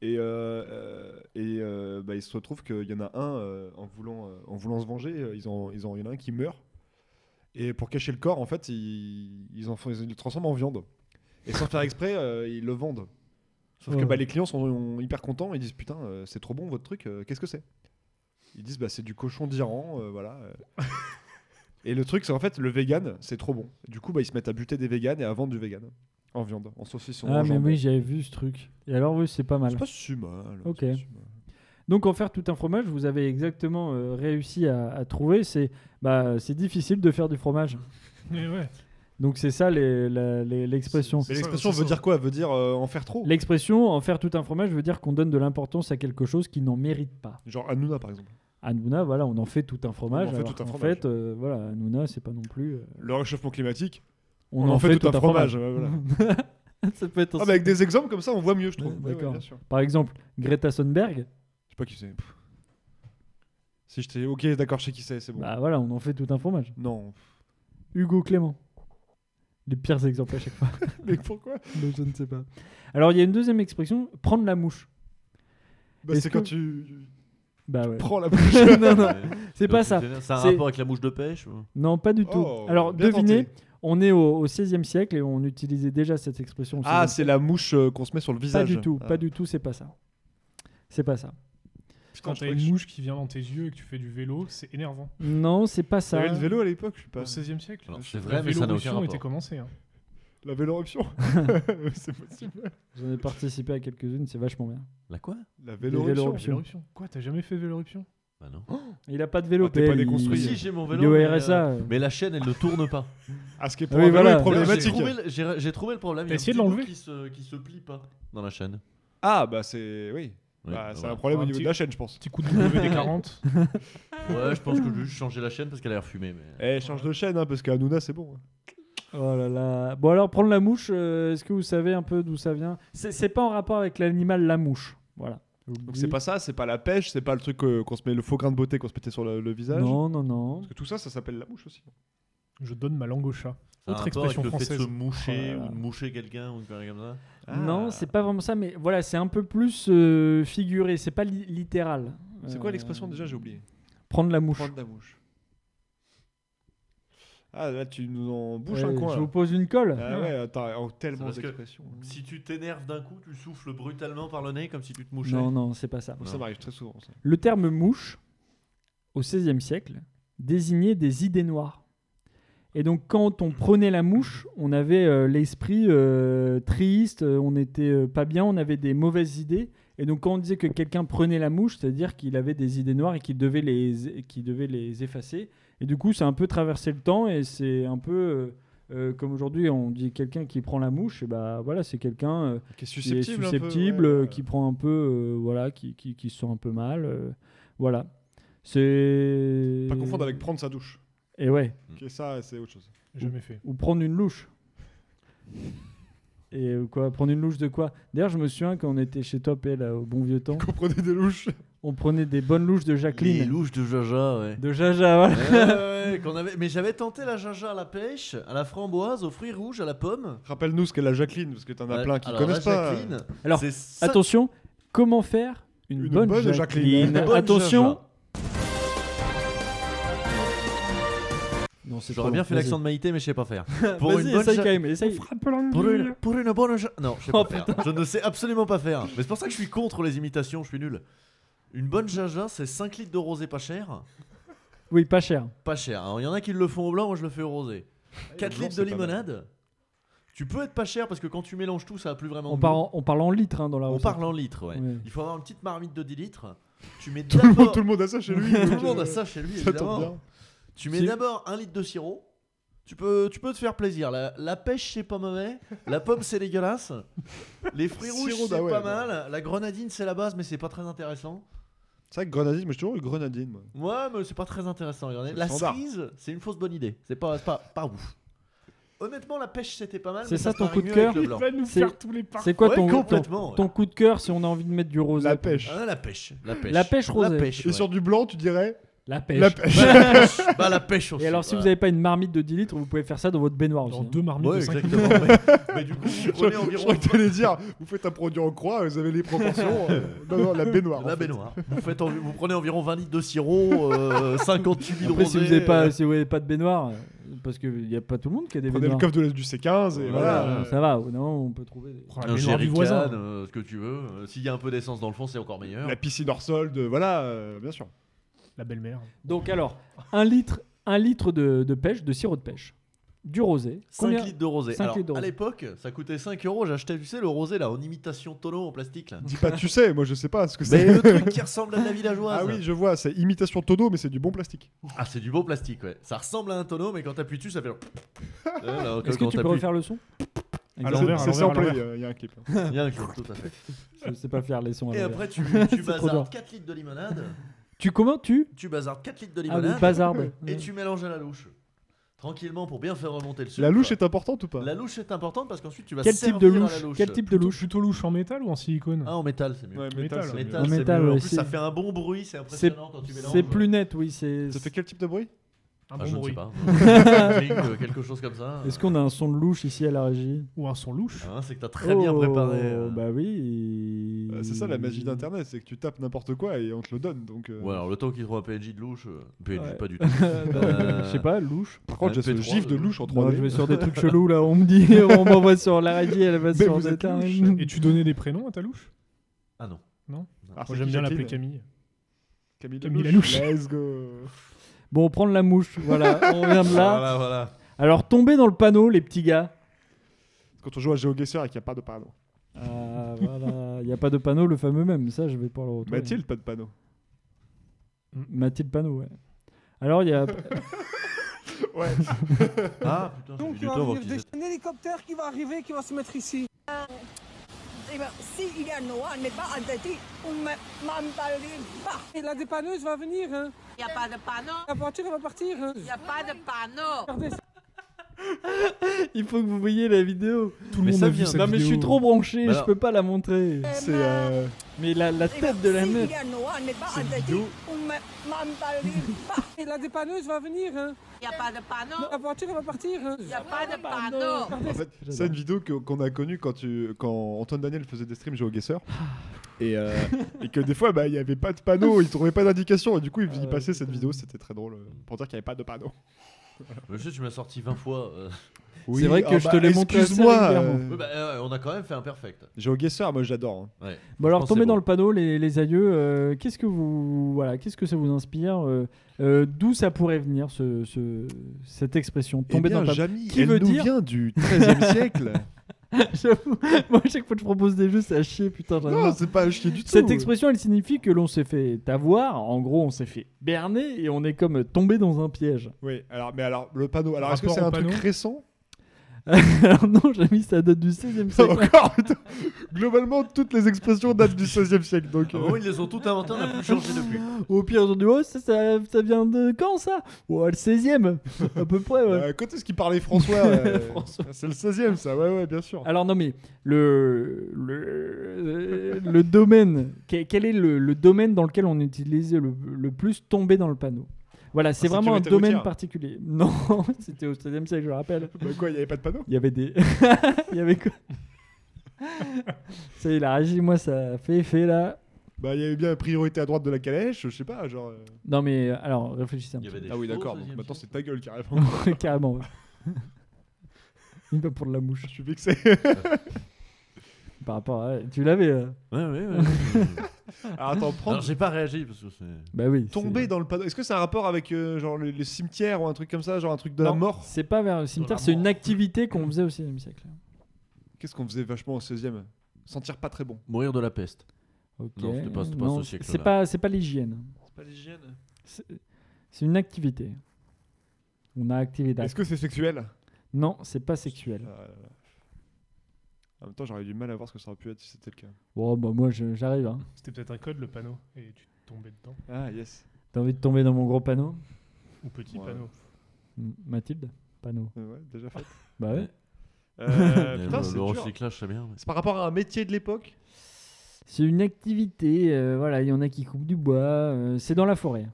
H: Et, euh, euh, et euh, bah, il se retrouve qu'il y en a un, euh, en, voulant, euh, en voulant se venger, euh, ils ont, ils ont, il y en a un qui meurt. Et pour cacher le corps, en fait, ils, ils, en font, ils le transforment en viande. Et sans faire exprès, euh, ils le vendent. Sauf que
I: Ouais.
H: bah, les clients sont sont hyper contents. Ils disent Putain, euh, c'est trop bon votre truc, euh, qu'est-ce que c'est Ils disent bah, C'est du cochon d'Iran, euh, voilà. euh. et le truc, c'est en fait, le vegan, c'est trop bon. Du coup, bah, ils se mettent à buter des vegans et à vendre du vegan. En viande, en saucisson.
I: Ah
H: en
I: mais
H: jambon.
I: oui j'avais vu ce truc. Et alors oui c'est pas mal.
H: C'est pas si mal.
I: Ok.
H: c'est pas si mal.
I: Donc en faire tout un fromage, vous avez exactement euh, réussi à, à trouver. C'est bah, c'est difficile de faire du fromage.
K: Mais ouais.
I: Donc c'est ça les- la- les- l'expression.
H: Mais
K: ça,
H: l'expression
K: c'est
H: veut
K: ça.
H: dire quoi Elle veut dire euh, en faire trop
I: L'expression en faire tout un fromage veut dire qu'on donne de l'importance à quelque chose qui n'en mérite pas.
H: Genre Hanouna, par exemple.
I: Hanouna, voilà, on en fait tout un
H: On
I: fromage.
H: en fait
I: alors
H: tout un
I: qu'en
H: fromage.
I: fait, euh, voilà, Hanouna, c'est pas non plus. euh,
H: Le réchauffement climatique, on, en fait, tout, un fromage. ouais, voilà.
I: [LAUGHS] ça peut être.
H: Ah, mais avec des exemples comme ça, on voit mieux, je trouve. Ouais,
I: Ouais,
H: ouais,
I: d'accord.
H: bien sûr.
I: Par exemple, Greta Thunberg.
H: Je sais pas qui c'est. Pff. Si je t'ai. Ok, d'accord, je sais qui c'est, c'est bon.
I: Bah voilà, on en fait tout un fromage.
H: Non. [LAUGHS]
I: Hugo Clément. Les pires exemples à
H: [LAUGHS]
I: chaque fois.
H: Mais pourquoi
I: Mais je ne sais pas. Alors il y a une deuxième expression, prendre la mouche.
H: bah,
I: Est-ce
H: C'est quand
I: que-
H: tu
I: Bah ouais.
H: prends la
J: [LAUGHS]
I: non, non, c'est pas ça.
J: Ça a un
I: C'est-
J: rapport avec la mouche de pêche ou-
I: Non, pas [LAUGHS] du tout.
H: Oh,
I: Alors,
H: bien
I: devinez,
H: tenté.
I: on est au, au 16e siècle et on utilisait déjà cette expression. au
H: Ah,
I: 16e.
H: c'est la mouche euh, qu'on se met sur le
I: pas
H: visage.
I: du tout,
H: Ah.
I: pas du tout, c'est pas ça. C'est pas ça.
H: Putain,
K: Quand
H: je
K: t'as
H: croyais que
K: une
H: je-
K: mouche qui vient dans tes yeux et que tu fais du vélo, c'est énervant.
I: Non, c'est pas
H: Il y
I: ça.
H: avait le vélo à l'époque, je sais
K: Au
H: pas.
K: 16e siècle.
J: Alors, C'est
K: la
J: vrai, mais ça n'a aucun
K: véloruption était
J: rapport.
K: commencée. hein.
H: La [LAUGHS] véloruption. c'est possible.
I: J'en ai participé à quelques-unes, c'est vachement bien.
J: La quoi
H: La
I: Les
H: véloruption.
I: véloruptions.
K: Véloruption. Quoi, t'as jamais fait véloruption
J: Bah non.
I: Il a pas de vélo.
H: Ah, t'es
I: PL,
H: pas déconstruit.
I: il-
J: Si, j'ai mon
I: Il
J: vélo.
I: est
J: mais,
I: au
J: euh,
I: RSA. euh.
J: Mais la chaîne, elle ne tourne pas.
H: Ah, ce qui est
I: Oui, voilà.
H: probablement
J: J'ai
H: problématique.
J: trouvé, le- j'ai- j'ai trouvé le problème. il y a
K: T'as essayé
J: un
K: de
J: petit
K: l'enlever
J: bout qui se, qui se plie pas dans la chaîne.
H: Ah, bah c'est. Oui.
J: Ouais,
H: Bah, c'est
J: voilà.
H: un problème
K: Un
H: au niveau
K: petit-
H: de la chaîne, je pense.
K: Petit coup de [LAUGHS] WD-40.
J: Ouais, je pense que je vais juste changer la chaîne parce qu'elle a l'air fumée. Mais... euh,
H: Eh, change de chaîne, hein, parce qu'Anouna, c'est bon.
I: Oh là là. Bon alors prendre la mouche. euh, Est-ce que vous savez un peu d'où ça vient C'est c'est pas en rapport avec l'animal la mouche. Voilà.
H: Donc, c'est pas ça, c'est pas la pêche, c'est pas le truc euh, qu'on se met, le faux grain de beauté qu'on se mettait sur le, le visage.
I: Non non non.
H: Parce que tout ça, ça s'appelle la mouche aussi.
K: Je donne ma langue au chat.
J: Ça a
K: Autre
J: un rapport avec
K: expression
J: Le fait de
K: française.
J: se moucher
I: Oh là là.
J: ou de moucher quelqu'un ou une connerie comme ça.
H: Ah.
I: Non c'est pas vraiment ça. Mais voilà c'est un peu plus euh, figuré. C'est pas li- littéral.
H: C'est quoi
I: Euh,
H: l'expression déjà J'ai oublié.
I: Prendre la mouche.
H: Prendre la mouche. Ah, là, tu nous en bouches un
I: Ouais,
H: coin.
I: je
H: là.
I: vous pose une colle.
H: Ah ouais, attends, oh, tellement
J: parce que-
H: d'expressions.
J: Si tu t'énerves d'un coup, tu souffles brutalement par le nez comme si tu te mouchais.
I: non non c'est pas ça.
H: Bon, Ça m'arrive très souvent. Ça.
I: Le terme mouche, au XVIe siècle, désignait des idées noires. Et donc, quand on prenait la mouche, on avait euh, l'esprit euh, triste, euh, on n'était pas bien, on avait des mauvaises idées. Et donc, quand on disait que quelqu'un prenait la mouche, c'est-à-dire qu'il avait des idées noires et qu'il devait les, qu'il devait les effacer. Et du coup, ça a un peu traversé le temps et c'est un peu. euh, euh, comme aujourd'hui, on dit quelqu'un qui prend la mouche, et bah voilà, c'est quelqu'un euh,
H: Qui est
I: qui est
H: susceptible. un peu,
I: susceptible,
H: ouais,
I: euh,
H: ouais.
I: qui prend un peu, euh, voilà, qui, qui, qui se sent un peu mal. euh, voilà. C'est.
H: Pas confondre avec prendre sa douche.
I: Et ouais,
H: Ok, ça, c'est autre chose. [LAUGHS]
K: Jamais fait.
I: ou prendre une louche. Et euh, quoi Prendre une louche de quoi D'ailleurs, je me souviens quand on était chez toi, PL, là, au bon vieux temps,
H: Vous prenez des louches.
I: on prenait des bonnes louches de
J: Les
I: Jacqueline.
J: louches de Jaja,
I: [LAUGHS]
J: ouais.
I: De Jaja, voilà.
J: Ouais, ouais, ouais, qu'on avait... Mais j'avais tenté la jaja à la pêche, à la framboise, aux fruits rouges, à la pomme.
H: Rappelle-nous ce qu'est la Jacqueline, parce que t'en as plein qui
J: Alors,
H: connaissent
J: la
H: pas.
J: Jacqueline,
I: Alors,
J: c'est ça-
I: Attention, comment faire une,
H: Une
I: bonne,
H: bonne
I: Jacqueline,
H: Jacqueline.
J: une bonne
I: Attention
J: jaja.
I: Non, c'est
J: J'aurais
I: trop
J: bien
I: long,
J: fait
I: vas-y.
J: l'accent de Maïté, mais je sais pas
I: [LAUGHS]
J: faire. Pour
I: Vas-y,
J: une bonne
I: essaye
J: ja-
I: quand même, essaye.
J: Pour une, pour une bonne ja- Non, je sais pas
I: Oh,
J: faire. Je ne sais absolument pas faire. Mais c'est pour ça que je suis contre les imitations, je suis nul. Une bonne jaja, c'est 5 litres de rosé pas cher.
I: Oui, pas cher.
J: Pas cher. Alors, il y en a qui le font au blanc, moi je le fais au rosé. 4
H: blanc,
J: litres
H: c'est
J: de
H: pas mal.
J: limonade. Tu peux être pas cher parce que quand tu mélanges tout, ça a plus vraiment.
I: On
J: de
I: parle
J: goût.
I: en, on parle en litres hein, dans la
J: On
H: euh,
I: recette.
J: parle en litres, ouais.
I: Ouais.
J: Il faut avoir une petite marmite de 10 litres. Tu mets
H: Tout le, monde,
J: d'abord-
H: tout le monde a ça chez lui.
J: Tout le
H: donc,
J: monde
H: euh,
J: a ça chez lui,
H: Ça tombe
J: évidemment.
H: bien.
J: Tu mets
I: Si.
J: d'abord un litre de sirop. Tu peux, tu peux te faire plaisir. La, la pêche, c'est pas mauvais. La pomme, c'est dégueulasse. Les fruits
H: Sirop
J: rouges, c'est
H: d'Hawaï,
J: pas
H: ouais. bah.
J: mal. La grenadine, c'est la base, mais c'est pas très intéressant.
H: C'est vrai que grenadine, moi j'ai toujours eu grenadine. moi.
J: Ouais, mais c'est pas très intéressant. regardez.
H: C'est
J: La
H: standard.
J: cerise, c'est une fausse bonne idée. C'est pas, c'est pas, pas ouf. Honnêtement, la pêche, c'était pas mal.
I: C'est
J: mais
I: ça
J: se
I: ton
J: marie
I: coup de
J: mieux
I: cœur
J: avec le blanc.
K: Va nous
I: C'est-
K: faire tous les parcs.
I: C'est quoi
J: Ouais,
I: ton,
J: complètement,
I: ton, ton coup de cœur si on a envie de mettre du rosé
H: La pêche.
J: Ah, la pêche. La pêche.
I: La pêche rosée.
J: La pêche.
H: Et
J: ouais.
H: sur du blanc, tu dirais
I: La pêche.
H: La
I: [LAUGHS]
H: pêche.
J: Bah, la pêche. Bah, la pêche aussi.
I: Et alors, si
J: ouais.
I: vous n'avez pas une marmite de 10 litres, vous pouvez faire ça dans votre baignoire aussi.
K: Dans
I: hein.
K: deux marmites
J: Ouais,
K: de 5
J: exactement. mais, mais du
I: [LAUGHS]
J: coup, vous prenez
H: Je
J: environ
H: crois que t'allais dire, vous faites un produit en croix, vous avez
J: [LAUGHS]
H: les proportions. euh, non, non, la baignoire. en
J: La
H: fait.
J: baignoire. Vous, faites envi- vous prenez environ 20 litres de sirop,
I: [LAUGHS]
J: euh, 58 litres de
I: hein. Après, si
J: rosé.
I: vous n'avez pas,
J: euh,
I: si vous avez pas de baignoire, euh, parce qu'il n'y a pas tout le monde qui a des
H: Prenez le
I: baignoires.
H: coffre de la- du C15 et
J: Voilà,
H: voilà.
I: Ça va, ou non, on peut trouver. des-
K: Oh,
J: un
K: la baignoire du
J: jerrycan,
K: voisin.
J: euh, ce que tu veux. Euh, S'il y a un peu d'essence dans le fond, c'est encore meilleur.
H: La piscine hors solde, voilà, euh, bien sûr.
K: La belle-mère.
I: Donc, alors, un litre, un litre de, de pêche, de sirop de pêche, du rosé.
J: 5
I: Combien-
J: litres de rosé.
I: Cinq
J: Alors,
I: litres de
J: à
I: rosé.
J: l'époque, ça coûtait 5 euros. J'achetais, tu sais, le rosé là, en imitation tonneau en plastique. Là.
H: Dis pas, tu sais, moi je sais pas ce que
J: Mais
H: c'est.
J: le truc qui ressemble à
I: [LAUGHS]
J: de la villageoise.
H: Ah oui, je vois, c'est imitation tonneau, mais c'est du bon plastique.
J: Ah, c'est du beau plastique, ouais. Ça ressemble à un tonneau, mais quand t'appuies dessus, ça fait.
I: [LAUGHS]
J: le- Euh, là,
I: Est-ce que
J: quand
I: tu peux
J: t'appuies-
I: refaire le son
H: À
K: l'envers,
H: l'envers,
K: à
H: C'est
K: l'envers, à
H: samplé,
K: l'envers.
H: il y a un clip. hein.
J: [LAUGHS] Il y a un clip, tout à
I: [LAUGHS]
J: fait.
I: Je sais pas faire les sons. à
J: Et
I: l'envers.
J: après,
I: [LAUGHS]
J: tu, tu
I: C'est trop dur.
J: bazardes 4 litres de limonade.
I: Tu comment tu
J: Tu bazardes 4 litres de
I: Ah oui,
J: limonade.
I: bazarde.
J: Et tu mélanges à la louche. Tranquillement pour bien faire remonter le sucre.
H: La louche est importante ou pas
J: La louche est importante parce qu'ensuite tu vas
I: Quel type
J: servir
I: de
J: à la
I: louche
J: louche.
I: Quel type de
K: Plutôt-
I: louche
K: Plutôt louche en métal ou en silicone
J: Ah, en métal, c'est mieux.
H: Ouais,
K: Métal,
H: métal,
K: c'est
H: c'est
K: mieux.
H: mieux.
J: Métal,
I: En
J: c'est
I: métal,
J: mieux.
I: ouais,
J: en plus,
I: c'est-
J: ça fait un bon bruit, c'est
I: C'est
J: impressionnant quand tu mélanges.
I: c'est plus net, oui. C'est. [LAUGHS]
H: Ça fait quel type de bruit
K: Un
J: Ah, je
K: bon
J: ne sais
K: bruit.
J: pas. Un ring, euh, quelque chose comme ça.
I: Est-ce qu'on a un son de louche ici à la régie
K: Ou un son louche. [LAUGHS]
J: Hein, c'est que t'as très bien
I: Oh,
J: préparé. euh.
I: Bah oui.
H: Euh, C'est ça la magie d'internet, c'est que tu tapes n'importe quoi et on te le donne. Donc, euh,
J: Ouais, alors le temps qu'il trouve un PNJ de louche. euh, PNJ,
I: Ouais.
J: pas du tout.
I: Euh, bah,
J: Euh,
I: Je sais pas,
H: [LAUGHS]
I: louche.
H: Par contre, j'ai ce
J: MP3,
H: gif de
J: euh,
H: louche en 3D.
I: Non, je vais sur
H: [LAUGHS]
I: des trucs chelous là, on me dit, on m'envoie sur la radio, elle va
H: Mais
I: [LAUGHS] sur
H: vous
I: des
H: êtes
I: terrains.
H: louche.
K: Et tu donnais des prénoms à ta louche
J: Ah non.
H: Ah, c'est
K: Moi j'aime
H: qui,
K: bien
H: Jacqueline
K: l'appeler Camille.
H: Camille,
K: Camille
H: Let's go.
I: Bon, prendre la mouche, voilà, on revient
H: [LAUGHS]
I: de là.
J: Voilà, voilà.
I: Alors, tomber dans le panneau, les petits gars.
H: Quand on joue à GeoGuessr et qu'il n'y a pas de panneau.
I: Euh, Ah, voilà, il n'y a pas de panneau, le fameux même, ça je vais pas le retrouver.
H: Mathilde, pas de panneau.
K: Mm.
I: Mathilde Panot, ouais. Alors, il
H: [LAUGHS]
I: y a.
J: Ah putain, j'ai mis du temps avant qu'ils aient-
L: un hélicoptère qui va arriver, qui va se mettre ici.
M: Eh ben, si il y a Noah, mais pas Andati, on ne pas.
L: Et la dépanneuse va venir. Hein.
M: Il n'y a pas de panneau.
L: La voiture elle va partir. Hein.
M: Il n'y a pas de panneau.
L: Regardez ça.
I: Il faut que vous voyez la vidéo.
K: Tout
I: mais
K: le monde
I: ça
K: a vu
I: vient.
K: cette
I: Non, mais je suis
K: vidéo.
I: trop branché,
J: Bah
I: je
J: alors-
I: peux pas la montrer.
M: C'est,
I: euh, Mais la, la
M: Eh
I: tête
M: ben,
I: de la
M: si
I: meuf.
M: il y a Noah, mais pas
I: Cette
M: Andati,
I: vidéo.
M: on ne pas.
L: Et la dépanneuse va venir. Hein.
M: bah. Il n'y a pas de panneau.
L: La voiture elle va partir. Hein.
M: Il n'y a pas de panneau.
H: En fait, c'est une vidéo que- qu'on a connue quand, tu, quand Antoine Daniel faisait des streams GeoGuessr. Et, euh, et que des fois, bah, il n'y avait pas de panneau, il trouvait pas d'indication. Et du coup, il, il passait cette vidéo, c'était très drôle euh, pour dire qu'il n'y avait pas de panneau.
J: Je sais, tu m'as sorti 20 fois. euh.
I: C'est vrai que je te l'ai montré assez
H: ah bah, Excuse-moi.
I: régulièrement.
J: Ouais, bah, euh, on a quand même fait un perfect.
H: GeoGuessr, moi j'adore. hein.
J: Ouais.
I: Bon alors
J: pense que
I: tombez
J: c'est
I: dans
J: beau.
I: le panneau les, les aïeux, euh, qu'est-ce que vous voilà, qu'est-ce que ça vous inspire euh, euh, d'où ça pourrait venir ce, ce- cette expression
H: Eh
I: tomber
H: bien,
I: dans le panneau
H: Jamy,
I: Qui
H: elle
I: veut
H: nous
I: dire-
H: vient du
I: [LAUGHS]
H: 13e siècle.
I: J'avoue, moi à chaque fois que je propose des jeux, c'est à chier putain. j'en ai
H: Non,
I: marre.
H: c'est pas chier du tout.
I: Cette expression, elle signifie que l'on s'est fait avoir, en gros, on s'est fait berner et on est comme tombé dans un piège. [LAUGHS]
H: Oui, alors, mais alors, le panneau. Alors, est-ce que
K: Rapport
H: c'est
K: au
H: un truc
K: panneau
H: récent [LAUGHS]
I: Alors non, j'ai mis ça date du
H: [LAUGHS]
I: 16e siècle.
H: Encore putain. Globalement, toutes les expressions datent du 16e siècle. Donc,
J: Ah
H: euh,
J: bah oui, ils les ont toutes inventés, on n'a plus changé depuis.
H: Ah,
I: Au pire, aujourd'hui, oh, ça, ça, ça vient de quand ça Ouais, le 16e, à peu près, ouais.
H: euh, quand est-ce qu'il parlait François,
I: [LAUGHS]
H: euh, C'est le 16e, ça, ouais, ouais, bien sûr.
I: Alors non mais le le, le domaine que- quel est le, le domaine dans lequel on utilise le, le plus tomber dans le panneau Voilà, Ah, c'est vraiment un
H: sécurité
I: domaine
H: routière.
I: particulier. [LAUGHS] Non, c'était au 16e siècle, je le rappelle.
H: Bah quoi, il n'y avait pas de panneau
I: Il y avait des [LAUGHS] il y avait quoi Ça y est, il a réagi, moi ça fait effet là.
H: Bah, il y avait bien priorité à droite de la calèche, je sais pas, genre. euh,
I: Non mais euh, alors réfléchissez un
J: Il y
I: peu.
J: avait des
H: Ah oui,
J: chevaux,
H: d'accord,
J: ça,
H: donc
J: il y a
H: maintenant
J: une-
H: c'est ta gueule carrément.
I: [LAUGHS] Carrément. ouais. Il va pour de la mouche
H: je suis vexé. [LAUGHS]
I: par rapport à tu l'avais euh.
J: Ouais, ouais, ouais. [LAUGHS]
H: Alors, attends, prendre.
J: Alors j'ai pas réagi parce que c'est.
I: Bah oui. c'est-
H: Tomber dans le panneau. Est-ce que c'est un rapport avec euh, genre les, les cimetières ou un truc comme ça, genre un truc de la
I: Non,
H: mort
I: C'est pas vers le cimetière, c'est une activité qu'on faisait au 16e siècle.
H: Qu'est-ce qu'on faisait vachement au 16e Sentir pas très bon.
J: Mourir de la peste.
I: Ok.
J: Non, c'était pas- c'était pas
I: Non,
J: ce siècle-là.
I: c'est pas- c'est pas l'hygiène. C'est c'est une activité. On a activé d'acte.
H: Est-ce que c'est sexuel
I: Non, c'est pas sexuel.
H: Ah là là. En même temps, j'aurais eu du mal à voir ce que ça aurait pu être si c'était le cas.
I: Bon, bah moi je- j'arrive. Hein.
K: C'était peut-être un code, le panneau, et tu tombais dedans.
H: Ah, yes.
I: T'as envie de tomber dans mon gros panneau
K: Ou petit
H: Ouais.
K: panneau.
I: M- Mathilde Panneau.
H: Euh, Ouais, déjà fait.
I: Bah ouais.
H: Euh,
I: [LAUGHS]
J: Mais
H: putain,
J: le
H: c'est
J: le
H: dur.
J: recyclage, c'est bien. mais-
H: C'est par rapport à un métier de l'époque
I: C'est une activité. euh, voilà, il y en a qui coupent du bois. euh, c'est dans la forêt.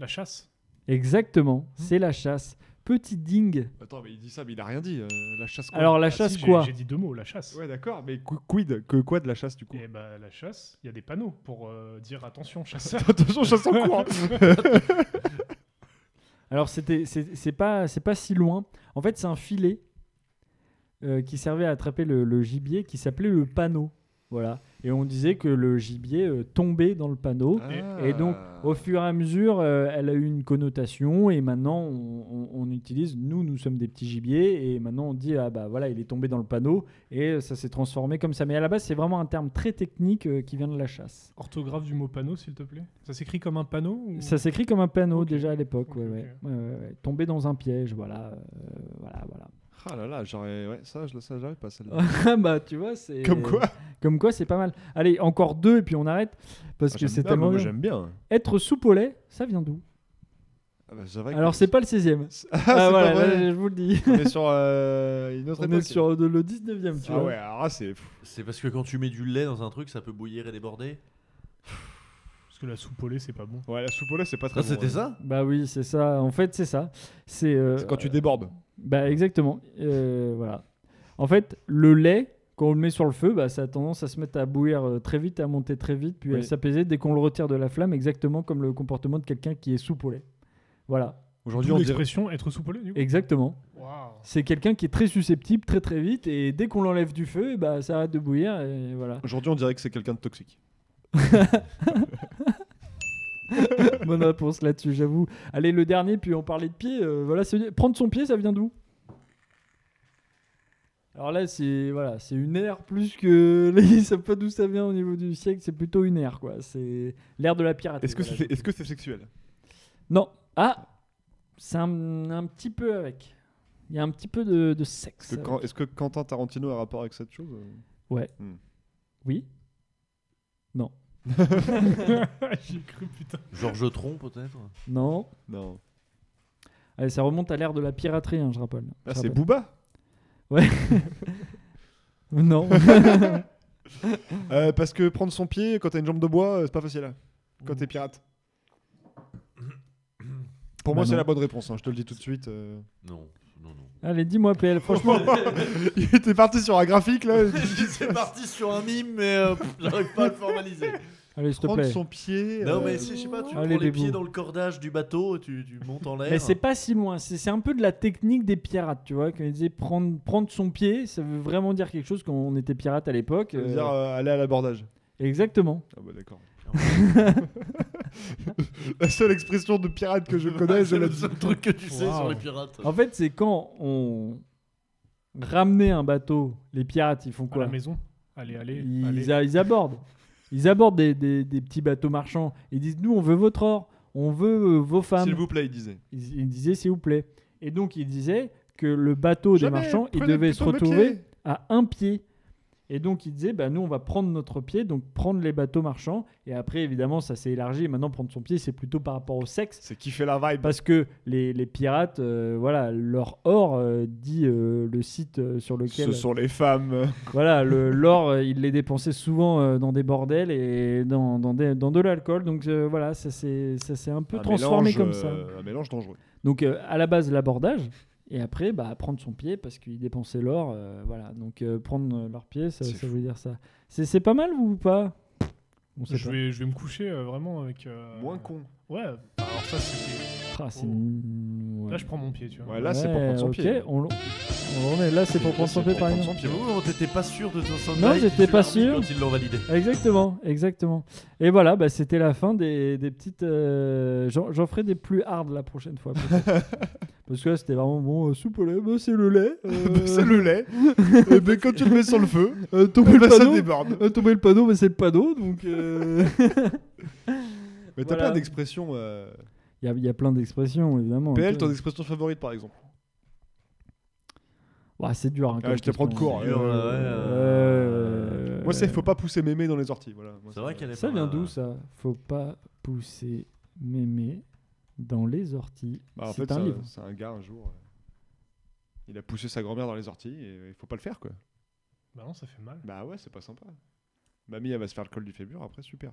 K: La chasse
I: Exactement.
J: Mmh.
I: C'est la chasse. Petit ding.
H: Attends, mais il dit ça, mais il a rien dit. euh, la chasse quoi
I: Alors la
K: Ah
I: chasse
K: si, j'ai-
I: quoi
K: J'ai dit deux mots, la chasse.
H: Ouais, d'accord, mais qu- quid Que quoi de la chasse du coup
K: Et bah, la chasse, il y a des panneaux pour euh, dire attention,
I: [LAUGHS]
K: chasseur.
H: Attention, chasse en cours hein.
I: Alors c'était c'est c'est pas c'est pas si loin. En fait, c'est un filet euh, qui servait à attraper le, le gibier qui s'appelait le panneau. Voilà. Et on disait que le gibier euh, tombait dans le panneau.
H: Ah.
I: Et donc, au fur et à mesure, euh, elle a eu une connotation et maintenant on, on- on utilise. Nous, nous sommes des petits gibiers et maintenant on dit ah bah voilà, il est tombé dans le panneau et euh, ça s'est transformé comme ça. Mais à la base, c'est vraiment un terme très technique euh, qui vient de la chasse.
K: [LAUGHS] Orthographe du mot panneau, s'il te plaît. Ça s'écrit comme un panneau ou-
I: Ça s'écrit comme un panneau
K: Ok.
I: déjà à l'époque.
K: Ok,
I: ouais,
K: ok.
I: ouais. Ouais, ouais, ouais. Tomber dans un piège, voilà, euh, voilà, voilà.
H: Ah là là, j'aurais. Ouais, ça, je ça, j'arrive pas à
I: [LAUGHS]
H: celle-là.
I: Ah bah tu vois, c'est
H: Comme quoi
I: Comme quoi, c'est pas mal. Allez, encore deux et puis on arrête parce
H: Ah,
I: que
H: j'aime
I: c'est
H: bien,
I: tellement
H: moi,
I: bien.
H: J'aime bien.
I: Être soupe au lait, ça vient d'où
H: Ah bah, c'est vrai que-
I: Alors c'est pas le 16e.
H: [LAUGHS] Ah, c'est
I: Ah,
H: pas
I: voilà,
H: vrai.
I: là, je vous le dis.
H: On est sur euh, une autre
I: On est
H: époque.
I: sur de- le 19e, tu
H: Ah
I: vois.
H: ouais, alors là, c'est. pff,
J: C'est parce que quand tu mets du lait dans un truc, ça peut bouillir et déborder.
K: Parce que la soupe au lait, c'est pas bon.
H: Ouais, la soupe au lait, c'est pas très
J: Ah,
H: bon,
J: c'était
H: ouais.
J: ça
I: Bah oui, c'est ça. En fait, c'est ça. C'est euh,
H: C'est quand tu débordes.
I: Bah exactement. Euh, voilà. En fait, le lait, quand on le met sur le feu, bah, ça a tendance à se mettre à bouillir euh, très vite, à monter très vite, puis à
H: Oui.
I: s'apaiser dès qu'on le retire de la flamme, exactement comme le comportement de quelqu'un qui est soupe au lait. Voilà,
H: Aujourd'hui,
K: D'où
H: on dirait.
K: l'expression être soupe au lait, du coup.
I: exactement.
K: Waouh. [LAUGHS]
I: C'est quelqu'un qui est très susceptible, très très vite, et dès qu'on l'enlève du feu, eh bah, ça arrête de bouillir, et
N: [LAUGHS]
I: voilà.
H: Aujourd'hui, on dirait que c'est quelqu'un de toxique.
I: Bonne réponse là-dessus, j'avoue. Allez, le dernier, puis on parlait de pied. euh, voilà, c'est- prendre son pied, ça vient d'où Alors là, c'est voilà, c'est une ère plus que. [LAUGHS] Ils savent pas d'où ça vient au niveau du siècle, c'est plutôt une ère, quoi. C'est l'ère de la piraterie.
N: Est-ce que
I: voilà,
N: c'est
I: je-
N: est -ce c'est sexuel
I: Non. Ah C'est un, un petit peu avec. Il y a un petit peu de, de sexe.
H: Est-ce que, Quan-
I: avec.
H: est-ce que Quentin Tarantino a rapport avec cette chose euh
I: Ouais. Oui Non.
K: J'ai cru, putain.
J: Georges Tron, peut-être
I: Non.
H: Non.
I: Allez, ça remonte à l'ère de la piraterie, hein, je rappelle.
H: Ah,
I: Je
H: c'est
I: rappelle.
H: Booba
I: Ouais. non. [LAUGHS]
H: Euh, Parce que prendre son pied quand t'as une jambe de bois, euh, c'est pas facile. hein, Quand t'es pirate. Pour
I: Bah
H: moi, c'est
I: non.
H: la bonne réponse, hein, je te le dis tout de suite. euh. [LAUGHS]
J: Non, non, [LAUGHS] non.
I: Allez, dis-moi, PL, franchement.
H: il était parti sur un graphique là.
J: C'est parti sur un mime, mais euh, pff, j'arrive pas à le formaliser.
I: Allez, s'il te
H: Prendre
I: plaît.
H: son pied.
J: Non,
H: euh,
J: mais c'est- je sais pas, tu
I: Allez,
J: prends les
I: Bébou.
J: pieds dans le cordage du bateau, tu, tu montes en l'air.
I: Mais c'est pas si loin. C'est c'est un peu de la technique des pirates, tu vois. Quand ils disaient prendre, prendre son pied, ça veut vraiment dire quelque chose quand on était pirate à l'époque.
H: ça veut
I: euh,
H: dire euh, aller à l'abordage.
I: Exactement.
H: Ah bah d'accord. [LAUGHS] la seule expression de pirate que je connais, je
J: C'est
H: la
J: le
H: dis.
J: seul truc que tu sais sur les pirates.
I: En fait, c'est quand on ramenait un bateau, les pirates, ils font quoi
K: la maison. Allez, allez,
I: Ils,
K: allez.
I: a- ils abordent. Ils abordent des, des- des petits bateaux marchands. Ils disent Nous, on veut votre or, on veut euh, vos femmes.
N: S'il vous plaît, il disait.
I: Ils, ils disaient S'il vous plaît. Et donc, ils disaient que le bateau
N: Jamais,
I: des marchands, il
N: prenez
I: devait se
N: plutôt mes
I: retrouver
N: pieds.
I: à un pied. Et donc, ils disaient bah, Nous, on va prendre notre pied, donc prendre les bateaux marchands. Et après, évidemment, ça s'est élargi. Et maintenant, prendre son pied, c'est plutôt par rapport au sexe.
H: C'est qui fait la vibe.
I: Parce que les, les pirates, euh, voilà, leur or, euh, dit euh, le site euh, sur lequel.
H: Ce sont les femmes.
I: Voilà, le- l'or, euh, il les dépensait souvent euh, dans des bordels et dans, dans, des- dans de l'alcool. Donc euh, voilà, ça s'est ça s'est un peu
H: Un
I: transformé
H: mélange,
I: comme ça.
H: euh, Un mélange dangereux.
I: Donc euh, à la base, l'abordage. Et après, bah, prendre son pied parce qu'il dépensait l'or. euh, voilà, donc euh, prendre leur pied, ça, ça veut dire ça. C'est c'est pas mal ou pas On sait
K: Je vais, je vais me coucher euh, vraiment avec. Moins
H: con.
K: Ouais, alors ça c'était.
I: Ah, c'est une- ouais.
K: Là je prends mon pied, tu vois.
I: Ouais, là, Ah, c'est pour prendre son
K: ok,
I: pied. on le- on le remet. Là, c'est pour prendre son pied, par exemple.
J: J'avoue, t'étais pas sûr de ton sondage.
I: Non, j'étais pas sûr.
J: Quand ils l'ont validé.
I: Exactement, exactement. Et voilà, bah, c'était la fin des, des petites. euh, J'en j'en ferai des plus hard la prochaine fois. [LAUGHS] peut-être. Parce que là, c'était vraiment bon. euh, soupe au lait, bah, c'est le [LAUGHS] lait.
H: [LAUGHS]
I: euh,
H: c'est le
I: [LAUGHS]
H: lait. Et ben, quand tu le mets sur le feu,
I: euh, tomber
H: bah,
I: le
H: ça
I: panneau,
H: déborde.
I: euh, tomber le panneau, bah, c'est le panneau. Donc. euh, [LAUGHS]
H: Mais t'as
I: Voilà.
H: plein d'expressions. euh,
I: Il y, a- il y a plein d'expressions, évidemment.
H: PL,
I: Tu
H: ton
I: vois.
H: expression favorite par exemple
I: Ouais, c'est dur. hein,
H: Ah,
I: comme
H: je te prends de
I: question.
H: court.
I: C'est dur,
H: euh,
I: euh,
H: Moi, c'est faut pas pousser mémé dans les orties. Voilà. Moi,
J: C'est vrai qu'elle est
I: Ça
J: pas
I: vient
J: mal.
I: d'où ça Faut pas pousser mémé dans les orties.
H: Bah, en
I: c'est
H: fait,
I: un
H: c'est
I: livre.
H: un- c'est un gars un jour. euh, Il a poussé sa grand-mère dans les orties et euh, il faut pas le faire quoi.
K: Bah non, ça fait mal.
H: Bah ouais, c'est pas sympa. Mamie, elle va se faire le col du fémur après, super.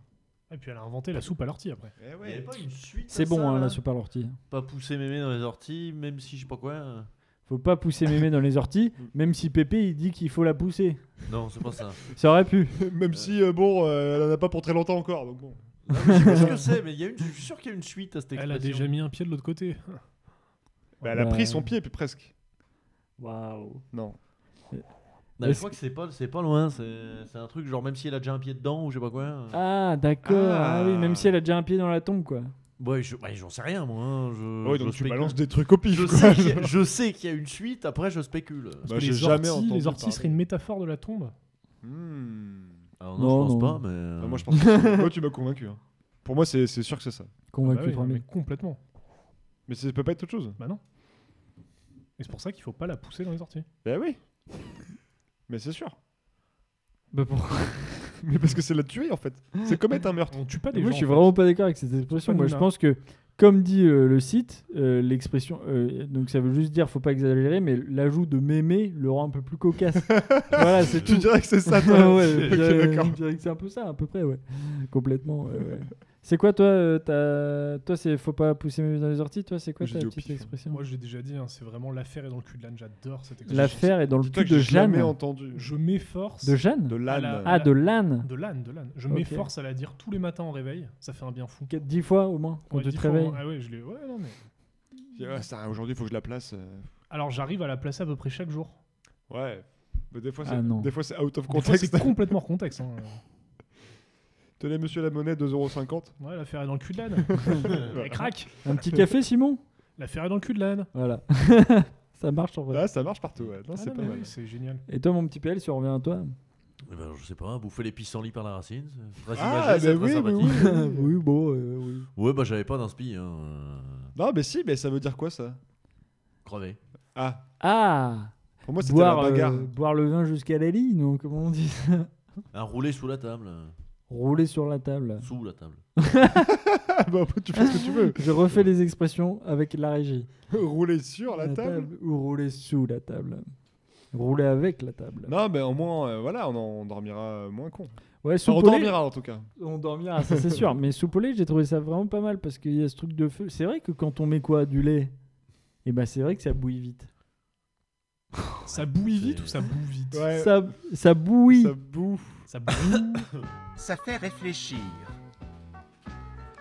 K: Et puis elle a inventé la soupe à l'ortie après.
H: Eh
J: Il y avait pas une suite à
I: C'est bon,
J: ça,
I: hein,
J: là
I: la soupe à l'ortie.
J: Pas pousser mémé dans les orties, même si je sais pas quoi. euh.
I: Faut pas pousser mémé dans
H: [LAUGHS]
I: les orties, même si Pépé il dit qu'il faut la pousser.
J: Non, c'est pas
I: [LAUGHS]
J: ça.
I: Ça aurait pu.
H: [LAUGHS] Même si, euh, bon, euh, elle en a pas pour très longtemps encore, donc bon.
J: Non, mais je sais pas ce que c'est, mais il y a une... je suis sûr qu'il y a une suite à cette
K: Elle
J: expression.
K: a déjà mis un pied de l'autre côté.
H: Bah, elle a pris son pied, puis presque.
I: Waouh.
H: Non.
J: Non, mais je crois que c'est pas, c'est pas loin, c'est c'est un truc genre même si elle a déjà un pied dedans ou je sais pas quoi. euh.
I: Ah, d'accord. Ah oui, même si elle a déjà un pied dans la tombe,
H: Ah
I: quoi.
H: bah
J: Ouais, je- ouais, j'en sais rien moi. hein, je-
H: Ouais,
J: je
H: Ah donc tu
J: spécule.
H: balances des trucs au pif,
J: Je
H: quoi.
J: sais
H: [LAUGHS]
J: qu'il y a- je sais qu'il y, a une suite, après je spécule.
H: Bah,
K: les
H: j'ai jamais
K: orties,
H: entendu
K: les orties
H: parler.
K: seraient une métaphore de la tombe.
J: Alors non,
H: Non,
J: je pense
H: non.
J: pas, mais. euh,
H: Ah, moi, je pense [LAUGHS] que- moi, tu m'as convaincu. hein. Pour moi, c'est c'est sûr que c'est ça.
I: Convaincu
K: Ah bah oui,
I: par lui.
K: non, mais complètement.
H: Mais ça peut pas être autre chose.
K: Bah non. Et c'est pour ça qu'il faut pas la pousser dans les orties.
H: Bah oui. Mais c'est sûr.
I: Bah pourquoi
H: [LAUGHS] Mais parce que c'est la tuer en fait. C'est commettre un meurtre.
K: On tue pas
I: Moi, je suis vraiment pas d'accord avec cette
H: pas
I: expression.
H: hein.
I: Moi,
H: nous,
I: je
H: là.
I: pense que, comme dit euh, le site, euh, l'expression. euh, donc, ça veut juste dire, faut pas exagérer, mais l'ajout de mémé le rend un peu
H: [LAUGHS]
I: plus cocasse. voilà, c'est
H: Tu
I: tout.
H: dirais que c'est ça, Ah, toi
I: [LAUGHS] Ouais,
H: [LAUGHS] Ok,
I: je dirais-
H: d'accord.
I: je dirais que c'est un peu ça, à peu près, ouais. Complètement. ouais, ouais. C'est quoi, toi euh, t'as- Toi, c'est faut pas pousser mémé dans les orties, toi, c'est quoi ta petite expression
K: Moi, je l'ai déjà dit, hein, c'est vraiment l'affaire est dans le cul de l'âne. J'adore cette expression.
I: L'affaire est dans le
H: Dis-toi
I: cul
H: que
I: de
H: j'ai jamais
I: Jeanne.
H: entendu.
K: Je m'efforce.
I: De Jeanne
H: De
K: à
H: l'âne.
K: la-
I: Ah,
K: à
I: de
K: la-
I: l'âne.
K: De l'âne, de l'âne. Je
I: Ok.
K: m'efforce à la dire tous les matins en réveil. Ça fait un bien fou.
I: 10 fois au moins, quand
K: Ouais,
I: tu
K: dix
I: te
K: fois,
I: réveilles.
K: Ah ouais, je l'ai. Ouais, non, mais.
H: Dis, ouais, ça, Aujourd'hui, il faut que je la place. euh.
K: Alors, j'arrive à la placer à peu près chaque jour.
H: Ouais. Mais des fois,
I: Ah, non.
H: c'est des fois, c'est out of
K: Des fois,
H: context.
K: C'est complètement hors contexte. hein.
H: [LAUGHS] Tenez, monsieur la monnaie, 2,50€.
K: Ouais, l'affaire est dans le cul
H: [LAUGHS]
K: de l'âne. Elle craque.
I: Un petit café, Simon
K: L'affaire est dans le cul de l'âne.
I: Voilà. [LAUGHS] Ça marche en vrai.
H: Ah, ça marche partout, ouais. Non,
K: Ah
H: c'est
K: non,
H: pas
K: mais
H: mal.
K: oui, c'est génial.
I: Et toi, mon petit PL, si on revient à toi
J: Eh ben, je sais pas, bouffer les pissenlits par la racine. c'est Très
H: Ah,
J: imagé, c'est
H: bah
J: très
H: oui, mais oui,
J: sympathique.
H: oui, oui.
I: bon, euh, oui.
J: Ouais, bah j'avais pas d'inspi. Hein. euh,
H: Non, mais si, mais ça veut dire quoi ça
J: Crevé.
H: Ah,
I: Ah
H: pour moi, c'était la
I: boire,
H: bagarre. [LAUGHS]
I: euh, boire le vin jusqu'à la ligne, non Comment on dit [LAUGHS] ça
J: Un roulé sous la table. euh,
I: Rouler sur la table.
J: Sous la table.
H: bah, après, tu fais ce que tu
I: [LAUGHS]
H: veux.
I: Je refais les expressions avec la régie.
H: Rouler sur la, table.
I: Ou rouler sous la table. Rouler avec la table.
H: Non, mais au moins, euh, voilà, on, en- on dormira moins con.
I: Ouais,
H: Enfin, on
I: soupoler-
H: dormira en tout cas.
I: On dormira, ça
H: [LAUGHS]
I: c'est sûr. Mais soupolé, j'ai trouvé ça vraiment pas mal parce qu'il y a ce truc de feu. C'est vrai que quand on met quoi Du lait Et ben c'est vrai que ça bouille vite.
K: Ça bouille
J: C'est-
K: vite ou ça boue vite
I: Ça, ça bouille.
H: Ça boue.
K: Ça bouille.
G: Ça fait réfléchir.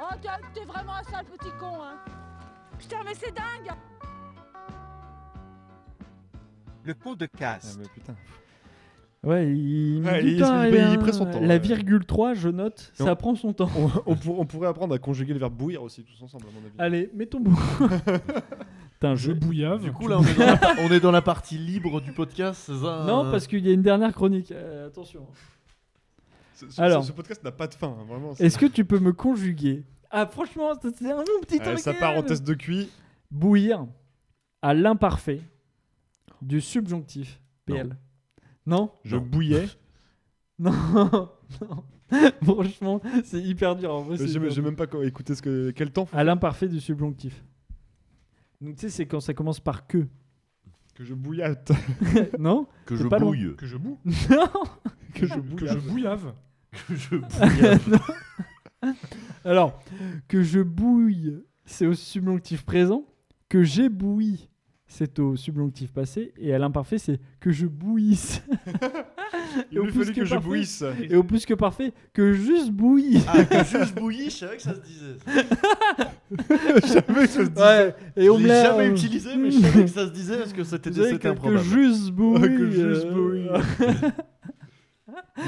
C: Oh, t'as- t'es vraiment un sale petit con, hein Putain, mais c'est dingue
G: Le pot de
H: Ah,
G: caste.
H: mais putain.
I: Ouais, il,
H: Ouais,
I: dit,
H: il-
I: putain,
H: il- il
I: eh ben,
H: prend son temps,
I: La
H: ouais.
I: virgule 3, je note,
H: Non.
I: ça prend son temps.
H: [LAUGHS] On, on pour- on pourrait apprendre à conjuguer le verbe bouillir aussi, tous ensemble, à mon avis.
I: Allez,
H: [LAUGHS]
I: mets ton bout. Putain,
K: Je
I: je.
K: bouillave.
J: Du coup, là, on est, dans la, on est dans la partie libre du podcast, c'est ça hein,
H: Euh.
I: Non, parce qu'il y a une dernière chronique. Euh, attention.
H: Ce,
I: Alors.
H: Alors, ce podcast n'a pas de fin, hein, vraiment. c'est-
I: Est-ce que tu peux me conjuguer Ah, franchement, ça, c'est un bon petit
H: Ouais,
I: truc.
H: Euh, ça part en test de cuit.
I: Bouillir à l'imparfait du subjonctif PL. Non
H: Je [LAUGHS] bouillais.
I: Non, [LAUGHS] non. Franchement, c'est hyper dur. En vrai,
H: Euh, J'ai
I: c'est hyper
H: j'ai
I: dur.
H: même pas co- écouté ce que, quel temps
I: À l'imparfait du subjonctif. Donc tu sais, c'est quand ça commence par que.
H: que je bouillate.
I: non
J: que
I: c'est
J: je
I: pas loin.
J: bouille.
K: Que je boue.
I: Non
H: [LAUGHS] que je
K: Que je bouillave.
J: Que je bouille.
I: Alors, que je bouille, c'est au subjonctif présent. Que j'ai bouilli, c'est au subjonctif passé. Et à l'imparfait, c'est que
J: [LAUGHS]
I: je bouillisse.
H: Il
I: au
H: lui
I: plus
H: fallu
I: que
H: que je
I: parfait.
H: bouillisse.
I: Et au plus que parfait, que juste bouillis.
J: ah, que [LAUGHS] juste bouillie, je savais que ça se disait. ça.
H: Jamais que je dis-
I: Ouais, et
J: Je
I: on me
J: l'ai
I: l'a-
J: jamais utilisé, mais
I: [LAUGHS]
J: je savais que ça se disait parce que c'était
I: Vous savez,
J: c'était
I: que, que
J: improbable.
I: juste bouillis.
H: que juste
I: euh,
H: bouillis.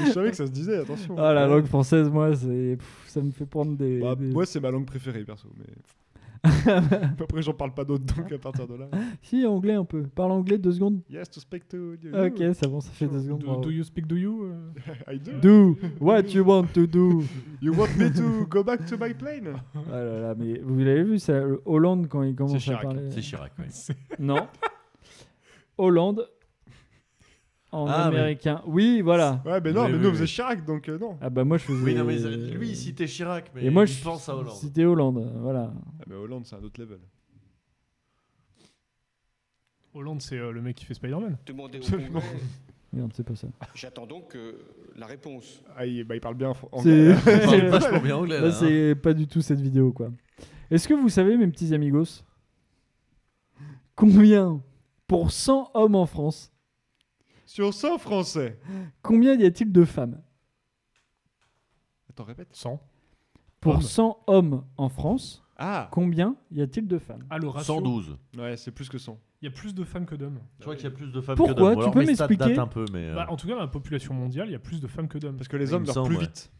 H: Je savais que ça se disait, attention.
I: [LAUGHS] Ah, la langue française, moi, c'est, pff, ça me fait prendre des.
H: Bah,
I: des-
H: Moi, c'est ma langue préférée, perso.
I: [LAUGHS]
H: Mais... Après, j'en parle pas d'autres, donc à partir de là.
I: Si, anglais un peu. Parle anglais deux secondes.
H: Yes, to speak to you.
I: Ok, c'est bon, ça fait deux secondes.
K: Do,
I: bravo.
K: do you speak do you euh
H: I do.
I: Do what you want to do.
H: You want me to go back to my
I: [LAUGHS]
H: plane
I: Ah là là, mais vous l'avez vu, ça, le Hollande quand il commence à
H: Chirac,
I: parler.
J: C'est Chirac, ouais.
I: Non. Hollande en
J: Ah, mais-
I: américain. Oui, voilà.
H: Ouais, mais non,
J: Oui,
H: mais
J: oui,
H: nous, on
J: oui.
H: faisait Chirac, donc euh, non.
I: Ah bah moi je faisais.
J: Oui, non, mais lui, il citait Chirac, mais
I: Et moi
J: il
I: je
J: pense à Hollande.
I: C'était Hollande, voilà.
H: Ah, bah, Hollande, c'est un autre level.
K: Hollande, c'est euh, le mec qui fait Spider-Man.
N: Demandez au
H: Absolument.
N: Congrès.
I: Merde, c'est pas ça.
N: J'attends donc euh, la réponse.
H: Ah, il, bah, il parle bien fr-
I: C'est [LAUGHS]
H: anglais.
J: Il parle
I: là,
J: vachement bien anglais, là. hein.
I: c'est pas du tout cette vidéo quoi. Est-ce que vous savez mes petits amigos combien pour 100 hommes en France,
H: Sur 100 français.
I: combien y a-t-il de femmes
H: Attends, répète.
K: 100.
I: Pour
K: Hommes.
I: 100 hommes en France,
H: Ah
I: combien y a-t-il de femmes
K: Ah, le ratio.
J: 112.
H: Ouais, c'est plus que 100.
K: Il y a plus de femmes que d'hommes.
J: Je crois qu'il y a plus de femmes
I: Pourquoi
J: que d'hommes.
I: Tu
J: Alors,
I: peux
J: mes stats
I: m'expliquer
J: datent un peu, mais. euh,
K: Bah, en tout cas, dans la population mondiale, il y a plus de femmes que d'hommes.
H: Parce que les
J: Il
H: hommes
J: me
H: meurent
J: semble,
H: plus
J: ouais.
H: vite.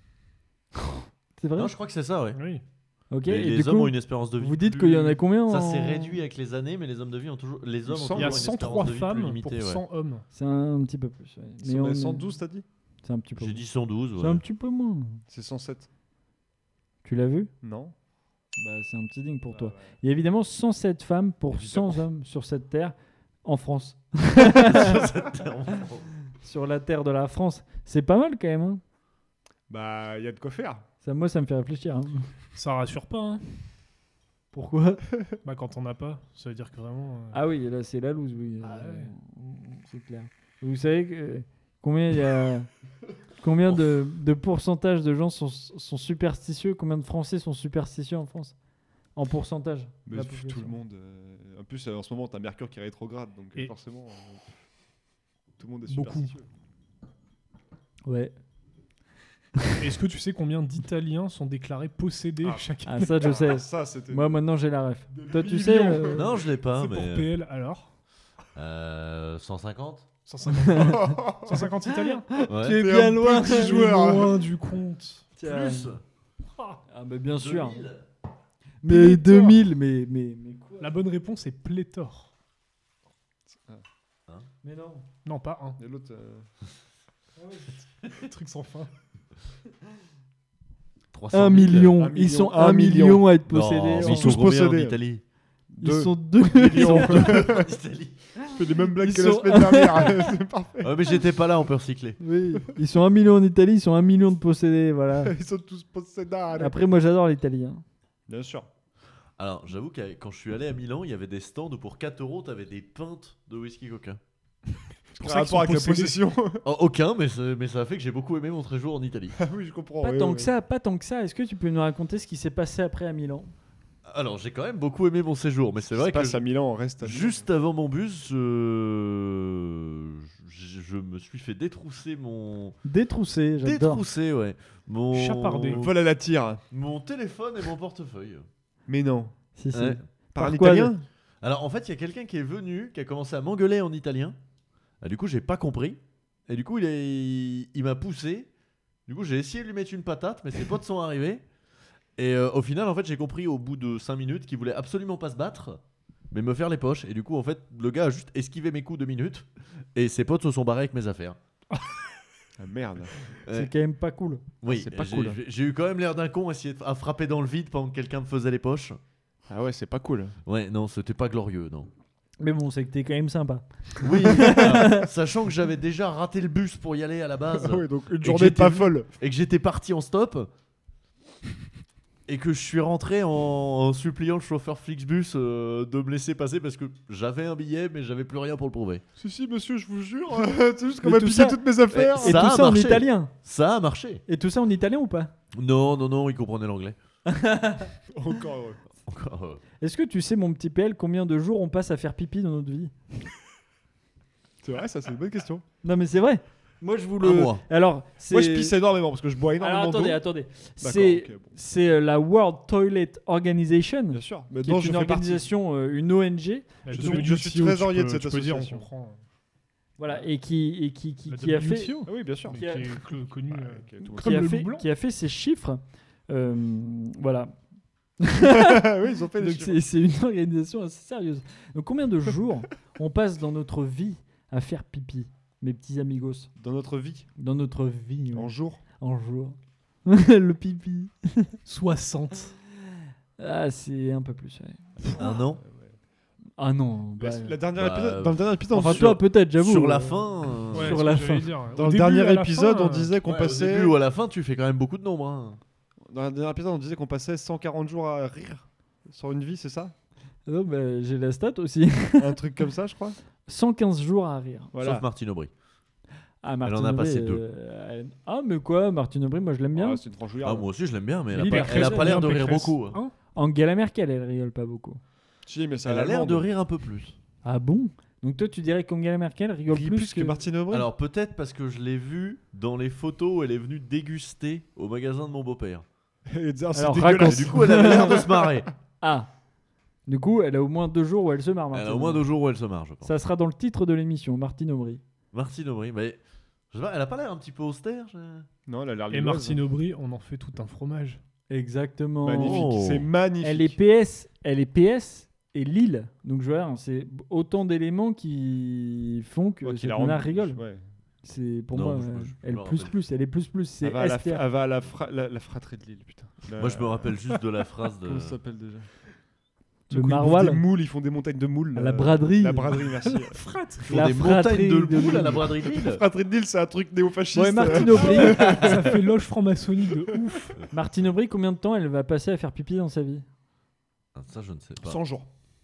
I: C'est vrai
J: Non, je crois que c'est ça, ouais.
K: Oui.
I: Ok.
J: Les-
I: et
J: les
I: du
J: hommes
I: coup,
J: ont une espérance de vie.
I: Vous dites
J: plus-
I: qu'il y en a combien
J: Ça
I: en-
J: s'est réduit avec les années, mais les hommes de vie ont toujours. Les hommes ont
H: Il
J: toujours
K: Il
J: une
K: y a
J: espérance
K: 103
J: de vie plus
K: femmes pour
J: limitée. ouais.
K: 100 hommes.
I: C'est un petit peu plus. ouais.
H: Mais
I: on est-
H: 112, t'as dit
I: C'est un petit peu.
J: J'ai
I: moins.
J: dit 112. [LAUGHS]
I: C'est
J: Ouais.
I: un petit peu moins.
H: C'est 107.
I: Tu l'as vu
H: Non Euh,
I: Bah, c'est un petit ding pour toi. Il y a évidemment 107 femmes pour 100 hommes sur cette terre en France. [LAUGHS] sur la terre de la France. C'est pas mal quand même. hein.
H: Bah, il y a de quoi faire.
I: Ça, moi, ça me fait réfléchir. hein.
K: Ça rassure pas, hein.
I: Pourquoi
K: Bah, quand on a pas, ça veut dire que vraiment. euh,
I: [LAUGHS] Ah oui, là, c'est la loose, oui.
K: Ah
I: euh,
K: ouais.
I: C'est clair. Vous savez que, euh, combien il y [LAUGHS] a. Combien de, de pourcentage de gens sont, sont superstitieux Combien de Français sont superstitieux en France En pourcentage
H: Mais
I: la
H: pff, tout le
I: population.
H: monde. euh, en plus, euh, en ce moment, t'as Mercure qui est rétrograde, donc euh,
K: Et-
H: forcément, euh, tout le monde est
K: Beaucoup.
H: superstitieux.
I: Ouais.
K: Est-ce que tu sais combien d'Italiens sont déclarés possédés
H: Ah.
K: chaque
I: Ah, ça, je sais. [LAUGHS]
H: Ah, ça, c'était.
I: Moi, maintenant, j'ai la ref.
H: Des
I: Toi, tu
H: millions.
I: sais. euh,
J: Non, je l'ai pas,
K: C'est pour
J: mais.
K: PL alors
J: euh,
I: [LAUGHS]
J: 150
K: [LAUGHS]
H: [LAUGHS]
K: 150, 150 Italiens
I: Tu
J: Ouais.
I: es
H: T'es
I: bien
H: Ah, un
I: loin.
H: petit joueur.
K: Loin du compte.
I: Tiens.
J: Plus
I: Ah, bah, bien sûr.
J: 2000.
I: Mais
K: Pléthore.
I: 2000, mais, mais, mais quoi
K: La bonne réponse est pléthore.
I: Mais non.
K: Non, pas un.
H: Et l'autre. euh, [LAUGHS]
K: Truc sans fin.
J: 300
I: Un
J: 000,
I: million.
J: euh,
I: Ils sont un million à être possédés.
J: Non,
I: Ils
J: mais ils sont
I: sont tous
J: combien en
I: possédés.
J: Italie
I: Ils sont deux. Ils sont
J: [LAUGHS]
I: [LAUGHS] deux en Italie.
H: Je fais les mêmes blagues
I: Ils
H: que la
I: sont-
H: semaine
I: [LAUGHS]
H: dernière. [LAUGHS] C'est parfait.
J: Ouais, mais j'étais pas là, on peut recycler.
I: Oui. Ils sont un million en Italie, ils sont un million de possédés, voilà.
H: [LAUGHS] Ils sont tous possédés.
I: Après, moi, j'adore l'Italie. hein.
H: Bien sûr.
J: Alors, j'avoue que quand je suis allé à Milan, il y avait des stands où pour 4 euros, t'avais des pintes de whisky coca.
H: pour ça qu'ils sont Rapport avec la possédés.
J: [LAUGHS]
H: possession. [LAUGHS]
J: Oh, aucun, mais, c'est- mais ça a fait que j'ai beaucoup aimé mon séjour en Italie.
H: Ah oui, je comprends.
I: Pas tant que ça, pas tant que ça. Est-ce que tu peux nous raconter ce qui s'est passé après à Milan
J: [LAUGHS] Alors, j'ai quand même beaucoup aimé mon séjour, mais c'est
H: qui
J: vrai
H: se passe
J: que.
H: à Milan, on reste à Milan.
J: Juste avant mon bus, euh, je, je me suis fait détrousser mon.
I: Détroussé, j'adore.
J: Détroussé, ouais. Mon.
H: Chapardé. Vol à la tire.
J: Mon téléphone et mon portefeuille.
H: Mais non.
I: Si, si.
J: Ouais.
H: Par, un italien
J: Alors en fait, il y a quelqu'un qui est venu, qui a commencé à m'engueuler en italien. Ah, du coup, j'ai pas compris. Et du coup, il, est- il, il m'a poussé. Du coup, j'ai essayé de lui mettre une patate, mais ses potes sont arrivés. Et euh, au final, en fait, j'ai compris au bout de 5 minutes qu'il voulait absolument pas se battre, mais me faire les poches. Et du coup, en fait, le gars a juste esquivé mes coups 2 minutes. Et ses potes se sont barrés avec mes affaires.
H: Ah, merde.
J: Ouais.
I: C'est quand même pas cool.
J: Oui,
H: C'est pas
J: j'ai-
H: cool. hein.
J: j'ai- J'ai eu quand même l'air d'un con à, essayer de- à frapper dans le vide pendant que quelqu'un me faisait les poches.
H: Ah ouais, c'est pas cool.
J: Ouais, non, c'était pas glorieux, non.
I: Mais bon, c'est que t'es quand même sympa. [LAUGHS]
J: Oui,
I: Ah.
J: alors, [LAUGHS] sachant que j'avais déjà raté le bus pour y aller à la base.
H: Ah oui, donc une
J: Et que
H: journée
J: j'étais
H: pas
J: venu-
H: folle.
J: Et que j'étais parti en stop. Et que je suis rentré en, en suppliant le chauffeur Flixbus euh, de me laisser passer parce que j'avais un billet mais j'avais plus rien pour le prouver.
H: Si, si, monsieur, je vous jure. euh, [LAUGHS] c'est juste qu'on
I: Mais
H: m'a
I: tout
H: piqué
I: ça-
H: toutes mes affaires.
I: Et, et tout
J: a
I: ça en
J: marché.
I: italien.
J: Ça a marché.
I: Et tout ça en italien ou pas
J: Non, non, non, il comprenait l'anglais.
H: Encore heureux.
J: Encore, euh,
I: Est-ce que tu sais, mon petit PL, combien de jours on passe à faire pipi dans notre vie
H: C'est vrai, ça, c'est une bonne question.
I: Non, mais c'est vrai. Moi, je vous le.
H: Un mois.
I: Alors, c'est.
H: Moi, je pisse énormément parce que je bois énormément
I: Alors, attendez,
H: d'eau.
I: attendez.
H: D'accord,
I: C'est
H: ok, bon.
I: c'est, euh, la World Toilet Organization. Bien
H: sûr.
I: Qui
H: dont
I: est
H: je fais
I: une
H: partie.
I: organisation, euh, une ONG.
H: Je suis- je suis trésorier de cette association.
I: Voilà, et qui, et qui, qui,
K: La
I: qui a
K: WTO,
I: fait.
H: Ah oui, bien sûr. [LAUGHS]
K: mais
H: Qui a-
K: qui est cl- connu euh,
I: qui
K: comme
I: a
K: le
I: fait,
K: loup blanc.
I: qui a fait ces chiffres. Euh, voilà.
H: Ah oui, ils ont fait des
I: Donc
H: chiffres.
I: c'est, c'est une [LAUGHS] organisation assez sérieuse. Donc combien de jours
H: [LAUGHS]
I: on passe dans notre vie à faire pipi, mes petits amigos
H: Dans notre vie
I: Dans notre vie.
H: En jour
I: En jour. [LAUGHS] le pipi.
K: 60.
I: Ah, c'est un peu plus.
J: un an
I: Ah non.
H: La-
I: bah,
H: la dernière
J: Bah,
H: épisode, dans le dernier épisode, on
I: Enfin,
H: se-
I: toi, peut-être, j'avoue.
J: Sur la
I: Euh,
J: fin. euh,
I: sur la fin.
H: Dans le dernier épisode,
K: euh,
H: on disait qu'on
J: ouais, Au
H: passait.
J: début ou à la fin, tu fais quand même beaucoup de nombres. hein.
H: Dans le dernier épisode, on disait qu'on passait 140 jours à rire sur une vie, c'est [LAUGHS] ça
I: Non, bah, j'ai la stat aussi. [LAUGHS]
H: Un truc comme ça, je crois.
I: 115 jours à rire.
H: Voilà.
J: Sauf Martine Aubry.
I: Ah,
J: Elle
I: Martine
J: en a
I: Aubry,
J: passé
I: euh,
J: deux.
I: elle- Ah, mais quoi, Martine Aubry, moi je l'aime bien.
H: c'est une franchouillarde.
J: Ah, moi aussi, je l'aime bien, mais elle a
I: Lily
J: pas-
I: Pécresse,
J: elle a pas l'air de
I: Lily
J: rire
I: Pécresse.
J: beaucoup. hein.
I: Hein Angela Merkel, elle rigole pas beaucoup.
H: Si, mais c'est
J: Elle a l'air
H: allemande.
J: de rire un peu plus.
I: Ah bon Donc toi, tu dirais qu'Angela Merkel rigole plus,
H: plus que Martine Aubry
J: Alors peut-être parce que je l'ai vue dans les photos où elle est venue déguster au magasin de mon beau-père.
H: [LAUGHS] Et dire, c'est
I: Alors
H: dégueulasse.
I: raconte.
J: Et du coup, elle avait l'air de se
H: [LAUGHS]
J: marrer.
I: Ah. Du coup, elle a au moins deux jours où elle se marre.
J: Elle
I: Martine
J: a au moins
I: Aubry.
J: deux jours où elle se marre, je pense.
I: Ça sera dans le titre de l'émission, Martine Aubry.
J: Martine Aubry, mais je sais pas, elle a pas l'air un petit peu austère je-
H: Non, elle
I: Ah,
H: a l'air
K: Et
H: lilloise.
K: Martine Aubry, on en fait tout un fromage.
I: Exactement.
H: Magnifique,
J: Oh.
H: c'est magnifique.
I: Elle est PS, elle est PS et Lille. Donc voilà, c'est autant d'éléments qui font que
H: Ouais,
I: cette
H: qui la
I: nana
H: rend-
I: rigole.
H: ouais.
I: C'est pour
J: Non,
I: moi,
J: je-
I: euh,
J: je- je
I: elle
J: me rappelle.
I: plus plus, elle est plus plus. C'est
H: Elle va à la,
I: STR.
H: fra- elle va à la, fra- la- la fratrie de Lille, putain. La-
J: Moi, je me rappelle juste de
H: [LAUGHS]
J: la phrase de.
H: Comment ça s'appelle déjà
I: le
H: Ils bouffent
I: Maroilles.
H: des moules, ils font des montagnes de moules.
I: À
H: euh,
I: la braderie.
H: La braderie, merci.
J: Ils font
I: [LAUGHS] La
J: des
I: fratrie
J: montagnes de
I: de
J: boules à la
I: Lille.
J: braderie de
H: [LAUGHS]
J: Lille.
H: fratrie de Lille, c'est un truc néo-fasciste.
I: Ouais, Martine
H: Euh, [LAUGHS]
I: Aubry.
K: Ça fait loge franc-maçonnique de ouf.
I: Martine Aubry, combien de temps elle va passer à faire pipi dans sa vie
J: Ah, Ça, je ne sais pas.
H: 100 jours.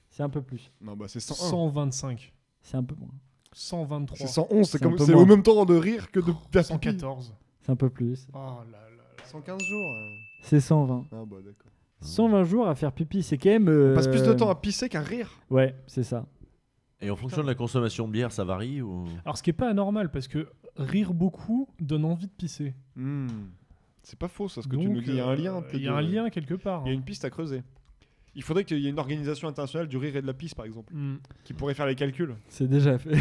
I: C'est un peu plus.
H: Non, bah c'est 101.
K: 125.
I: C'est un peu moins.
K: 123.
H: C'est 111, c'est
I: C'est
H: comme-
I: un peu
H: c'est
I: moins.
H: au même temps de rire que de faire pipi.
K: 114.
I: C'est un peu plus.
K: Oh là là.
H: 115 jours. euh.
I: C'est 120.
H: Ah bah d'accord.
I: Euh, 120 jours à faire pipi, c'est quand même.
H: On passe plus de
I: euh,
H: temps à pisser qu'à rire.
I: Ouais, c'est ça.
J: Et en fonction de la consommation de bière, ça varie ou.
K: Alors ce qui est pas anormal parce que rire beaucoup donne envie de pisser.
H: Hmm. C'est pas faux, ça, ce que
K: Donc,
H: tu nous dis. Il y a un
K: euh,
H: lien. entre les
K: Il y a un
H: deux.
K: lien quelque part. hein.
H: Il y a une piste à creuser. Il faudrait qu'il y ait une organisation internationale du rire et de la pisse, par exemple,
K: Hmm.
H: qui pourrait faire les calculs.
I: C'est déjà fait.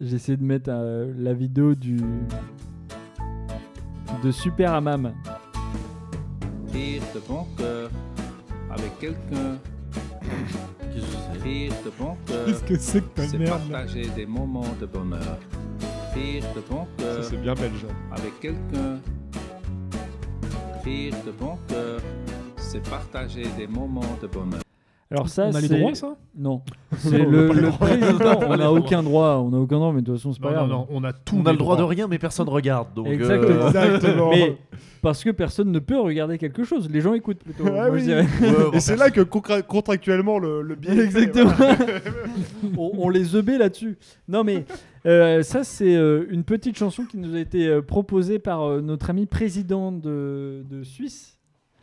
I: J'essaie de mettre euh, la vidéo du. de Super Hammam.
O: Tire de bon cœur avec quelqu'un.
J: Qu'est-ce que c'est
O: Pire de bon cœur,
K: Qu'est-ce que c'est que ta
O: c'est
K: merde, là
O: partager des moments de bonheur. Pire de bon cœur,
H: c'est bien belge.
O: Avec quelqu'un. Pire de bon cœur, c'est partager des moments de bonheur.
I: Alors ça,
K: On a les
I: c'est-
K: droits, ça [LAUGHS]
I: Non.
K: Non,
I: C'est
K: on a
I: le,
K: pas les
I: le
K: droits.
I: président.
K: On a
I: on
K: les
I: n'a aucun
K: droits.
I: droit. On n'a aucun droit, mais de toute façon, c'est pas
K: Non,
I: grave.
K: non, non, on a tous
J: On a les le droit droits. de rien, mais personne regarde, donc, euh,
H: [LAUGHS]
I: Exactement.
H: euh,
J: Exactement.
I: [LAUGHS] Mais parce que personne ne peut regarder quelque chose. Les gens écoutent plutôt.
H: Ah
I: moi, je
H: oui.
I: dirais.
H: Et c'est là que concra- contractuellement le, le biais est fait,
I: Exactement.
H: voilà.
I: [LAUGHS] on, on les EB là-dessus. Non, mais euh, ça, c'est euh, une petite chanson qui nous a été euh, proposée par euh, notre ami président de, de Suisse.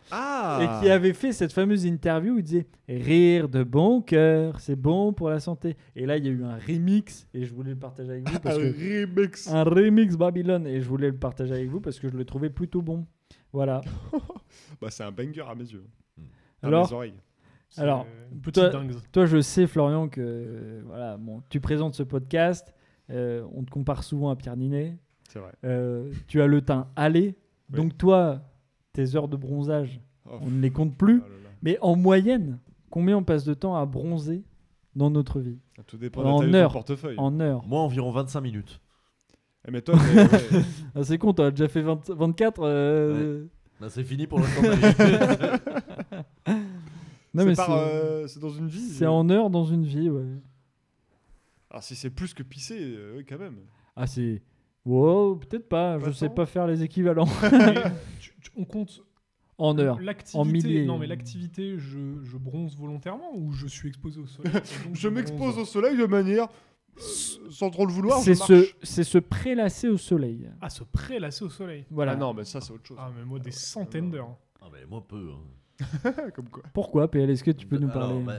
H: Ah.
I: Et qui avait fait cette fameuse interview où il disait Rire de bon cœur, c'est bon pour la santé. Et là, il y a eu un remix et je voulais le partager avec vous. Parce
H: Un
I: que- Ah.
H: remix.
I: Un remix Babylone. Et je voulais le partager avec vous parce que je le trouvais plutôt bon. Voilà.
H: Bah, c'est un banger à mes yeux. À
I: Alors,
H: mes oreilles. C'est
I: alors
K: Euh,
H: une petite
I: toi,
H: dingue.
I: toi, je sais, Florian, que euh, voilà, bon, tu présentes ce podcast. euh, on te compare souvent à Pierre Ninet.
H: C'est vrai.
I: Euh, tu as le teint allé. Donc, toi, tes heures de bronzage,
H: Oh,
I: on ne les compte plus. Mais en moyenne, combien on passe de temps à bronzer dans notre vie
H: Tout dépend de la
I: en
H: taille de ton
I: heure,
H: portefeuille. Eh,
I: En heure.
J: Moi, environ 25 minutes.
H: mais toi, t'es-
I: [LAUGHS]
H: ouais.
I: Ah, c'est con, t'as déjà fait 20 24. euh,
J: Ouais. Bah, c'est fini pour l'instant de ma vie.
I: Non,
H: C'est
I: mais
H: par, euh, c'est dans une vie,
I: C'est
H: euh.
I: en heure dans une vie, ouais.
H: Alors, si c'est plus que pisser, euh, oui, quand même.
I: Ah, c'est. Wow, peut-être pas. je sais pas faire les équivalents. [LAUGHS]
K: On compte
I: en heures,
K: l'activité-
I: en milliers.
K: Non, mais l'activité, je, je bronze volontairement ou je suis exposé au soleil. [LAUGHS]
H: Je m'expose au soleil de manière euh, sans trop le vouloir.
I: C'est
H: je
I: se,
H: marche.
I: c'est se prélasser au soleil.
K: à se prélasser au soleil.
I: Voilà. Ah non,
H: mais ça, c'est autre chose.
K: Ah, mais moi, des centaines d'heures.
J: Ah, mais moi, peu. hein.
H: Ah, Comme quoi.
I: Pourquoi, PL Est-ce que tu peux nous
J: Alors,
I: parler hein
J: bah,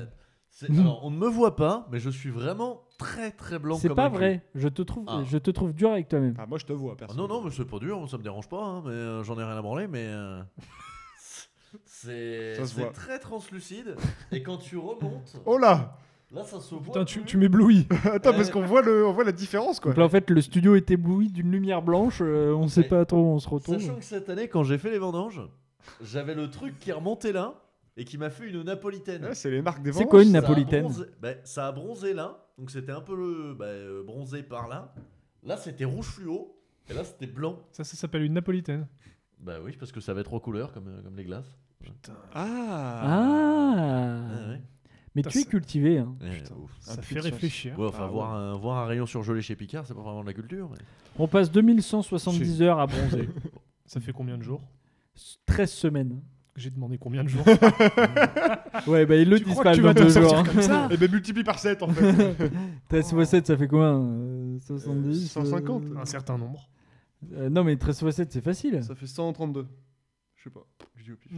J: c'est- alors, on ne me voit pas, mais je suis vraiment très très blanc.
I: C'est
J: comme
I: pas
J: un cul.
I: vrai. Je te trouve,
J: Ah.
I: je te trouve dur avec toi-même.
H: Ah, moi, je te vois, personne.
J: non, non, mais c'est pas dur, ça me dérange pas, hein, mais euh, j'en ai rien à branler, mais. euh, [LAUGHS] c'est
K: Ça se
J: c'est
K: voit.
J: très translucide, et quand tu remontes.
H: Oh là
J: Là, ça se voit.
K: Putain, tu,
J: plus.
K: tu m'éblouis.
H: Attends,
I: Eh.
H: parce qu'on voit, le, on voit la différence, quoi.
I: Donc là, en fait, le studio est ébloui d'une lumière blanche. euh, on sait pas trop où on se retrouve.
J: Sachant que cette année, quand j'ai fait les vendanges, j'avais le truc qui est remonté là et qui m'a fait une
K: Ah,
J: napolitaine.
H: Ouais, c'est les marques des
I: C'est quoi une
J: Ça a
I: napolitaine
J: bronzé- bah, Ça a bronzé là, donc c'était un peu le, bah, euh, bronzé par là. Là, c'était rouge fluo et là, c'était blanc.
K: Ça, ça s'appelle une napolitaine.
J: Bah oui, parce que ça va être trois couleurs comme, euh, comme les glaces. Putain.
I: Ah.
J: ouais.
I: Mais
J: Putain,
I: tu es
J: ça-
I: cultivé. hein.
K: Ça fait réfléchir.
J: Ouais, enfin,
K: Ah ouais.
J: voir, un, voir un rayon surgelé chez Picard, c'est pas vraiment de la culture. mais-
I: [LAUGHS] On passe 2170
K: Si.
I: heures à
K: [LAUGHS]
I: bronzer.
K: Ça fait combien de jours
I: 13 semaines.
K: J'ai demandé combien de jours.
I: Ouais, bah ils le
K: Tu
I: disent
K: crois
I: pas
K: que
I: le
K: tu vas t'en
I: 22
K: sortir Oh.
I: jours. hein.
K: comme ça
H: Et ben multiplie par 7
I: [LAUGHS]
H: en fait. Euh,
I: T'as 7, ça fait combien euh, 70
H: 150.
I: euh,
K: Un certain nombre.
I: euh, Non, mais 13 x 7, c'est facile.
H: Ah, Ça fait 132. Je sais pas. Je dis au pif.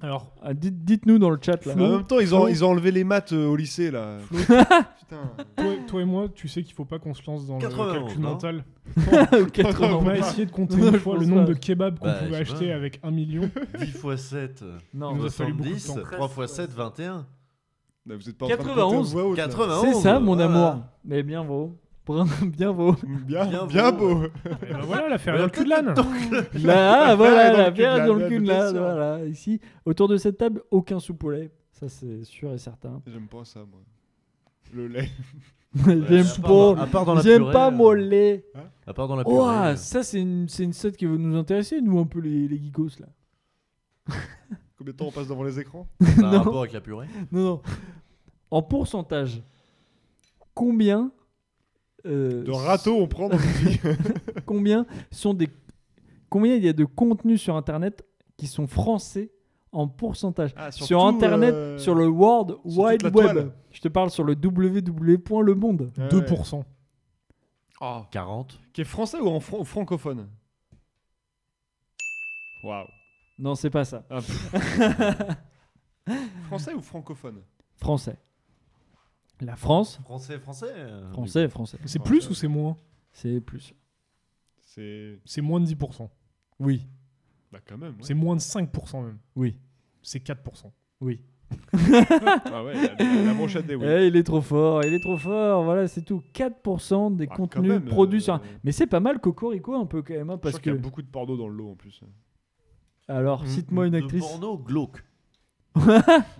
K: Alors,
I: Ah, dites- dites-nous dans le chat là.
H: en même temps, ils ont,
K: Flo.
H: ils ont enlevé les maths euh, au lycée là. [LAUGHS]
I: [LAUGHS]
H: Putain.
K: toi, toi et moi, tu sais qu'il faut pas qu'on se lance dans le
H: 91,
K: calcul
H: non
K: mental. [LAUGHS]
I: 91.
K: on va essayer de compter
I: Non,
K: une
I: je
K: fois
I: pense
K: le nombre
I: pas.
K: de kebabs qu'on
J: Bah,
K: pouvait
J: je sais
K: acheter
J: pas.
K: avec 1 million.
J: 10 x 7,
I: Non.
K: Il nous a fallu beaucoup de
J: 70,
K: temps.
J: 3 x 7, 21.
H: Là, vous êtes pas en train de compter en
I: 91.
H: voix haute, là.
J: 91.
I: C'est ça, mon
J: voilà.
I: amour. Mais bien beau. [LAUGHS] Bien beau.
H: Bien,
J: Bien
H: bien
J: beau.
H: beau.
K: Et ben voilà, l'affaire
J: Ouais,
K: est dans le cul de l'âne.
I: [LAUGHS]
H: [LAUGHS]
I: Là, ah,
H: Dans
I: voilà,
H: le
I: la
H: cul de
I: pierre
H: la
I: dans le
H: dame,
I: cul,
H: bien
I: là,
H: sûr.
I: voilà, ici. Autour de cette table, aucun sous-poulet. Ça, c'est sûr
H: [LAUGHS]
I: et certain.
H: J'aime pas ça moi. Le lait.
I: J'aime
J: à part dans- Bah, à part dans
I: pas,
J: la
I: j'aime
J: purée,
I: pas
J: euh,
I: mon lait.
J: À part dans la purée. euh.
I: Ouah, ça, c'est une, c'est une set qui veut nous intéresser, nous, un peu les, les geekos, là.
H: Combien de temps on passe devant les écrans
J: Ça a un
I: [LAUGHS] Non.
J: rapport avec la purée
I: Non, non. En pourcentage, combien. euh,
H: De râteaux on prend dans une
I: [LAUGHS]
H: vie.
I: combien sont des combien il y a de contenus sur internet qui sont français en pourcentage
H: Ah, sur
I: sur,
H: tout,
I: internet
H: euh,
I: sur le World
H: sur
I: Wide
H: toute
I: Web
H: la toile.
I: je te parle sur le E www.lemonde
H: Ouais,
K: 2%.
H: Oh.
J: 40.
H: Qui est français ou en fran- francophone Waouh.
I: non c'est pas ça
H: Ah, pff. français ou francophone
I: français la France
J: Français, français. euh,
I: français français
K: C'est plus ou c'est moins
I: c'est plus
H: C'est.
K: C'est moins de 10%.
I: oui
H: Bah quand même. ouais.
K: C'est moins de 5% même.
I: oui
K: C'est 4%.
I: oui
H: Ah ouais, la, la brochette
I: [LAUGHS]
H: des oui.
I: Eh, il est trop fort, il est trop fort, voilà, c'est tout. 4% des contenus
H: même,
I: produits
H: euh,
I: sur... Mais c'est pas mal, Cocorico, un peu quand même, hein,
H: Parce
I: parce
H: qu'il y
I: que...
H: a beaucoup de porno dans le lot en plus.
I: Alors, cite-moi une
J: de
I: actrice... [LAUGHS]
J: porno glauque.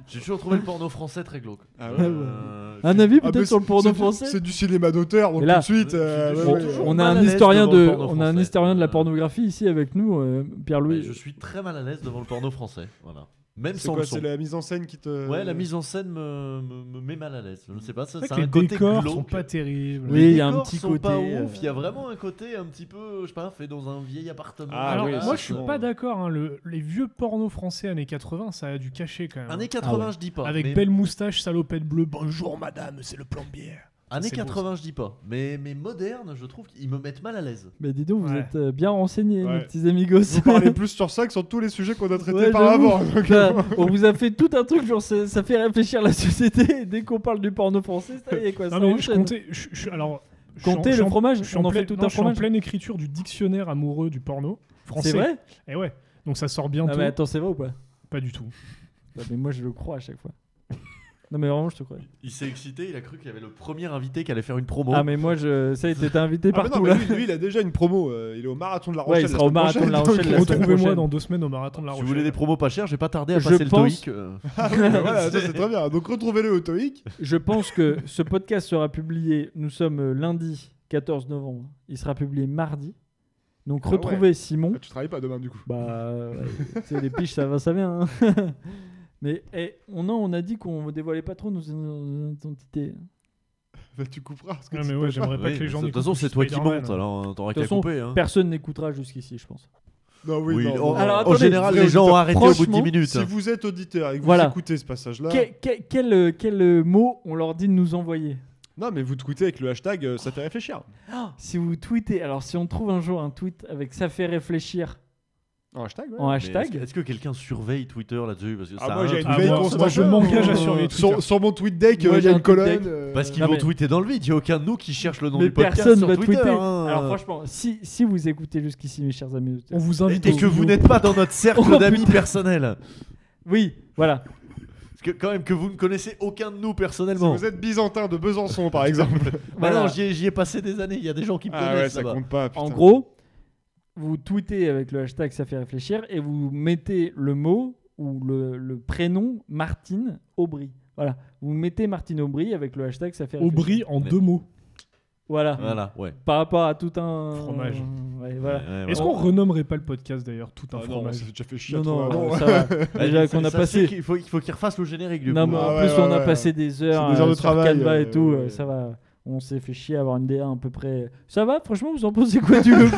J: J'ai toujours trouvé le porno français très glauque. Euh,
H: Ah
I: ouais. Un avis peut-être
H: mais
I: sur le
H: c'est-
I: porno
H: c'est du-
I: français
H: C'est du cinéma d'auteur, donc
I: Et là,
H: tout de suite. euh,
I: on-
H: ouais, ouais.
I: on a un historien de, on a un historien de la pornographie ici avec nous, euh, Pierre Louis.
J: Je suis très mal à l'aise devant le porno français. Voilà. Même
H: C'est
J: sans
H: quoi,
J: le son.
H: c'est la mise en scène qui te-
J: Ouais, la mise en scène me, me, me met mal à l'aise. Je ne sais pas, ça,
K: C'est vrai
J: ça
K: que
J: a
K: les
J: un côté
K: décors
J: glauque.
K: sont pas terribles.
J: Les
I: Oui, il y a un
J: décors
I: petit
J: sont pas
I: côté,
J: ouf.
I: euh,
J: Il y a vraiment un côté un petit peu, je sais pas, fait dans un vieil appartement.
I: Ah
K: Alors,
J: Voilà,
K: moi, je suis
J: Ah ça-
K: pas d'accord. hein, le- les vieux pornos français années 80, ça a du cachet
I: Ah
K: quand même. hein.
J: Années 80, je dis pas,
K: Avec
J: mais-
K: belle moustache, salopette bleue. Bonjour, madame, c'est le plombier.
J: Années
K: C'est beau,
J: 80, je dis pas. Mais, mais moderne, je trouve qu'ils me mettent mal à l'aise.
I: Mais dis donc, vous
J: Ouais.
I: êtes euh, bien renseignés,
J: Ouais.
I: mes petits amigos.
J: Vous parlez
H: plus sur ça que sur tous les sujets qu'on
I: [LAUGHS]
H: a traités
I: Ouais,
H: par
I: j'avoue.
H: avant. donc- euh. Ah,
I: Bah,
K: euh,
I: on vous a fait tout un truc, genre ça, ça fait réfléchir la société. Et dès qu'on parle du porno français, ça y est quoi.
K: Non,
I: ça
K: mais je
I: enchaîne.
K: comptais- je- je- alors, je suis en-
I: Comptez
K: je suis
I: le
K: en-
I: fromage,
K: Je suis
I: on
K: en,
I: en
K: pleine-
I: fait tout
K: non,
I: un
K: je suis en
I: fromage.
K: pleine écriture du dictionnaire amoureux du porno français.
I: C'est vrai
K: Et ouais. Donc ça sort bientôt.
I: Ah, mais attends, c'est vrai ou pas
K: Pas du tout.
I: Bah, mais moi je le crois à chaque
K: [LAUGHS]
I: fois. Non mais vraiment je te crois.
J: Il s'est excité, il a cru qu'il y avait le premier invité qui allait faire une promo.
I: Ah mais moi je ça t'es invité
H: Ah, mais
I: partout
H: non, mais
I: là.
H: lui, lui, il a déjà une promo. euh, il est au marathon de la
I: Ouais,
H: Rochelle.
I: il sera au
H: la semaine
I: marathon de
J: Ah,
I: la
H: prochaine.
I: Rochelle la semaine
K: Retrouvez-moi
I: prochaine.
K: dans deux semaines au marathon de la
J: Si
K: Rochelle.
J: vous voulez des promos pas chères, j'ai pas tardé à
I: Je
J: passer le
I: pense-
J: TOEIC. euh.
H: [LAUGHS] Ah oui, bah voilà, ça c'est très bien. Donc retrouvez-le au TOEIC.
I: Je pense que ce podcast sera publié, nous sommes euh, lundi 14 novembre, il sera publié mardi. Donc
H: Ah ouais.
I: retrouvez Simon.
H: Tu travailles pas demain du coup.
I: Bah, euh, ouais, tu sais, les piches, ça va, ça vient. hein. [LAUGHS] Mais eh, on, a, on a dit qu'on dévoilait pas trop nos, nos identités.
H: Bah, tu couperas. parce que
K: Ouais,
H: tu
K: Ah, mais
H: peux
K: ouais, j'aimerais pas
J: Oui,
K: que les gens.
J: de toute
K: écoutent
J: façon, c'est toi qui
K: Spider-Man.
J: montes, alors euh, t'auras
I: De
J: qu'à
I: toute façon,
J: couper. hein.
I: personne n'écoutera jusqu'ici, je pense.
H: Non, oui,
J: Oui,
H: non,
J: en-
H: non.
J: Alors, en attendez, général, les gens ont
H: auditeurs,
J: arrêté au bout de dix
H: franchement,
J: minutes.
H: Si vous êtes auditeur et que
I: Voilà.
H: vous écoutez ce
J: Bah.
H: passage-là.
I: Que- que- quel, euh, quel, euh, mot on leur dit de nous envoyer
H: Non, mais vous tweetez avec le hashtag, euh, ça fait réfléchir.
I: Si vous tweetez, alors si on trouve un jour un tweet avec ça fait réfléchir
H: En hashtag, ouais.
I: En
J: Mais
I: hashtag
J: Est-ce que, est-ce que quelqu'un surveille Twitter là-dessus Parce que
H: Ah,
J: ça
H: moi,
J: a
H: j'ai
J: un
H: une
J: truc-
H: veille
J: Ah, moi,
H: constante.
J: ça, moi, je-
H: m'engage à surveiller Sur- Twitter. sur mon tweet deck, euh, il y a une colonne, euh,
J: Parce qu'ils
I: Non,
J: vont
I: mais-
J: tweeter dans le vide, il n'y a aucun de nous qui cherche le nom
I: Mais
J: du podcast.
I: personne
J: sur
I: va
J: Twitter,
I: tweeter.
J: hein.
I: Alors franchement, si, si vous écoutez jusqu'ici, mes chers amis,
K: On vous invite
J: Et
K: au
J: que
K: studio.
J: vous n'êtes pas dans notre cercle
I: Oh,
J: d'amis
I: putain.
J: personnels.
I: Oui, voilà.
J: Parce que quand même que vous ne connaissez aucun de nous personnellement.
H: Vous êtes byzantin de Besançon, par exemple.
J: Bah non, j'y ai, j'y ai passé des années, il y a des gens qui me
H: [LAUGHS] Ah
J: connaissent.
H: ouais, ça
J: là-bas.
H: compte pas.
I: En
H: putain.
I: gros, vous tweetez avec le hashtag ça fait réfléchir et vous mettez le mot ou le, le prénom Martine Aubry. Voilà, vous mettez Martine Aubry avec le hashtag ça fait réfléchir.
K: Aubry en deux mots.
I: Voilà.
J: Voilà, ouais.
I: Par rapport à tout un
K: Fromage.
I: Ouais, voilà.
J: Ah,
K: Est-ce qu'on renommerait pas le podcast d'ailleurs tout un
H: Ah non,
K: fromage
H: ça fait déjà fait chier à
I: Non, non,
H: trouver un nom.
I: ça
H: [LAUGHS]
I: va. Déjà
J: Ça-
I: qu'on a
J: ça
I: passé.
J: fait qu'il faut- Il faut qu'ils refassent le générique du
I: Non,
J: coup.
I: mais en
H: Ah
I: plus,
H: ouais,
I: on a
H: ouais,
I: passé
H: ouais.
I: des heures,
H: C'est des heures
I: euh,
H: de
I: sur
H: travail,
I: Canva
H: euh,
I: et tout.
H: ouais,
I: euh,
H: ouais.
I: Ça va. On s'est fait chier à avoir une DA à peu près. Ça va, franchement, vous en pensez quoi
J: [LAUGHS]
I: du logo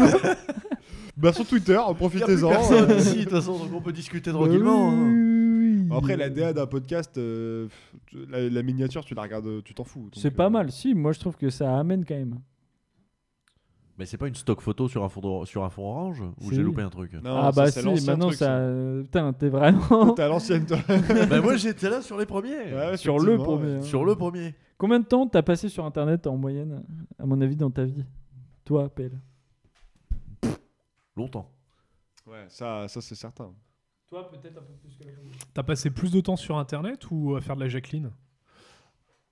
H: Bah sur Twitter,
J: Il y a plus
H: profitez-en.
J: personne
H: Euh,
J: ici, Oh, de toute façon, donc on peut discuter tranquillement. hein.
H: [LAUGHS] Après la DA d'un podcast, euh, pff, tu- la, la miniature, tu la regardes, tu t'en fous. donc,
I: C'est
H: euh,
I: pas mal, si. Moi, je trouve que ça amène quand même.
J: Mais c'est pas une stock photo sur un fond, sur un fond orange Ou
I: Si.
J: j'ai loupé un truc
H: Non,
I: ah
H: ça,
I: bah
H: c'est
I: si,
H: l'ancien
I: maintenant
H: truc,
I: ça.
H: ça.
I: euh, Putain, t'es vraiment.
H: T'es à l'ancienne, toi.
J: Bah moi j'étais là sur les premiers.
H: Ouais,
I: [LAUGHS] sur le
H: effectivement,
I: premier.
H: ouais.
I: hein.
J: Sur le premier.
I: Combien de temps t'as passé sur internet en moyenne, à mon avis, dans ta vie Toi, PL.
J: Longtemps.
H: Ouais, ça, ça c'est certain.
I: Toi, peut-être un peu plus que
K: T'as passé plus de temps sur internet ou euh, à faire de la Jacqueline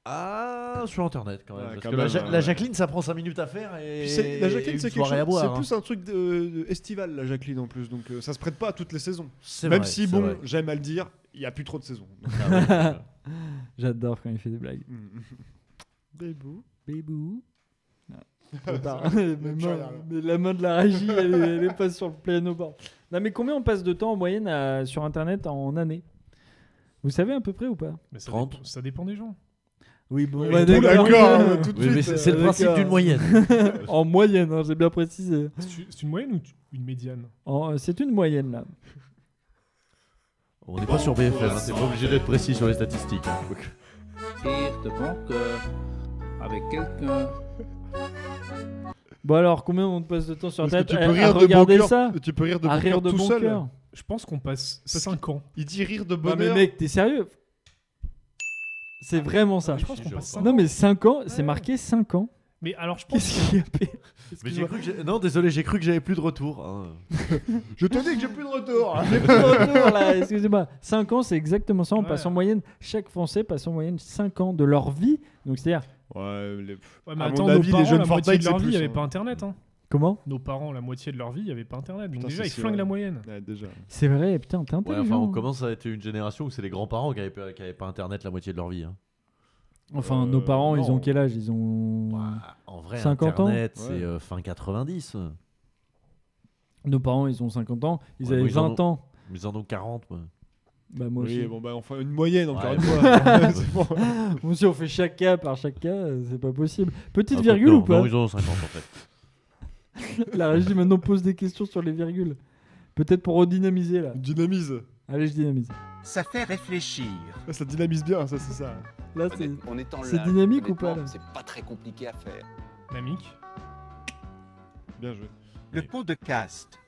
J: Ah, sur internet quand même.
H: Ouais,
J: parce
H: quand
J: que la,
H: même,
J: Ja-
H: ouais,
J: la
H: ouais.
J: Jacqueline ça prend 5 minutes à faire et.
H: Puis c'est- la Jacqueline,
J: et
H: c'est
J: une
H: quelque
J: soirée
H: chose.
J: à boire,
H: C'est
J: hein.
H: plus un truc de, de estival, la Jacqueline en plus. Donc euh, ça se prête pas à toutes les saisons.
J: C'est
H: Même
J: vrai,
H: si,
J: c'est
H: bon,
J: vrai.
H: j'aime à le dire, il y a plus trop de saisons. Donc,
J: Ah ouais, ouais, ouais.
I: J'adore quand il fait des blagues.
H: Bébou.
I: Bébou. [LAUGHS]
H: [LAUGHS] C'est vrai, il y a
I: mais,
H: plus rien, là.
I: la main de la régie, elle, est- elle est pas sur le piano bord. Non, mais combien on passe de temps en moyenne à- sur Internet en année Vous savez à peu près ou pas
K: Mais ça,
J: 30.
K: dépend, ça dépend des gens.
I: Oui, bon,
H: bah, bon, d'accord. d'accord,
I: [LAUGHS]
H: euh, tout de
J: Oui, mais
H: suite,
J: c'est
H: euh,
J: c'est le principe
I: d'accord.
J: d'une moyenne.
I: en moyenne, hein, j'ai bien précisé.
K: C'est c'est une moyenne ou tu- une médiane
I: En- euh, C'est une moyenne là.
J: On n'est pas sur BFM, hein, c'est pas obligé d'être précis sur les statistiques. hein.
O: Dire de bon cœur avec quelqu'un.
I: Bon alors, combien on passe de temps sur
H: Parce que
I: Internet
H: tu
I: à,
H: peux
I: à
H: rire de bon
I: regarder
H: cœur-
I: ça
H: tu peux rire de
I: À
H: bon cœur tout
I: bon
H: seul.
I: cœur.
K: Je pense qu'on passe
H: Parce
K: 5 ans.
H: Il dit rire de
I: Non mais
H: bonheur.
I: mec, t'es sérieux
J: Ah,
I: C'est vraiment ça.
K: Je pense qu'on passe 5
I: Non
K: ans.
I: mais 5 ans, c'est marqué 5 ans.
K: Mais alors je pense
I: Qu'est-ce qu'il y a
J: Mais
I: Excuse-moi.
J: j'ai cru que j'ai- non, désolé, j'ai cru que j'avais plus de retour. hein.
H: Je te dis que j'ai plus de
I: [LAUGHS]
H: retour.
I: J'ai plus de retour, là, excusez-moi. 5 ans, c'est exactement ça. On
K: Ouais.
I: passe en moyenne, chaque Français passe en moyenne 5 ans de leur vie. Donc c'est-à-dire,
H: Ouais, les-
K: Ouais, mais
H: à
K: attends,
H: mon avis,
K: nos parents,
H: les jeunes
K: la moitié
H: Fortnite,
K: de leur
H: c'est
K: vie, il
H: plus.
K: n'y avait
H: hein.
K: pas internet. Hein.
I: Comment
K: Nos parents, la moitié de leur vie, il n'y avait pas Internet. Donc
I: Putain,
K: déjà,
I: c'est
K: ils
I: sûr,
K: flinguent
I: ouais.
K: la moyenne.
H: Ouais, déjà.
I: C'est vrai, putain, t'es
J: Ouais, enfin,
I: intelligent. hein.
J: on commence à être une génération où c'est les grands-parents qui n'avaient pas, qui avaient pas Internet la moitié de leur vie. hein.
I: Enfin,
J: Euh,
I: nos parents, ils
J: non.
I: ont quel âge Ils ont
J: Bah, En vrai,
I: 50
J: Internet,
I: ans
J: c'est euh, fin 90.
I: Nos parents, ils ont 50 ans. Ils
J: Ouais,
I: avaient
J: moi, ils en
I: 20
J: ont-
I: ans.
J: Ils en ont 40. moi.
I: Bah, moi
H: oui,
I: aussi.
H: bon, bah, enfin, une moyenne, encore
J: Ouais,
H: une
J: bon.
H: fois. C'est bon.
I: [LAUGHS] Bon, si on fait chaque cas par chaque cas, euh, c'est pas possible. Petite
J: Ah,
I: virgule
J: non,
I: ou pas
J: non, ils en ont 50 en fait.
I: La régie maintenant pose des questions sur les virgules. Peut-être pour redynamiser là.
H: Dynamise.
I: Allez, je dynamise.
G: Ça fait réfléchir.
H: Ça dynamise bien, ça, c'est ça.
I: Là, c'est
P: Honnête- en étant
I: c'est
P: là,
I: dynamique ou pas
P: honnêtement,
I: là
P: C'est pas très compliqué à faire.
K: [LAUGHS] Dynamique.
H: Bien joué.
G: Le pot de caste.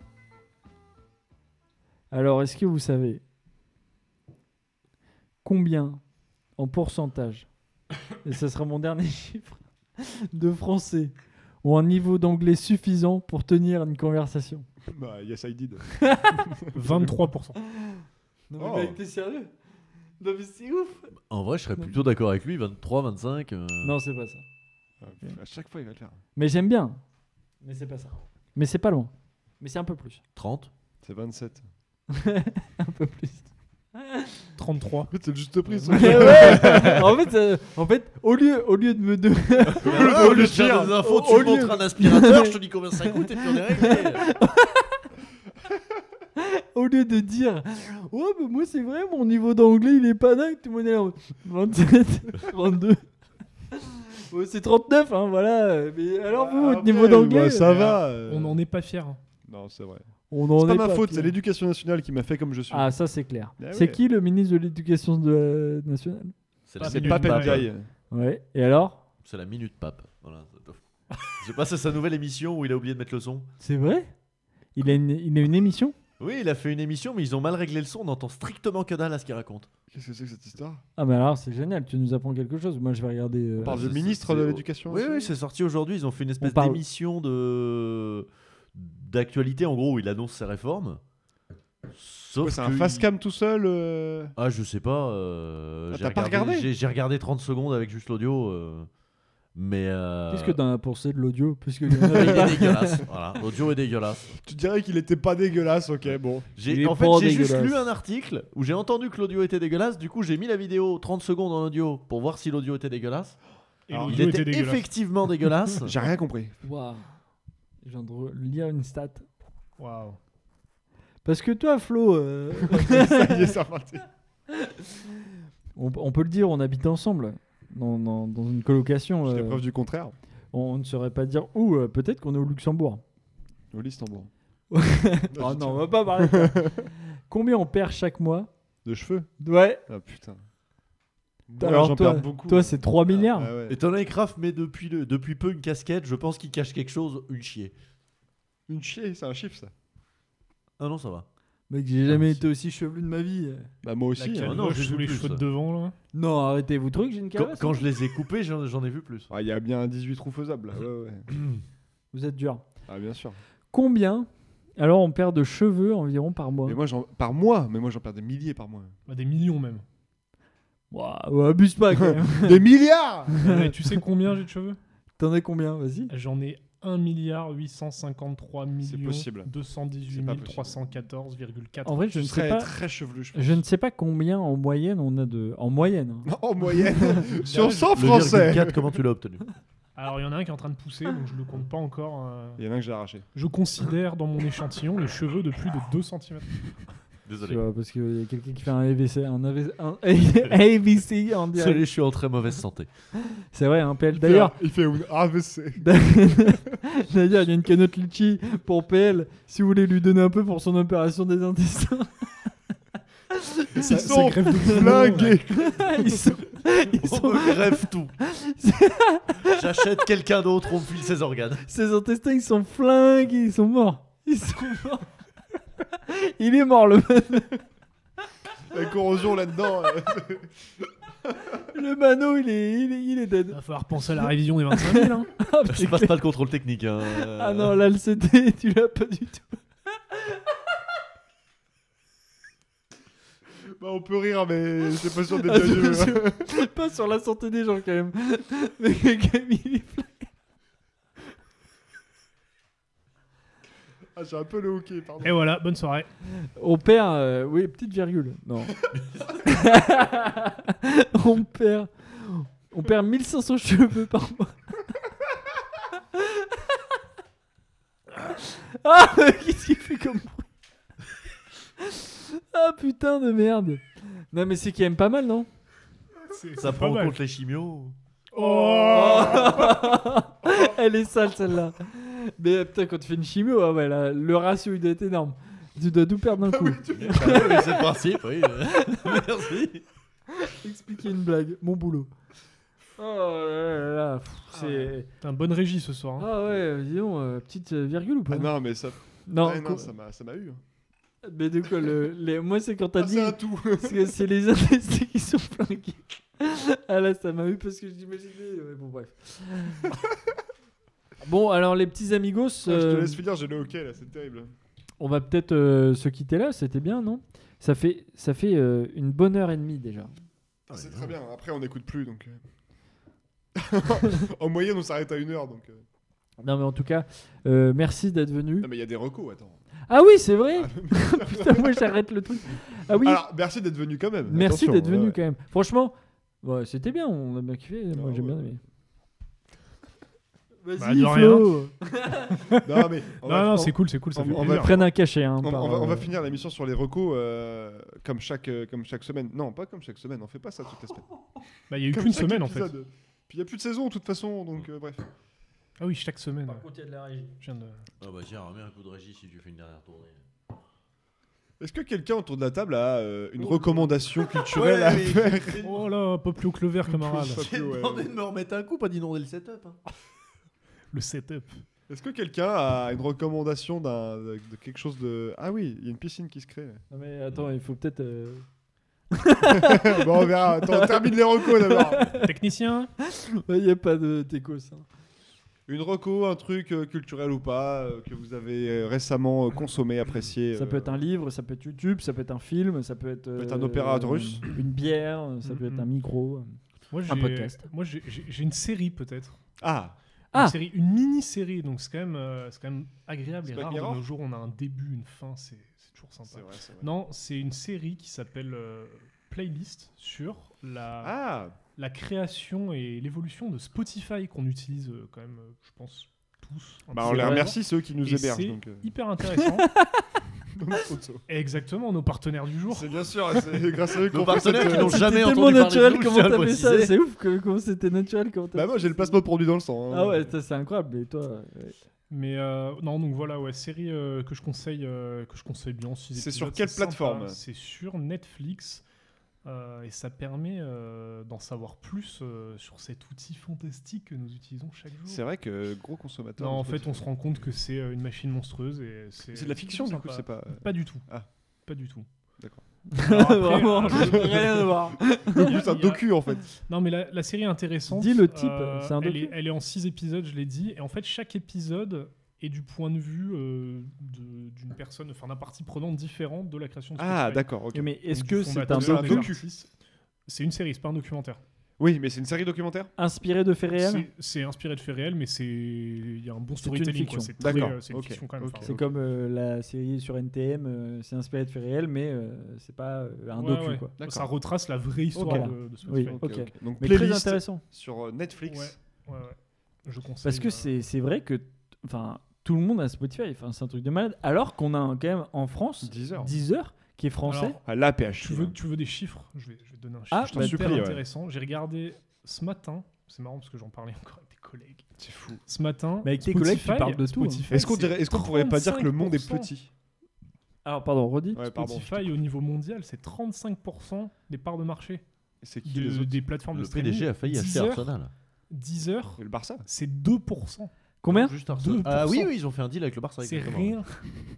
I: Alors, est-ce que vous savez combien en pourcentage, et ce sera mon dernier [LAUGHS] chiffre, de Français ont un niveau d'anglais suffisant pour tenir une conversation
H: Bah, yes, I did.
K: 23%.
I: Non,
J: Oh.
H: mais mec,
I: t'es sérieux Non, mais c'est ouf
J: En vrai, je serais plutôt d'accord avec lui, 23, 25. euh,
I: Non, c'est pas ça.
H: Ah, À chaque fois, il va le faire.
I: Mais j'aime bien. Mais c'est pas ça. Mais c'est pas loin. Mais c'est un peu plus.
J: 30.
H: C'est 27.
I: un peu [LAUGHS] plus.
K: 33.
H: En fait, c'est le juste prix. son-
I: Ouais, ouais. en, fait, euh, en fait, au lieu, au lieu de me. De... [LAUGHS]
J: au lieu de faire des infos,
I: Oh,
J: tu me montres un aspirateur, je te dis combien ça coûte, et puis on est
I: [LAUGHS]
J: réglé.
I: au lieu de dire Ouais, mais moi c'est vrai, mon niveau d'anglais il est pas dingue, tout le monde est là. en mode, [LAUGHS] 27,
H: [LAUGHS]
I: 32. Ouais, c'est 39, hein, voilà. Mais alors vous, votre niveau d'anglais. euh,
H: bah, ça va.
K: On n'en est pas fiers. hein.
H: Non, c'est vrai.
I: On en
H: C'est pas
I: est
H: ma
I: pas
H: faute,
I: fiers.
H: c'est l'éducation nationale qui m'a fait comme je suis.
I: Ah, ça c'est clair.
H: Ah
I: c'est
H: ouais.
I: qui le ministre de l'éducation de- nationale
J: C'est la
H: C'est
J: minute
H: Pape
J: pape.
H: Ndiaye.
I: Ouais, et alors
J: C'est la minute pape. Voilà. Je passe à sa nouvelle émission où il a oublié de mettre le son.
I: C'est vrai il a, une, il a une émission
J: Oui, il a fait une émission, mais ils ont mal réglé le son. On n'entend strictement que dalle à ce qu'il raconte.
H: Qu'est-ce que c'est que cette histoire
I: Ah, mais alors c'est génial, tu nous apprends quelque chose. Moi je vais regarder. euh,
H: On parle
J: C'est-
H: du
J: c'est-
H: ministre
J: c'est-
H: de l'éducation
J: Oui, oui,
H: nationale
J: c'est sorti aujourd'hui. Ils ont fait une espèce
I: parle-
J: d'émission de d'actualité en gros où il annonce ses réformes. Sauf
H: Ouais, C'est un
J: que
H: fast
J: il-
H: cam tout seul. euh,
J: Ah, je sais pas. euh,
H: Ah,
J: j'ai
H: t'as pas regardé
J: j'ai- J'ai regardé 30 secondes avec juste l'audio. euh, mais. euh,
I: Qu'est-ce que t'en as pensé de l'audio Parce que il y en
J: Il
I: avait pas. [LAUGHS]
J: est dégueulasse. voilà, l'audio est dégueulasse.
H: Tu dirais qu'il était pas dégueulasse, ok, bon.
I: Il
J: J'ai
I: est
J: en fait
I: pas
J: j'ai juste
I: dégueulasse.
J: lu un article où j'ai entendu que l'audio était dégueulasse. Du coup, j'ai mis la vidéo 30 secondes en audio pour voir si l'audio était dégueulasse.
K: Et
J: Alors, il
K: l'audio
J: était,
K: était dégueulasse.
J: effectivement
H: [LAUGHS]
J: dégueulasse.
H: J'ai rien compris.
I: Waouh. Je viens de re- lire une stat.
K: Waouh.
I: Parce que toi, Flo. euh,
H: Ça y est, c'est reparti.
I: on, on peut le dire, on habite ensemble. Dans, dans- dans une colocation.
H: Jusqu'à
I: euh,
H: preuve du contraire.
I: on, on ne saurait pas dire où. euh, Peut-être qu'on est au Luxembourg.
H: Au Istanbul.
I: Ah non, on va pas parler. de ça. Combien on perd chaque mois
H: De cheveux
I: Ouais.
H: Ah putain.
I: Alors,
H: j'en
I: toi-
H: perds beaucoup.
I: toi, c'est 3 milliards.
H: Ah, ouais.
J: Étant donné que Raph met depuis, le, depuis peu une casquette, je pense qu'il cache quelque chose, une chier.
H: Une chier, c'est un chiffre ça.
J: Ah non, ça va.
I: Mec, j'ai
J: Ah,
I: jamais été aussi chevelu de ma vie.
H: Bah moi
K: La
H: aussi. hein.
J: non,
K: calvoche
J: j'ai vu
K: sous les
J: plus,
K: cheveux de
J: ça.
K: devant, là.
I: Non, arrêtez vous trucs, j'ai une
J: Quand,
I: carasse.
J: quand je les ai coupés, j'en j'en ai vu plus.
H: Ah, Il y a bien un 18 trous faisable là. Ouais, ouais.
I: Vous êtes dur.
H: Ah bien sûr.
I: Combien alors on perd de cheveux environ par mois
H: Mais moi j'en par mois, mais moi j'en perds des milliers par mois.
K: Bah, des millions
H: [LAUGHS]
K: même.
I: Ouah, ouais, abuse pas quand même.
H: des milliards
K: Euh, et tu sais combien j'ai de cheveux
I: T'en as combien Vas-y.
K: J'en ai 1 milliard 853
H: C'est
K: millions
H: possible. C'est pas
K: 218
H: possible.
K: 314,4.
I: En vrai, je
H: Je
I: ne sais
H: serais
I: pas.
H: très chevelu, je pense.
I: Je ne sais pas combien en moyenne on a de. En moyenne. hein.
H: [LAUGHS] En [LAUGHS] moyenne, sur 100
J: Le
H: français.
J: 4, comment tu l'as obtenu
K: Alors il y en a un qui est en train de pousser, donc je le compte pas encore. euh.
H: Il y en a un que j'ai arraché.
K: Je considère dans mon échantillon les cheveux de plus de 2 cm.
I: Tu
J: Désolé.
I: vois, parce qu'il y a quelqu'un qui fait un AVC, un, AVC,
H: [LAUGHS]
I: un AVC en direct.
J: Désolé, je suis en très mauvaise santé.
I: C'est vrai, hein, un PL.
H: Il fait
I: D'ailleurs,
H: un- il fait Ah, un AVC.
I: [LAUGHS] d'ailleurs, il y a une canotte litchi pour PL. Si vous voulez lui donner un peu pour son opération des intestins,
H: [LAUGHS]
I: [LAUGHS]
H: Ils sont flingués.
I: ils sont, ils
J: On
I: sont-
J: me greffe
I: [LAUGHS]
J: tout. J'achète quelqu'un d'autre, on me file ses organes.
I: ses intestins, ils sont flingués, ils sont morts. Ils sont morts. [LAUGHS] Il est mort le
H: La corrosion là-dedans. euh,
I: le mano, il est il est, il est
K: Il
I: dead.
K: va falloir penser à la révision des 25 000. hein.
I: Ah,
J: Je passe pas le contrôle technique. hein.
I: Ah non, là, le CD, [LAUGHS] tu l'as pas du tout.
H: bah, on peut rire, mais c'est pas sûr d'être
I: Ah,
H: bien vu, hein.
I: [LAUGHS] sur- pas sur la santé des gens, quand [LAUGHS] même. Mais Camille, il est flingué.
H: Ah, j'ai un peu le hockey, pardon.
K: Et voilà, bonne soirée.
I: On perd. euh, oui, petite virgule. [LAUGHS] Non. on perd. On perd 1500 cheveux par mois. [LAUGHS] ah, mais qu'est-ce qu'il fait comme bruit Ah, putain de merde. Non, mais c'est quand même pas mal, non
J: Ça prend en compte les chimios. [LAUGHS]
I: Oh [LAUGHS] Elle est sale celle-là. Mais euh, putain, quand tu fais une chimio, ah ouais, là, le ratio il doit être énorme. Tu dois tout
H: Ah
I: perdre d'un coup.
J: oui, c'est le principe,
I: [LAUGHS]
J: oui. Merci.
I: Expliquer une blague, mon boulot. Oh là là là, pff,
H: Ah
I: c'est.
K: T'as un bonne régie ce soir. hein.
I: Ah ouais, dis donc, euh, petite euh, virgule ou pas
H: Ah non, mais ça.
I: Non,
H: Ouais,
I: quoi-
H: ça m'a ça m'a eu. hein.
I: Mais de quoi le, les- Moi, c'est quand t'as
H: Ah,
I: dit.
H: c'est un tout.
I: [LAUGHS]
H: [LAUGHS]
I: parce que c'est les investis qui sont flingués. Ah là, ça m'a eu parce que je m'imaginais. ouais,
H: [LAUGHS]
I: bon, bref. bon, alors les petits amigos.
H: Ah, je te
I: euh,
H: laisse finir, j'ai le hockey là, c'est terrible.
I: On va peut-être euh, se quitter là, c'était bien, non Ça fait, ça fait euh, une bonne heure et demie déjà.
H: Ah, c'est très bien, après on n'écoute plus donc. [LAUGHS] euh. en moyenne, on s'arrête à une heure donc. euh.
I: Non, mais en tout cas, euh, merci d'être venu.
H: Non, mais il y a des recos, attends.
I: Ah oui, c'est vrai [LAUGHS] Putain,
H: [LAUGHS]
I: moi j'arrête le truc. Ah oui,
H: Alors, merci d'être venu quand même.
I: merci
H: attention, euh,
I: d'être
H: ouais,
I: venu
H: ouais.
I: quand même. Franchement, ouais, c'était bien, on a bien kiffé.
H: Ah
I: Moi j'ai bien aimé.
K: Bah,
I: Ah, Vas-y,
K: de rien.
I: Flo
H: Bah, non, mais on
K: Non,
H: va-
K: non,
H: on-
K: c'est cool, c'est cool, ça
H: on-
K: fait
H: on va
K: plaisir.
I: Prenne un cachet. Hein,
H: On, on
I: par,
H: va, on va
I: euh,
H: finir la mission sur les recos euh, comme, chaque, euh, comme chaque semaine. Non, pas comme chaque semaine, on fait pas ça toute la semaine.
K: Bah, il y a eu
H: Comme
K: qu'une
H: chaque
K: semaine, en
H: épisode. Puis il n'y a plus de saison de toute façon, donc euh, bref.
K: Ah oui, chaque semaine. ouais.
I: il y a de la régie.
K: Je viens de-
J: Ah bah tiens, remets un coup de régie si tu fais une dernière tournée.
H: Est-ce que quelqu'un autour de la table a euh, une recommandation culturelle à faire
K: [LAUGHS] Oh là, Popio Clover, camarade.
H: Popio, ouais.
J: Demandez de me remettre un coup, pas d'inonder le setup. hein.
K: Le setup.
H: Est-ce que quelqu'un a une recommandation d'un- de, de quelque chose de. Ah oui, il y a une piscine qui se crée. [LAUGHS]
I: Non, mais attends, il faut peut-être. euh,
H: là. bon, on verra. Attends, on termine les recos d'abord.
K: Technicien
I: Il n'y a pas de techos. hein.
H: Une reco, un truc euh, culturel ou pas, euh, que vous avez euh, récemment euh, consommé, apprécié.
I: Ça
H: euh,
I: peut être un livre, ça peut être YouTube, ça peut être un film, ça peut être, euh,
H: peut être un opéra russe.
I: une bière, ça peut être un micro,
K: Moi,
I: un
K: j'ai-
I: podcast.
K: Moi, j'ai- j'ai j'ai une série, peut-être.
H: Ah
K: Une
I: Ah.
K: série, une mini-série, donc c'est quand, même, euh, c'est quand même agréable et
H: Black
K: rare. De
H: Mirror
K: nos jours, on a un début, une fin, c'est c'est toujours sympa.
H: C'est vrai, c'est vrai.
K: Non, c'est une série qui s'appelle euh, Playlist sur la,
H: Ah.
K: la création et l'évolution de Spotify qu'on utilise euh, quand même, euh, je pense, tous. un
H: Bah,
K: peu
H: on les
K: avant.
H: remercie, c'est eux qui nous
K: Et
H: hébergent,
K: c'est
H: donc, euh.
K: hyper intéressant. Exactement, nos partenaires du jour.
H: C'est bien sûr, c'est [LAUGHS] grâce à eux
J: Nos
H: qu'on fait cette,
J: partenaires qui
H: euh,
J: n'ont jamais
I: C'était
J: entendu
I: tellement
J: parler de
I: naturel
J: nous, je
I: comment
J: tiens à le
I: t'as fait ça,
J: préciser.
I: c'est ouf que- comment c'était naturel comment t'as
H: Bah, moi, j'ai le passeport produit dans le sang. hein.
I: Ah ouais, ça, c'est incroyable, mais toi. ouais.
K: Mais euh, non, donc voilà, ouais, série euh, que je conseille, euh, que je conseille bien. six
H: C'est
K: épisodes,
H: sur quelle
K: sympa.
H: plateforme
K: C'est sur Netflix. euh, et ça permet euh, d'en savoir plus euh, sur cet outil fantastique que nous utilisons chaque jour.
H: C'est vrai que gros consommateur.
K: Non,
H: de
K: en fait,
H: Spotify.
K: on se rend compte que c'est euh, une machine monstrueuse et c'est.
H: C'est de la fiction, du
K: sympa.
H: coup, c'est pas.
K: Pas du tout.
H: Ah.
K: Pas du tout. [LAUGHS]
H: D'accord.
K: Alors après,
I: Vraiment,
K: euh, je-
I: rien à voir.
H: Docu, [LAUGHS] [LAUGHS] c'est un
K: Il y a-
H: docu, en fait.
K: Non, mais la, la série est intéressante. Euh,
I: Dis le type, c'est un
K: elle,
I: docu
K: est, elle est en 6 épisodes, je l'ai dit. Et en fait, chaque épisode est du point de vue euh, de- d'une personne, enfin d'un parti prenant différent de la création de
H: Ah,
K: Spotify.
H: d'accord, ok.
I: [LAUGHS] Mais est-ce
K: Donc,
I: que
K: du
I: c'est un
K: fondateur,
H: C'est un
K: des
I: docu
H: docu.
K: artistes. C'est une série, c'est pas un documentaire.
H: Oui, mais c'est une série documentaire
I: inspiré de faits réels
K: C'est- C'est inspiré de faits réels, mais c'est il y a un bon
I: C'est
K: storytelling.
I: une
K: quoi.
I: fiction.
K: C'est très,
H: D'accord,
K: euh, c'est une
H: ok,
K: fiction quand même.
H: ok.
K: Enfin,
I: C'est
H: ok.
I: comme euh, la série sur NTM, euh, c'est inspiré de faits réels, mais euh, c'est pas euh, un
K: ouais,
I: docu
K: ouais.
I: quoi.
H: D'accord.
K: Ça retrace la vraie
I: Ok.
K: histoire de, de
I: Oui,
K: Spotify.
I: ok.
H: ok, ok. Donc,
I: mais très
H: playlist.
I: intéressant.
H: Sur euh, Netflix.
K: Ouais, ouais, ouais. Je conseille.
I: Parce que
K: euh,
I: c'est c'est vrai que t- enfin tout le monde a Spotify, enfin c'est un truc de malade. Alors qu'on a un- quand même en France
H: 10 heures.
I: Deezer qui est français.
K: Alors,
H: Ah, la PH.
K: Tu veux, tu veux des chiffres je vais, je vais te donner un chiffre
I: Ah,
K: je t'en
I: bah,
K: supplie,
H: ouais.
K: intéressant. J'ai regardé ce matin, c'est marrant parce que j'en parlais encore avec des collègues.
H: C'est fou.
K: Ce matin,
I: Mais avec tes
K: Spotify-
I: collègues, tu parles de tout, hein.
K: Spotify,
H: Est-ce qu'on
K: c'est
H: dirait, est-ce qu'on pourrait pas dire que le monde est
K: 35%.
H: petit
I: Alors pardon, redis.
H: Ouais, pardon. je
K: Spotify, au niveau mondial, c'est 35% des parts de marché
H: te- C'est qui
K: de-
H: les autres
K: des plateformes de
J: Le
K: streaming.
J: PDG a failli acheter
K: Deezer,
J: Arsenal.
K: Deezer,
H: Le Barça
K: c'est 2%.
I: Combien
J: Juste Arsenal.
K: 2%.
J: Ah oui, oui, ils ont fait un deal avec le Barça.
K: C'est
J: exactement.
K: rien.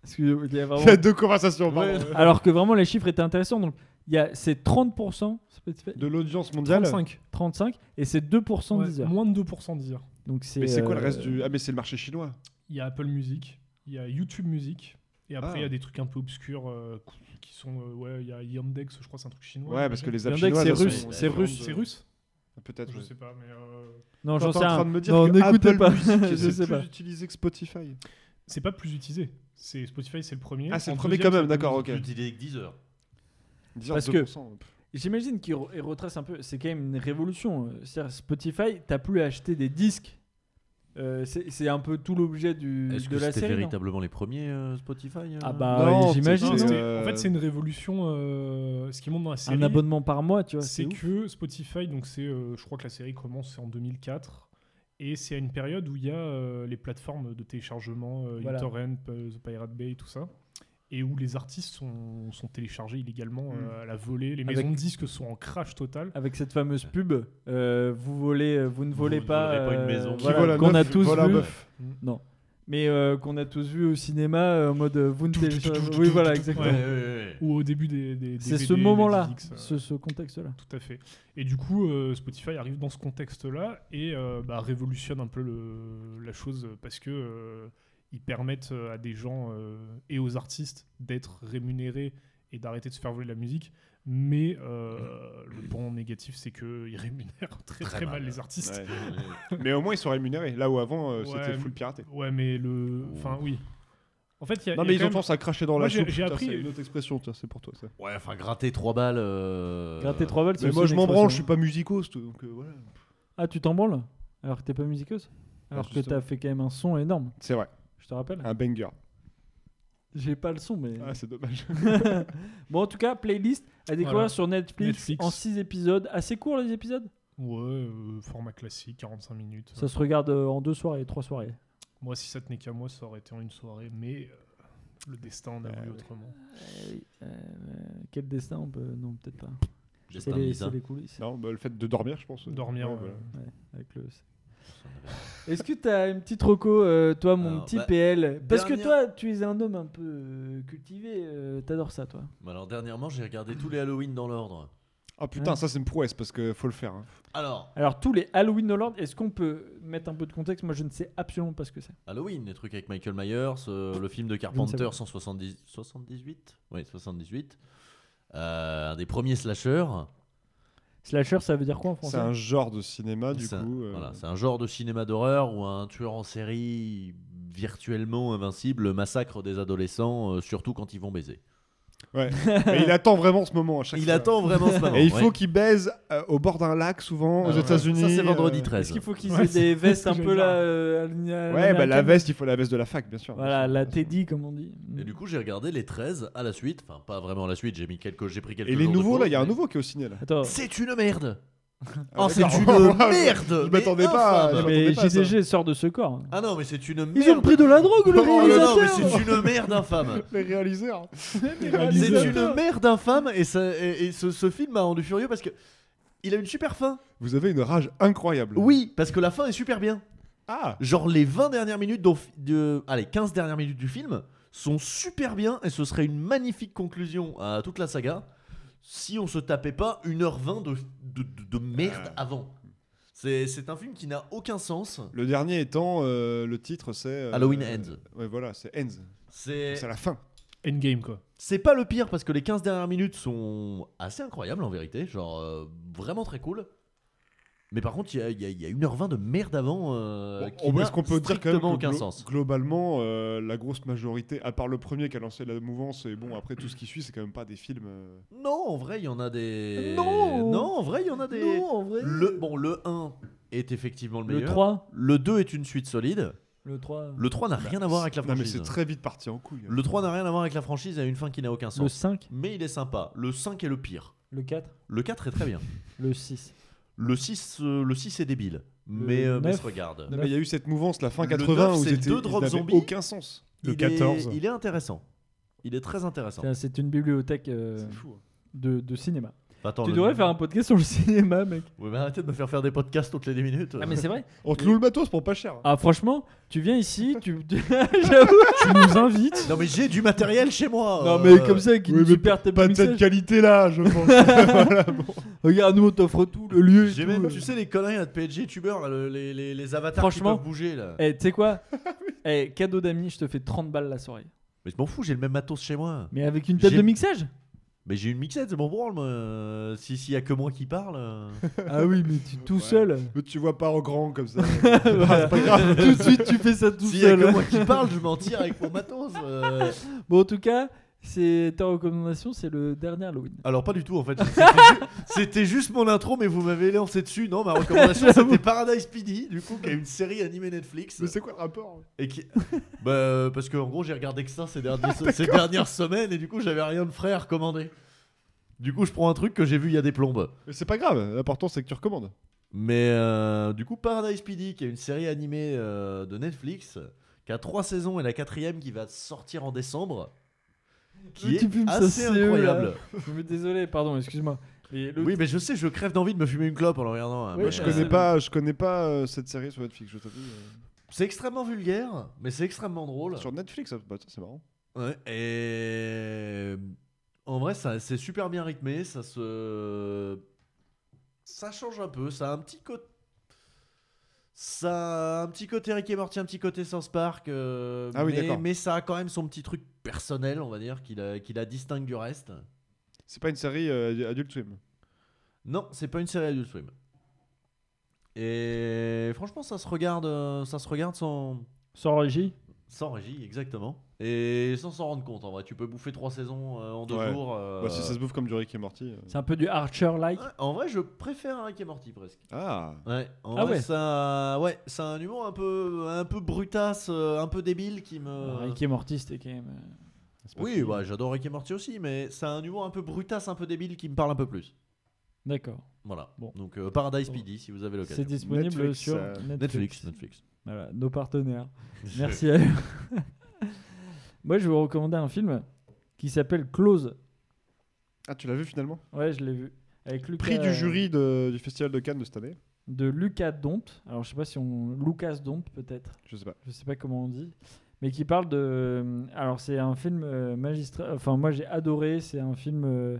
I: Parce que il y a vraiment-
H: Il y a deux conversations, pardon.
I: Alors que vraiment les chiffres étaient intéressants. Donc il y a c'est 30% Spotify,
H: De l'audience mondiale
K: 35.
I: 35 et c'est 2%
K: Ouais,
I: Deezer.
K: moins de 2% Deezer.
I: Donc c'est
H: Mais c'est quoi le
I: euh,
H: reste du. Ah, mais c'est le marché chinois.
K: Il y a Apple Music, il y a YouTube Music, et après
H: Ah.
K: il y a des trucs un peu obscurs euh, qui sont. euh, ouais, il y a Yandex, je crois, c'est un truc chinois.
H: Ouais, parce que les apps
I: Yandex,
H: chinoises.
I: c'est
H: elles sont-
I: russe,
H: elles
I: c'est
H: sont
I: russe.
H: de-
K: C'est russe
H: Ah, Peut-être.
K: Je
H: ouais.
K: sais pas, mais. euh,
I: Non,
H: euh, T'es en
I: j'en sais
H: train
I: rien.
H: de me dire
I: Non,
H: que
I: [LAUGHS] n'écoutez
H: Apple
I: pas.
H: Music,
I: je
H: c'est
I: sais
H: plus
I: pas.
H: utilisé que Spotify.
K: C'est pas plus utilisé. C'est Spotify, c'est le premier.
H: Ah, c'est
K: En
H: le premier
K: deuxième,
H: quand même,
K: c'est
H: d'accord,
K: Apple
H: ok.
K: Music.
J: Plus d'idées que 10 heures.
I: Parce que j'imagine qu'il re- il retrace un peu. C'est quand même une révolution. euh, C'est-à-dire Spotify, t'as plus à acheter des disques. Euh, c'est c'est un peu tout l'objet du
J: Est-ce
I: de
J: que
I: la
J: c'était
I: série. non
J: véritablement les premiers euh, Spotify euh
I: Ah bah ouais, j'imagine.
K: Non,
H: hein
K: c'était- En fait, c'est une révolution. euh, ce qui montre dans la série.
I: abonnement par mois, tu vois, c'est
K: C'est
I: ouf.
K: que Spotify, donc c'est, euh, je crois que la série commence en 2004. Et c'est à une période où il y a euh, les plateformes de téléchargement, euh,
I: Voilà.
K: BitTorrent, euh, The Pirate Bay, tout ça. Et où les artistes sont, sont téléchargés illégalement euh, à la volée. Les
I: Mm. Avec- Ah.
K: maisons de disques sont en crash total.
I: Avec cette fameuse pub, euh, vous volez, euh, vous ne volez pas,
K: volerez pas une
I: euh,
K: maison. Qui
I: voilà,
K: vole un
I: qu'on a
K: œuf,
I: tous
K: vole un
I: vu.
K: bœuf. Mm.
I: Non, mais euh, qu'on a tous vu au cinéma euh, en mode euh, vous ne téléchargez. Oui, voilà, exactement.
K: Ouais. Ou au début des. des
I: C'est
K: DVD,
I: ce moment-là,
K: des X, euh,
I: ce, ce contexte-là.
K: Tout à fait. Et du coup, euh, Spotify arrive dans ce contexte-là et euh, bah, révolutionne un peu le- la chose parce que euh, ils permettent à des gens euh, et aux artistes d'être rémunérés et d'arrêter de se faire voler la musique. Mais euh, le point négatif, c'est qu'ils rémunèrent [LAUGHS] très très, mal, les artistes.
H: Ouais. [LAUGHS] mais au moins ils sont rémunérés. Là où avant euh,
K: Ouais,
H: c'était full
K: mais-
H: piraté.
K: Ouais, mais le. Enfin, oui. En fait, il y a.
H: Oh. Non
K: il y a
H: mais ils
K: quand
H: ont
K: même-
H: tendance à cracher dans
K: Moi,
H: la
K: j'ai-
H: soupe.
K: J'ai
H: putain, C'est
K: appris.
H: une autre expression, tiens, c'est pour toi ça.
J: Ouais, enfin, gratter 3 balles. euh,
I: Gratter trois balles, c'est
H: Mais moi
I: aussi
H: je
I: une
H: m'en branle, je suis
I: expression.
H: pas musicos, donc euh, voilà.
I: Ah, tu t'en branles Alors que t'es pas musiqueuse Alors que
H: Ah, justement. Ah.
I: t'as fait quand même un son énorme.
H: C'est vrai.
I: Je te rappelle
H: Un banger.
I: J'ai pas le son, mais.
H: Ah, c'est dommage. [LAUGHS] Ah.
I: [LAUGHS] bon, en tout cas, playlist à découvrir
K: Voilà.
I: sur Netflix,
K: Netflix.
I: en 6 épisodes. Assez court les épisodes
K: Ouais, euh, format classique, 45 minutes.
I: Ça se regarde euh, en deux soirées, trois soirées.
K: Moi, si ça tenait qu'à moi, ça aurait été en une soirée, mais euh, le destin en a voulu autrement.
J: Eh euh,
I: quel destin on peut. Non, peut-être pas.
J: Destin
I: C'est les,
J: bizarre.
I: c'est les coulisses.
H: Non, bah, le fait de dormir, je pense.
K: Dormir, euh,
H: Ouais,
K: ouais.
H: voilà.
I: Ouais, avec le. Est-ce que t'as une petite roco, euh, toi, mon
J: Alors,
I: petit
J: bah,
I: PL Parce que
J: dernière-
I: toi, tu es un homme un peu euh, cultivé, euh, t'adores ça, toi.
J: Bah alors, dernièrement, j'ai regardé tous les Halloween dans l'ordre.
H: Ah putain,
I: Ouais.
H: ça c'est une prouesse parce que faut le faire. hein.
J: Alors,
I: Alors, tous les Halloween Holland, est-ce qu'on peut mettre un peu de contexte Moi, je ne sais absolument pas ce que c'est.
J: Halloween, les trucs avec Michael Myers, euh, le film de
I: sais
J: Carpenter
I: pas.
J: 170, 78 Oui, 78. Euh, un des premiers slashers.
H: Euh.
I: Slasher, ça veut dire quoi en français
H: C'est un genre de cinéma du
J: C'est un-
H: coup. euh,
J: voilà, c'est un genre de cinéma d'horreur où un tueur en série virtuellement invincible massacre des adolescents, euh, surtout quand ils vont baiser.
H: Ouais. Mais il attend vraiment ce moment à chaque
J: Il
H: fois.
J: attend vraiment
H: [LAUGHS]
J: ce moment,
H: Et il
J: ouais. Ah,
H: faut qu'il baise euh, au bord d'un lac souvent aux
J: ouais.
H: États-Unis.
J: Ça, c'est vendredi
H: euh,
J: 13.
I: Est-ce qu'il faut qu'ils
H: Ouais,
I: aient
H: c'est-
I: des vestes un
H: c'est
I: peu
H: bizarre.
I: là euh, à l'uni-
H: Ouais, bah la
I: américaine
H: veste, il faut la veste de la fac, bien sûr.
I: Voilà, la Teddy, comme on dit.
J: Et du coup, j'ai regardé les 13 à la suite. Enfin, pas vraiment à la suite, j'ai mis quelques, j'ai pris quelques
H: Et les
J: jours de
H: nouveaux, là,
J: pause,
H: il y a un
J: mais-
H: nouveau qui est au ciné là.
I: Attends.
J: C'est une merde
H: Ah,
J: Oh, c'est
H: d'accord.
J: une
H: [LAUGHS]
J: merde
H: Je
J: mais
H: m'attendais pas,
J: infâme.
H: je m'attendais
I: Mais
H: pas à ça.
I: GDG sort de ce corps.
J: Ah non, mais c'est une merde
I: Ils ont pris de la drogue,
J: [LAUGHS]
I: le
J: Oh, non,
I: réalisateur Ah,
J: non, mais c'est une merde infâme
H: Les réalisateurs.
J: C'est
H: réalisateur.
J: une merde infâme et, ça- et- et ce, ce film m'a rendu furieux parce que il a une super fin.
H: Vous avez une rage incroyable.
J: Oui, parce que la fin est super bien.
H: Ah
J: Genre les 20 dernières minutes, dont, de, allez, 15 dernières minutes du film sont super bien et ce serait une magnifique conclusion à toute la saga si on se tapait pas 1h20 de, de, de- de merde avant. C'est c'est un film qui n'a aucun sens.
H: Le dernier étant, euh, le titre c'est. euh,
J: Halloween Ends.
H: Ouais, voilà, c'est Ends.
J: C'est
H: C'est la fin.
K: Endgame, quoi.
J: C'est pas le pire parce que les 15 dernières minutes sont assez incroyables en vérité, genre euh, vraiment très cool. Mais par contre, il y a, il y a- il y a 1h20 de merde avant euh,
H: Bon,
J: qui n'a
H: est-ce qu'on peut dire quand même
J: strictement
H: que
J: aucun
H: glo-
J: sens.
H: globalement, euh, la grosse majorité, à part le premier qui a lancé la mouvance, et bon, après tout ce qui suit, c'est quand même pas des films. euh,
J: Non, en vrai, il y en a des.
I: Non
J: Non, en vrai, il y en a des.
I: Non, en vrai.
J: Le, bon, le 1 est effectivement le
I: Le
J: meilleur.
I: 3.
J: Le 2 est une suite solide.
I: Le 3.
J: Le 3 n'a rien à voir avec la
H: Non, mais
J: franchise.
H: Bah, c'est très vite parti en couille.
J: Le 3 n'a rien à voir avec la franchise, il a une fin qui n'a aucun sens.
I: Le 5.
J: Mais il est sympa. Le 5 est le pire.
I: Le 4.
J: Le 4 est très bien.
I: Le 6.
J: Le 6, euh, le 6 est débile. Mais, euh, mais
I: neuf.
J: se regarde.
H: Non, mais il y a eu cette mouvance, la fin
J: Le
H: 80,
J: neuf,
H: où
J: c'est
H: c'était-
J: deux
H: ils
J: drops
H: n'avaient
J: zombies.
H: aucun sens.
J: Il est- il est intéressant. Il est très intéressant.
I: Tiens, C'est une bibliothèque euh,
H: hein.
I: de, de cinéma.
J: Attends,
I: tu
J: le-
I: devrais faire un podcast sur le [LAUGHS] cinéma, mec.
J: Ouais, mais arrêtez de me faire faire des podcasts toutes les 10 minutes.
I: Ah, mais c'est vrai.
H: On te loue le matos pour pas cher.
I: Ah, franchement, tu viens ici, tu. [LAUGHS] tu- J'avoue.
K: Tu nous invites
J: Non, mais j'ai du matériel chez moi.
I: Non,
J: euh,
I: Oh, mais comme ça, qui tu perds tes
H: Pas de cette qualité là, je pense.
I: [LAUGHS]
H: Voilà, bon.
I: Regarde, nous, on t'offre tout, le lieu. et
J: J'ai
I: tout,
J: même,
I: euh.
J: tu sais, les conneries là, de PSG youtubeurs, là, le- les, les, les avatars qui
I: Franchement,
J: peuvent bouger là.
I: Eh, tu sais quoi [LAUGHS] Eh, cadeau d'amis, je te fais 30 balles la soirée.
J: Mais je m'en fous, j'ai le même matos chez moi.
I: Mais avec une table
J: J'ai-
I: de mixage
J: Mais j'ai une mixette, c'est bon branle, moi. Euh, si- S'il y a que moi qui parle. euh.
I: [LAUGHS] Ah oui, mais tu tout seul.
H: Tu vois pas en grand comme
I: [LAUGHS]
H: ça.
I: Ah, c'est pas grave, [LAUGHS] tout de suite tu fais ça [LAUGHS] tout
J: S'il y a
I: seul.
J: que moi qui parle, je m'en tire avec mon matos. euh.
I: [LAUGHS] Bon, en tout cas, c'est ta recommandation, c'est le dernier Halloween.
J: Alors pas du tout en fait. C'était ju- C'était juste mon intro, mais vous m'avez lancé dessus. Non, ma
I: [LAUGHS]
J: recommandation c'était Paradise PD, du coup, qui est une série animée Netflix.
H: Mais c'est quoi le rapport hein
J: Et qui... bah, euh, parce que en gros, j'ai regardé que ça ces, derniers- ces dernières semaines, et du coup, j'avais rien de frais à recommander. Du coup, je prends un truc que j'ai vu il y a des plombes.
H: Mais C'est pas grave, l'important c'est que tu recommandes.
J: Mais euh, du coup, Paradise PD, qui est une série animée euh, de Netflix, qui a trois saisons et la quatrième qui va sortir en décembre, qui
I: Le
J: est
I: type fume sa
J: assez
I: CE, là.
J: incroyable.
I: Mais Désolé, pardon, excuse-moi. Et le-
J: Oui, mais je sais, je crève d'envie de me fumer une clope en le regardant. hein,
H: Moi
J: mais,
H: je
J: euh,
H: connais pas, je connais pas euh, cette série sur Netflix, je t'avoue.
J: C'est extrêmement vulgaire, mais c'est extrêmement
I: Oh
J: drôle.
H: Sur Netflix, ah, bah, ça, c'est marrant.
J: Ouais, et en vrai, ça- c'est super bien rythmé, ça se, ça change un peu, ça a un petit côté, ça a un petit côté Rick et Morty, un petit côté South Park, euh,
H: Ah oui,
J: mais,
H: d'accord.
J: mais ça a quand même son petit truc personnel, on va dire, qui la, qui la distingue du reste.
H: C'est pas une série euh, Adult Swim.
J: Non, c'est pas une série Adult Swim. Et franchement, ça se regarde, euh, ça se regarde sans.
I: Sans régie
J: Sans régie, exactement. Et sans s'en rendre compte, en vrai. Tu peux bouffer trois saisons euh, en deux
H: Ouais.
J: jours. euh,
H: Bah, si ça se bouffe comme du Rick et Morty. euh.
I: C'est un peu du Archer-like.
J: En vrai, je préfère un Rick et Morty presque.
H: Ah.
J: Ouais, en
I: Ah
J: vrai,
I: ouais.
J: ça, ouais, c'est un humour un peu, un peu brutasse, euh, un peu débile qui me.
I: Euh, Rick et Morty, c'était quand même. euh,
J: Oui, bah, j'adore Rick et Morty aussi, mais c'est un humour un peu brutasse, un peu débile qui me parle un peu plus.
I: D'accord.
J: Voilà. Donc euh, Paradise PD, si vous avez l'occasion.
I: C'est disponible sur
J: Netflix.
I: Netflix.
J: Netflix.
I: Voilà, nos partenaires. [LAUGHS] Merci à eux. [LAUGHS] Moi, je vais vous recommander un film qui s'appelle Close.
H: Ah, tu l'as vu finalement
I: Ouais, je l'ai vu. Avec Lucas,
H: Prix du jury de- du Festival de Cannes de cette année.
I: De Lucas Dompt. Alors, je sais pas si on. Lucas Dompt, peut-être.
H: Je sais pas.
I: Je sais pas comment on dit. Mais qui parle de. euh, Alors, c'est un film euh, magistral. Enfin, moi, j'ai adoré. C'est un film. euh,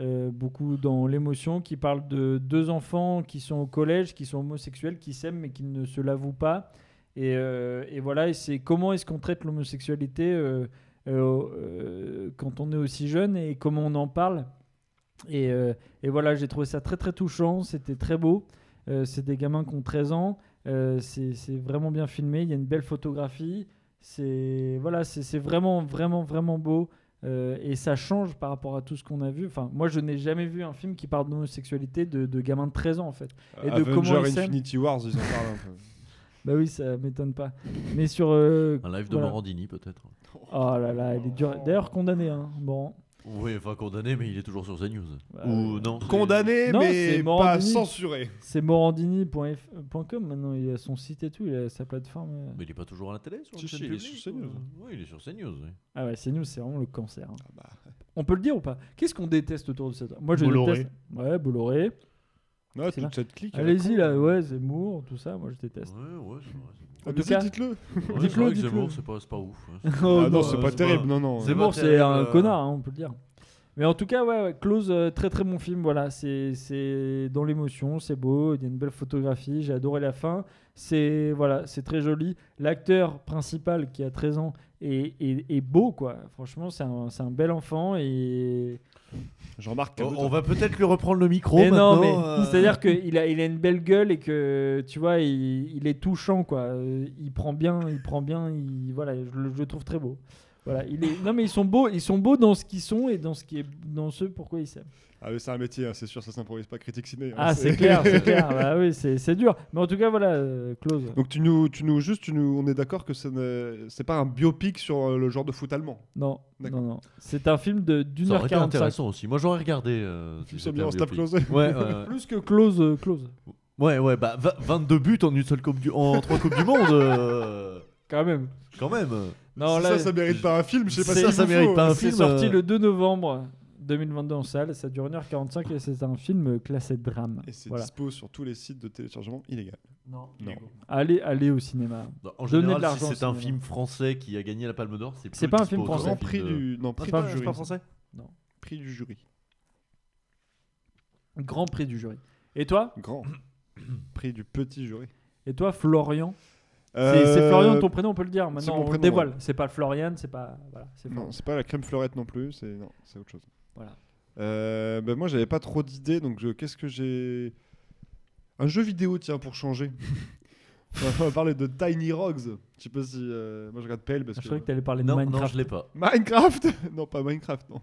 I: euh, beaucoup dans l'émotion, qui parle de deux enfants qui sont au collège, qui sont homosexuels, qui s'aiment mais qui ne se l'avouent pas. Et, euh, et voilà, et c'est comment est-ce qu'on traite l'homosexualité euh, euh, euh, quand on est aussi jeune et comment on en parle. Et, euh, et voilà, j'ai trouvé ça très très touchant, c'était très beau. Euh, c'est des gamins qui ont 13 ans, euh, c'est c'est vraiment bien filmé, il y a une belle photographie, c'est voilà, c'est c'est vraiment vraiment vraiment beau. Euh, et ça change par rapport à tout ce qu'on a vu. Enfin, moi, je n'ai jamais vu un film qui parle d'homosexualité de, de gamins de 13 ans, en fait. Et de
H: Avenger
I: comment ils s'aiment.
H: Infinity Wars, ils en parlent
I: [LAUGHS]
H: un peu.
I: Bah oui, ça m'étonne pas. Mais sur. euh,
J: Un live de
I: voilà.
J: Morandini, peut-être.
I: Oh là là, il est dur. D'ailleurs, condamné, hein. Bon.
J: Oui, enfin condamné, mais il est toujours sur CNews.
I: Bah
J: Ou non. c'est-
H: Condamné,
I: Non,
H: mais
I: c'est
H: pas
I: Morandini.
H: censuré.
I: C'est morandini.com maintenant, il a son site et tout, il a sa plateforme. euh.
J: Mais il est pas toujours à la télé sur
H: Si,
J: la
H: si,
J: chaîne
H: il est
J: publique,
H: sur CNews.
J: ou- Oui, il est sur CNews. Oui.
I: Ah ouais, c'est nous, c'est vraiment le cancer. hein. On peut le dire ou pas Qu'est-ce qu'on déteste autour de cette. Moi, je
H: Bolloré.
I: déteste. Ouais, Bolloré.
H: Ouais,
I: C'est
H: toute
I: là.
H: cette clique, elle est
I: Allez-y,
H: con.
I: là, ouais, Zemmour, tout ça, moi je déteste.
J: Ouais, ouais, c'est vrai.
I: [LAUGHS] En tout
H: Allez-y,
I: cas,
H: dites-le.
J: Ouais, c'est
I: Dites-le,
J: vrai que
I: dites-le. [LAUGHS]
J: Zemmour, c'est pas, c'est pas ouf. hein.
I: Oh
H: Ah non, c'est pas terrible, non, non.
I: Zemmour, c'est
J: terrible,
I: un
J: euh,
I: connard, hein, on peut le dire. Mais en tout cas, ouais, ouais, Close, euh, très très bon film. Voilà, c'est c'est dans l'émotion, c'est beau, il y a une belle photographie, j'ai adoré la fin. C'est voilà, c'est très joli. L'acteur principal qui a 13 ans est, est- est beau, quoi. Franchement, c'est un, c'est un bel enfant et.
H: Jean-Marc,
J: Oh, On, on va peut-être lui reprendre le micro
I: Mais
J: maintenant.
I: non, mais
J: euh. [LAUGHS]
I: c'est-à-dire qu'il a, il a une belle gueule et que tu vois, il, il est touchant quoi. Euh, Il prend bien, il prend bien, il, voilà, je, le- je le trouve très beau. Voilà, il est, non mais ils sont beaux, ils sont beaux dans ce qu'ils sont et dans ce qui est, dans ce pourquoi ils s'aiment.
H: Ah, mais c'est un métier, hein, c'est sûr, ça s'improvise pas critique ciné. hein,
I: Ah c'est [LAUGHS] clair, c'est clair. Bah oui, c'est c'est dur. Mais en tout cas voilà, euh, close.
H: Donc tu nous, tu nous juste, tu nous, on est d'accord que ce n'est- c'est pas un biopic sur euh, le genre de foot allemand.
I: Non,
H: D'accord.
I: non, non. C'est un film de d'une
J: Ça
I: heure
J: aurait été intéressant
I: 45
J: aussi. Moi, j'aurais regardé. euh, si
H: Nous
J: c'était
H: sommes dans
J: un
H: Stop
J: biopic.
H: Close.
J: Ouais, ouais, ouais.
I: Plus que close, euh, close.
J: Ouais, ouais, bah va- 22 buts en une seule coupe du, en trois coupes du monde. euh,
I: Quand même.
J: Quand même.
I: Non
H: Si
I: là,
H: ça, ça mérite pas un film, je sais pas
J: c'est-
H: si
J: ça mérite pas un
I: c'est
J: film,
I: sorti
J: euh.
I: le 2 novembre 2022 en salle. Ça dure 1h45 et c'est un film classé drame.
H: Et c'est
I: Voilà.
H: dispo sur tous les sites de téléchargement illégal.
I: Non.
H: Non.
I: Allez, allez au cinéma.
J: Bah, En
I: Donnez de
J: général, si
I: l'argent. au
J: c'est un
I: cinéma.
J: film français qui a gagné la Palme d'Or, c'est
I: C'est
J: plus
I: pas un
J: dispo
I: film
J: aujourd'hui.
I: français.
H: Grand prix
J: de-
H: du, non,
J: Ah,
H: prix
J: c'est pas-
H: du
J: c'est
H: jury.
J: pas français
I: Non.
H: Prix du jury.
I: Grand prix du jury. Et toi
H: Grand. prix du petit jury.
I: Et toi, Florian C'est-
H: Euh,
I: C'est Florian ton prénom, on peut le dire.
H: c'est
I: Maintenant,
H: mon
I: on
H: prénom,
I: le dévoile.
H: ouais.
I: C'est pas Florian, c'est pas. Voilà, c'est
H: Non,
I: Florian.
H: c'est pas la crème fleurette non plus, c'est non, c'est autre chose.
I: Voilà.
H: Euh, ben moi, j'avais pas trop d'idées, donc je- qu'est-ce que j'ai. Un jeu vidéo, tiens, pour
I: [LAUGHS]
H: changer. On va parler de Tiny Rogs. Je sais pas si. euh, Moi, je regarde PL parce
I: Ah, Je
H: que.
I: croyais que t'allais parler de
J: Non, non,
I: Minecraft.
J: je l'ai pas.
H: Minecraft [LAUGHS] Non, pas Minecraft, non.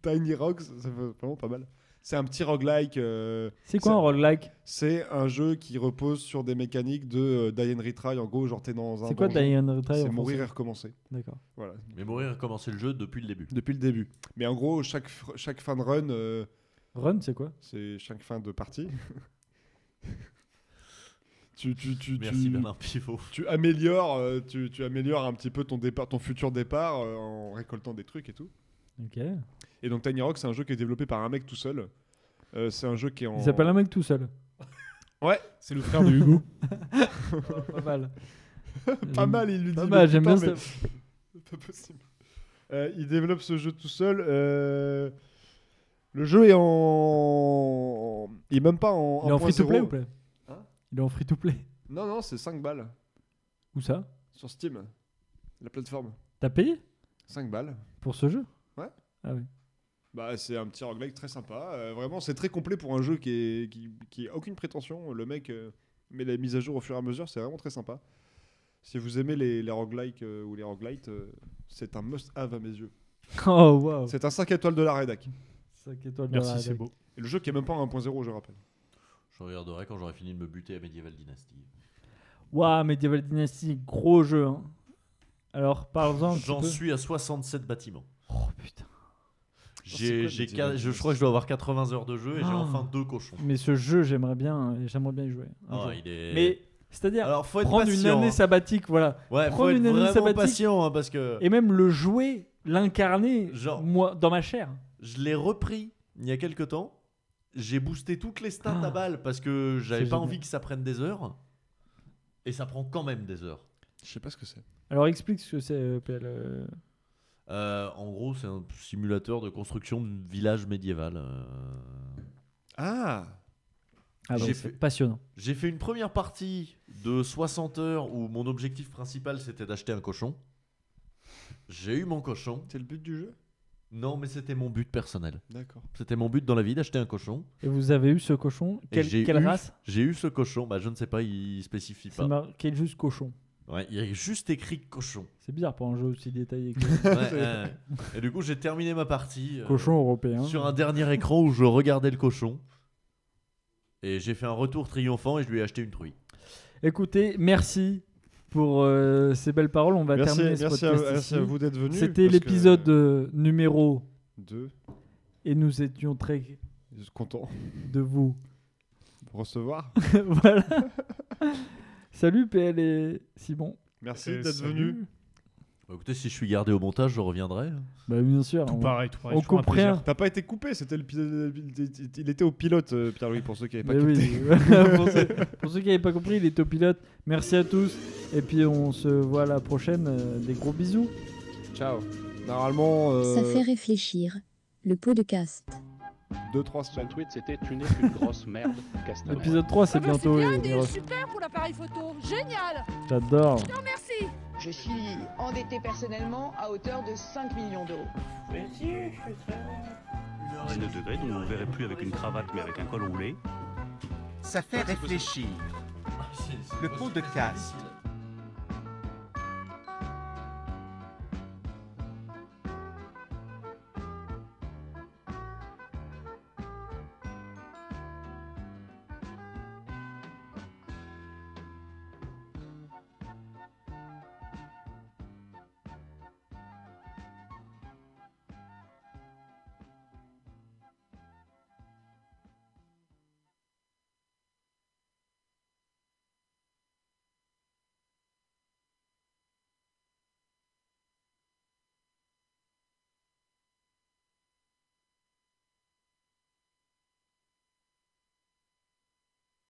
H: Tiny Rocks, c'est vraiment pas mal. C'est un petit roguelike. euh,
I: C'est quoi un roguelike
H: C'est un jeu qui repose sur des mécaniques de euh, Die and Retry. En gros, genre, t'es dans un.
I: C'est quoi
H: donjon.
I: Die and Retry en
H: C'est mourir et
I: français
H: recommencer.
I: D'accord.
H: Voilà.
J: Mais mourir et recommencer le jeu depuis le début.
H: Depuis le début. Mais en gros, chaque, fr- chaque fin de run. euh,
I: Run, c'est quoi
H: C'est chaque fin de
K: [LAUGHS]
H: partie. tu, tu, tu,
J: Merci
H: tu-
J: Bernard Pivot.
H: Tu améliores, euh, tu, tu améliores un petit peu ton, départ, ton futur départ euh, en récoltant des trucs et tout.
I: Ok.
H: Et donc Tiny Rock, c'est un jeu qui est développé par un mec tout seul. Euh, c'est un jeu qui est en.
I: Il s'appelle un mec
H: [LAUGHS]
I: tout seul.
H: Ouais.
K: C'est le frère de Hugo.
I: pas mal.
H: pas mal, il lui dit.
I: Mm. Pas
H: mais
I: mal, j'aime
H: putain,
I: bien
H: mais-
I: ça.
H: [LAUGHS] c'est pas possible. Euh, il développe ce jeu tout seul. euh, Le jeu est en. Il est même pas en.
I: Il est en free to play
H: 1.0.
I: ou pas
J: Hein?
I: Il est en free to play.
H: Non, non, c'est 5 balles
I: Où ça
H: sur Steam, la plateforme.
I: T'as payé
H: 5 balles.
I: Pour
H: [LAUGHS]
I: ce jeu
H: Ouais.
I: Ah oui.
H: Bah, c'est un petit roguelike très sympa. Euh, vraiment, c'est très complet pour un jeu qui est qui, qui a aucune prétention. Le mec euh, met la mise à jour au fur et à mesure. C'est vraiment très sympa. Si vous aimez les, les roguelikes euh, ou les roguelites, euh, c'est un must-have à mes yeux.
I: Oh waouh.
H: C'est un 5 étoiles de la rédac.
I: 5 étoiles de la
J: Merci, c'est
I: rédac.
J: beau.
H: Et le jeu qui est même pas en 1.0, je rappelle.
J: Je regarderai quand j'aurai fini de me buter à Medieval Dynasty.
I: Waouh, Medieval Dynasty, gros jeu. hein. Alors, parlons un petit
J: J'en
I: peu.
J: suis à 67 bâtiments.
I: Oh putain.
J: J'ai,
I: quoi,
J: j'ai
I: Medieval
J: qua- je
I: Dynasty
J: crois que je dois avoir 80 heures de jeu et j'ai
I: Ah.
J: enfin deux cochons.
I: Mais ce jeu, j'aimerais bien, j'aimerais bien y jouer. un
J: Ah,
I: jour.
J: il est-
I: Mais c'est-à-dire
J: Alors, faut être
I: prendre une
J: patient,
I: année
J: hein.
I: sabbatique, voilà.
J: Ouais, faut
I: prendre
J: être
I: une année
J: vraiment
I: sabbatique.
J: patient, hein, parce que-
I: Et même le jouer, l'incarner,
J: Genre.
I: moi, dans ma chair.
J: Je l'ai repris il y a quelques temps. J'ai boosté toutes les stats à balle parce que j'avais
I: Ah. C'est
J: pas
I: génial.
J: envie que ça prenne des heures. Et ça prend quand même des heures.
H: Je sais pas ce que c'est.
I: Alors explique ce que c'est euh, PL. euh,
J: Euh, en gros, c'est un simulateur de construction de village médiéval. euh.
H: Ah
I: Ah ouais,
J: J'ai
I: c'est
J: fait-
I: passionnant.
J: J'ai fait une première partie de 60 heures où mon objectif principal c'était d'acheter un cochon. J'ai eu mon cochon.
H: C'est le but du jeu
J: Non, mais c'était mon but personnel.
H: D'accord.
J: C'était mon but dans la vie d'acheter un cochon.
I: Et vous avez eu ce cochon
J: Et
I: Quelle,
J: j'ai
I: quelle
J: eu-
I: race
J: J'ai eu ce cochon. Bah, je ne sais pas, il spécifie
I: C'est
J: pas.
I: marqué juste cochon.
J: Ouais, il y a juste écrit
I: [LAUGHS]
J: cochon.
I: C'est bizarre pour un jeu aussi
J: [LAUGHS]
I: détaillé. que-
J: Ouais, ouais. Et du coup, j'ai terminé ma partie. euh,
I: Cochon européen.
J: Sur un dernier écran où je regardais le cochon. Et j'ai fait un retour triomphant et je lui ai acheté une truie.
I: Écoutez, merci pour euh, ces belles paroles. On va
H: Merci-
I: terminer ce
H: merci à-
I: podcast.
H: merci
I: ici.
H: à vous d'être venus,
I: C'était
H: parce
I: l'épisode euh, numéro
H: 2.
I: Et nous étions très
H: Je suis content
I: de vous.
H: de recevoir.
I: voilà. Salut PL et Simon.
H: [LAUGHS] Merci
J: Euh,
H: d'être venu.
J: Bah, écoutez, si je suis gardé au montage, je reviendrai.
I: Bah, bien sûr.
J: Tout
I: on-
J: pareil, tout pareil,
I: On
J: toujours un
I: comprend.
H: T'as pas été coupé, c'était l'épisode. Il était au pilote, euh, Pierre-Louis, pour ceux qui n'avaient pas
I: Mais
H: capté.
I: oui, [LAUGHS] pour, ceux, pour ceux qui n'avaient pas compris, il est au pilote. Merci à tous. Et puis on se voit à la prochaine. Euh, Des gros bisous.
H: Ciao. Normalement. euh,
A: Ça fait réfléchir. Le podcast.
H: Deux, trois semaines.
B: Son tweet c'était Tu n'es qu'une grosse merde, Castelroy.
I: L'épisode 3, c'est
C: Ah bah,
I: bientôt.
C: bien,
I: euh,
C: Deal,
I: Eros.
C: super pour l'appareil photo. Génial.
I: J'adore.
C: Non, merci.
D: Je suis endetté personnellement à hauteur de 5 millions d'euros.
E: Monsieur, je suis très heureux.
F: 19 degrés, donc vous ne verrez plus avec une cravate mais avec un col roulé.
G: Ça fait réfléchir. Le pot de caste.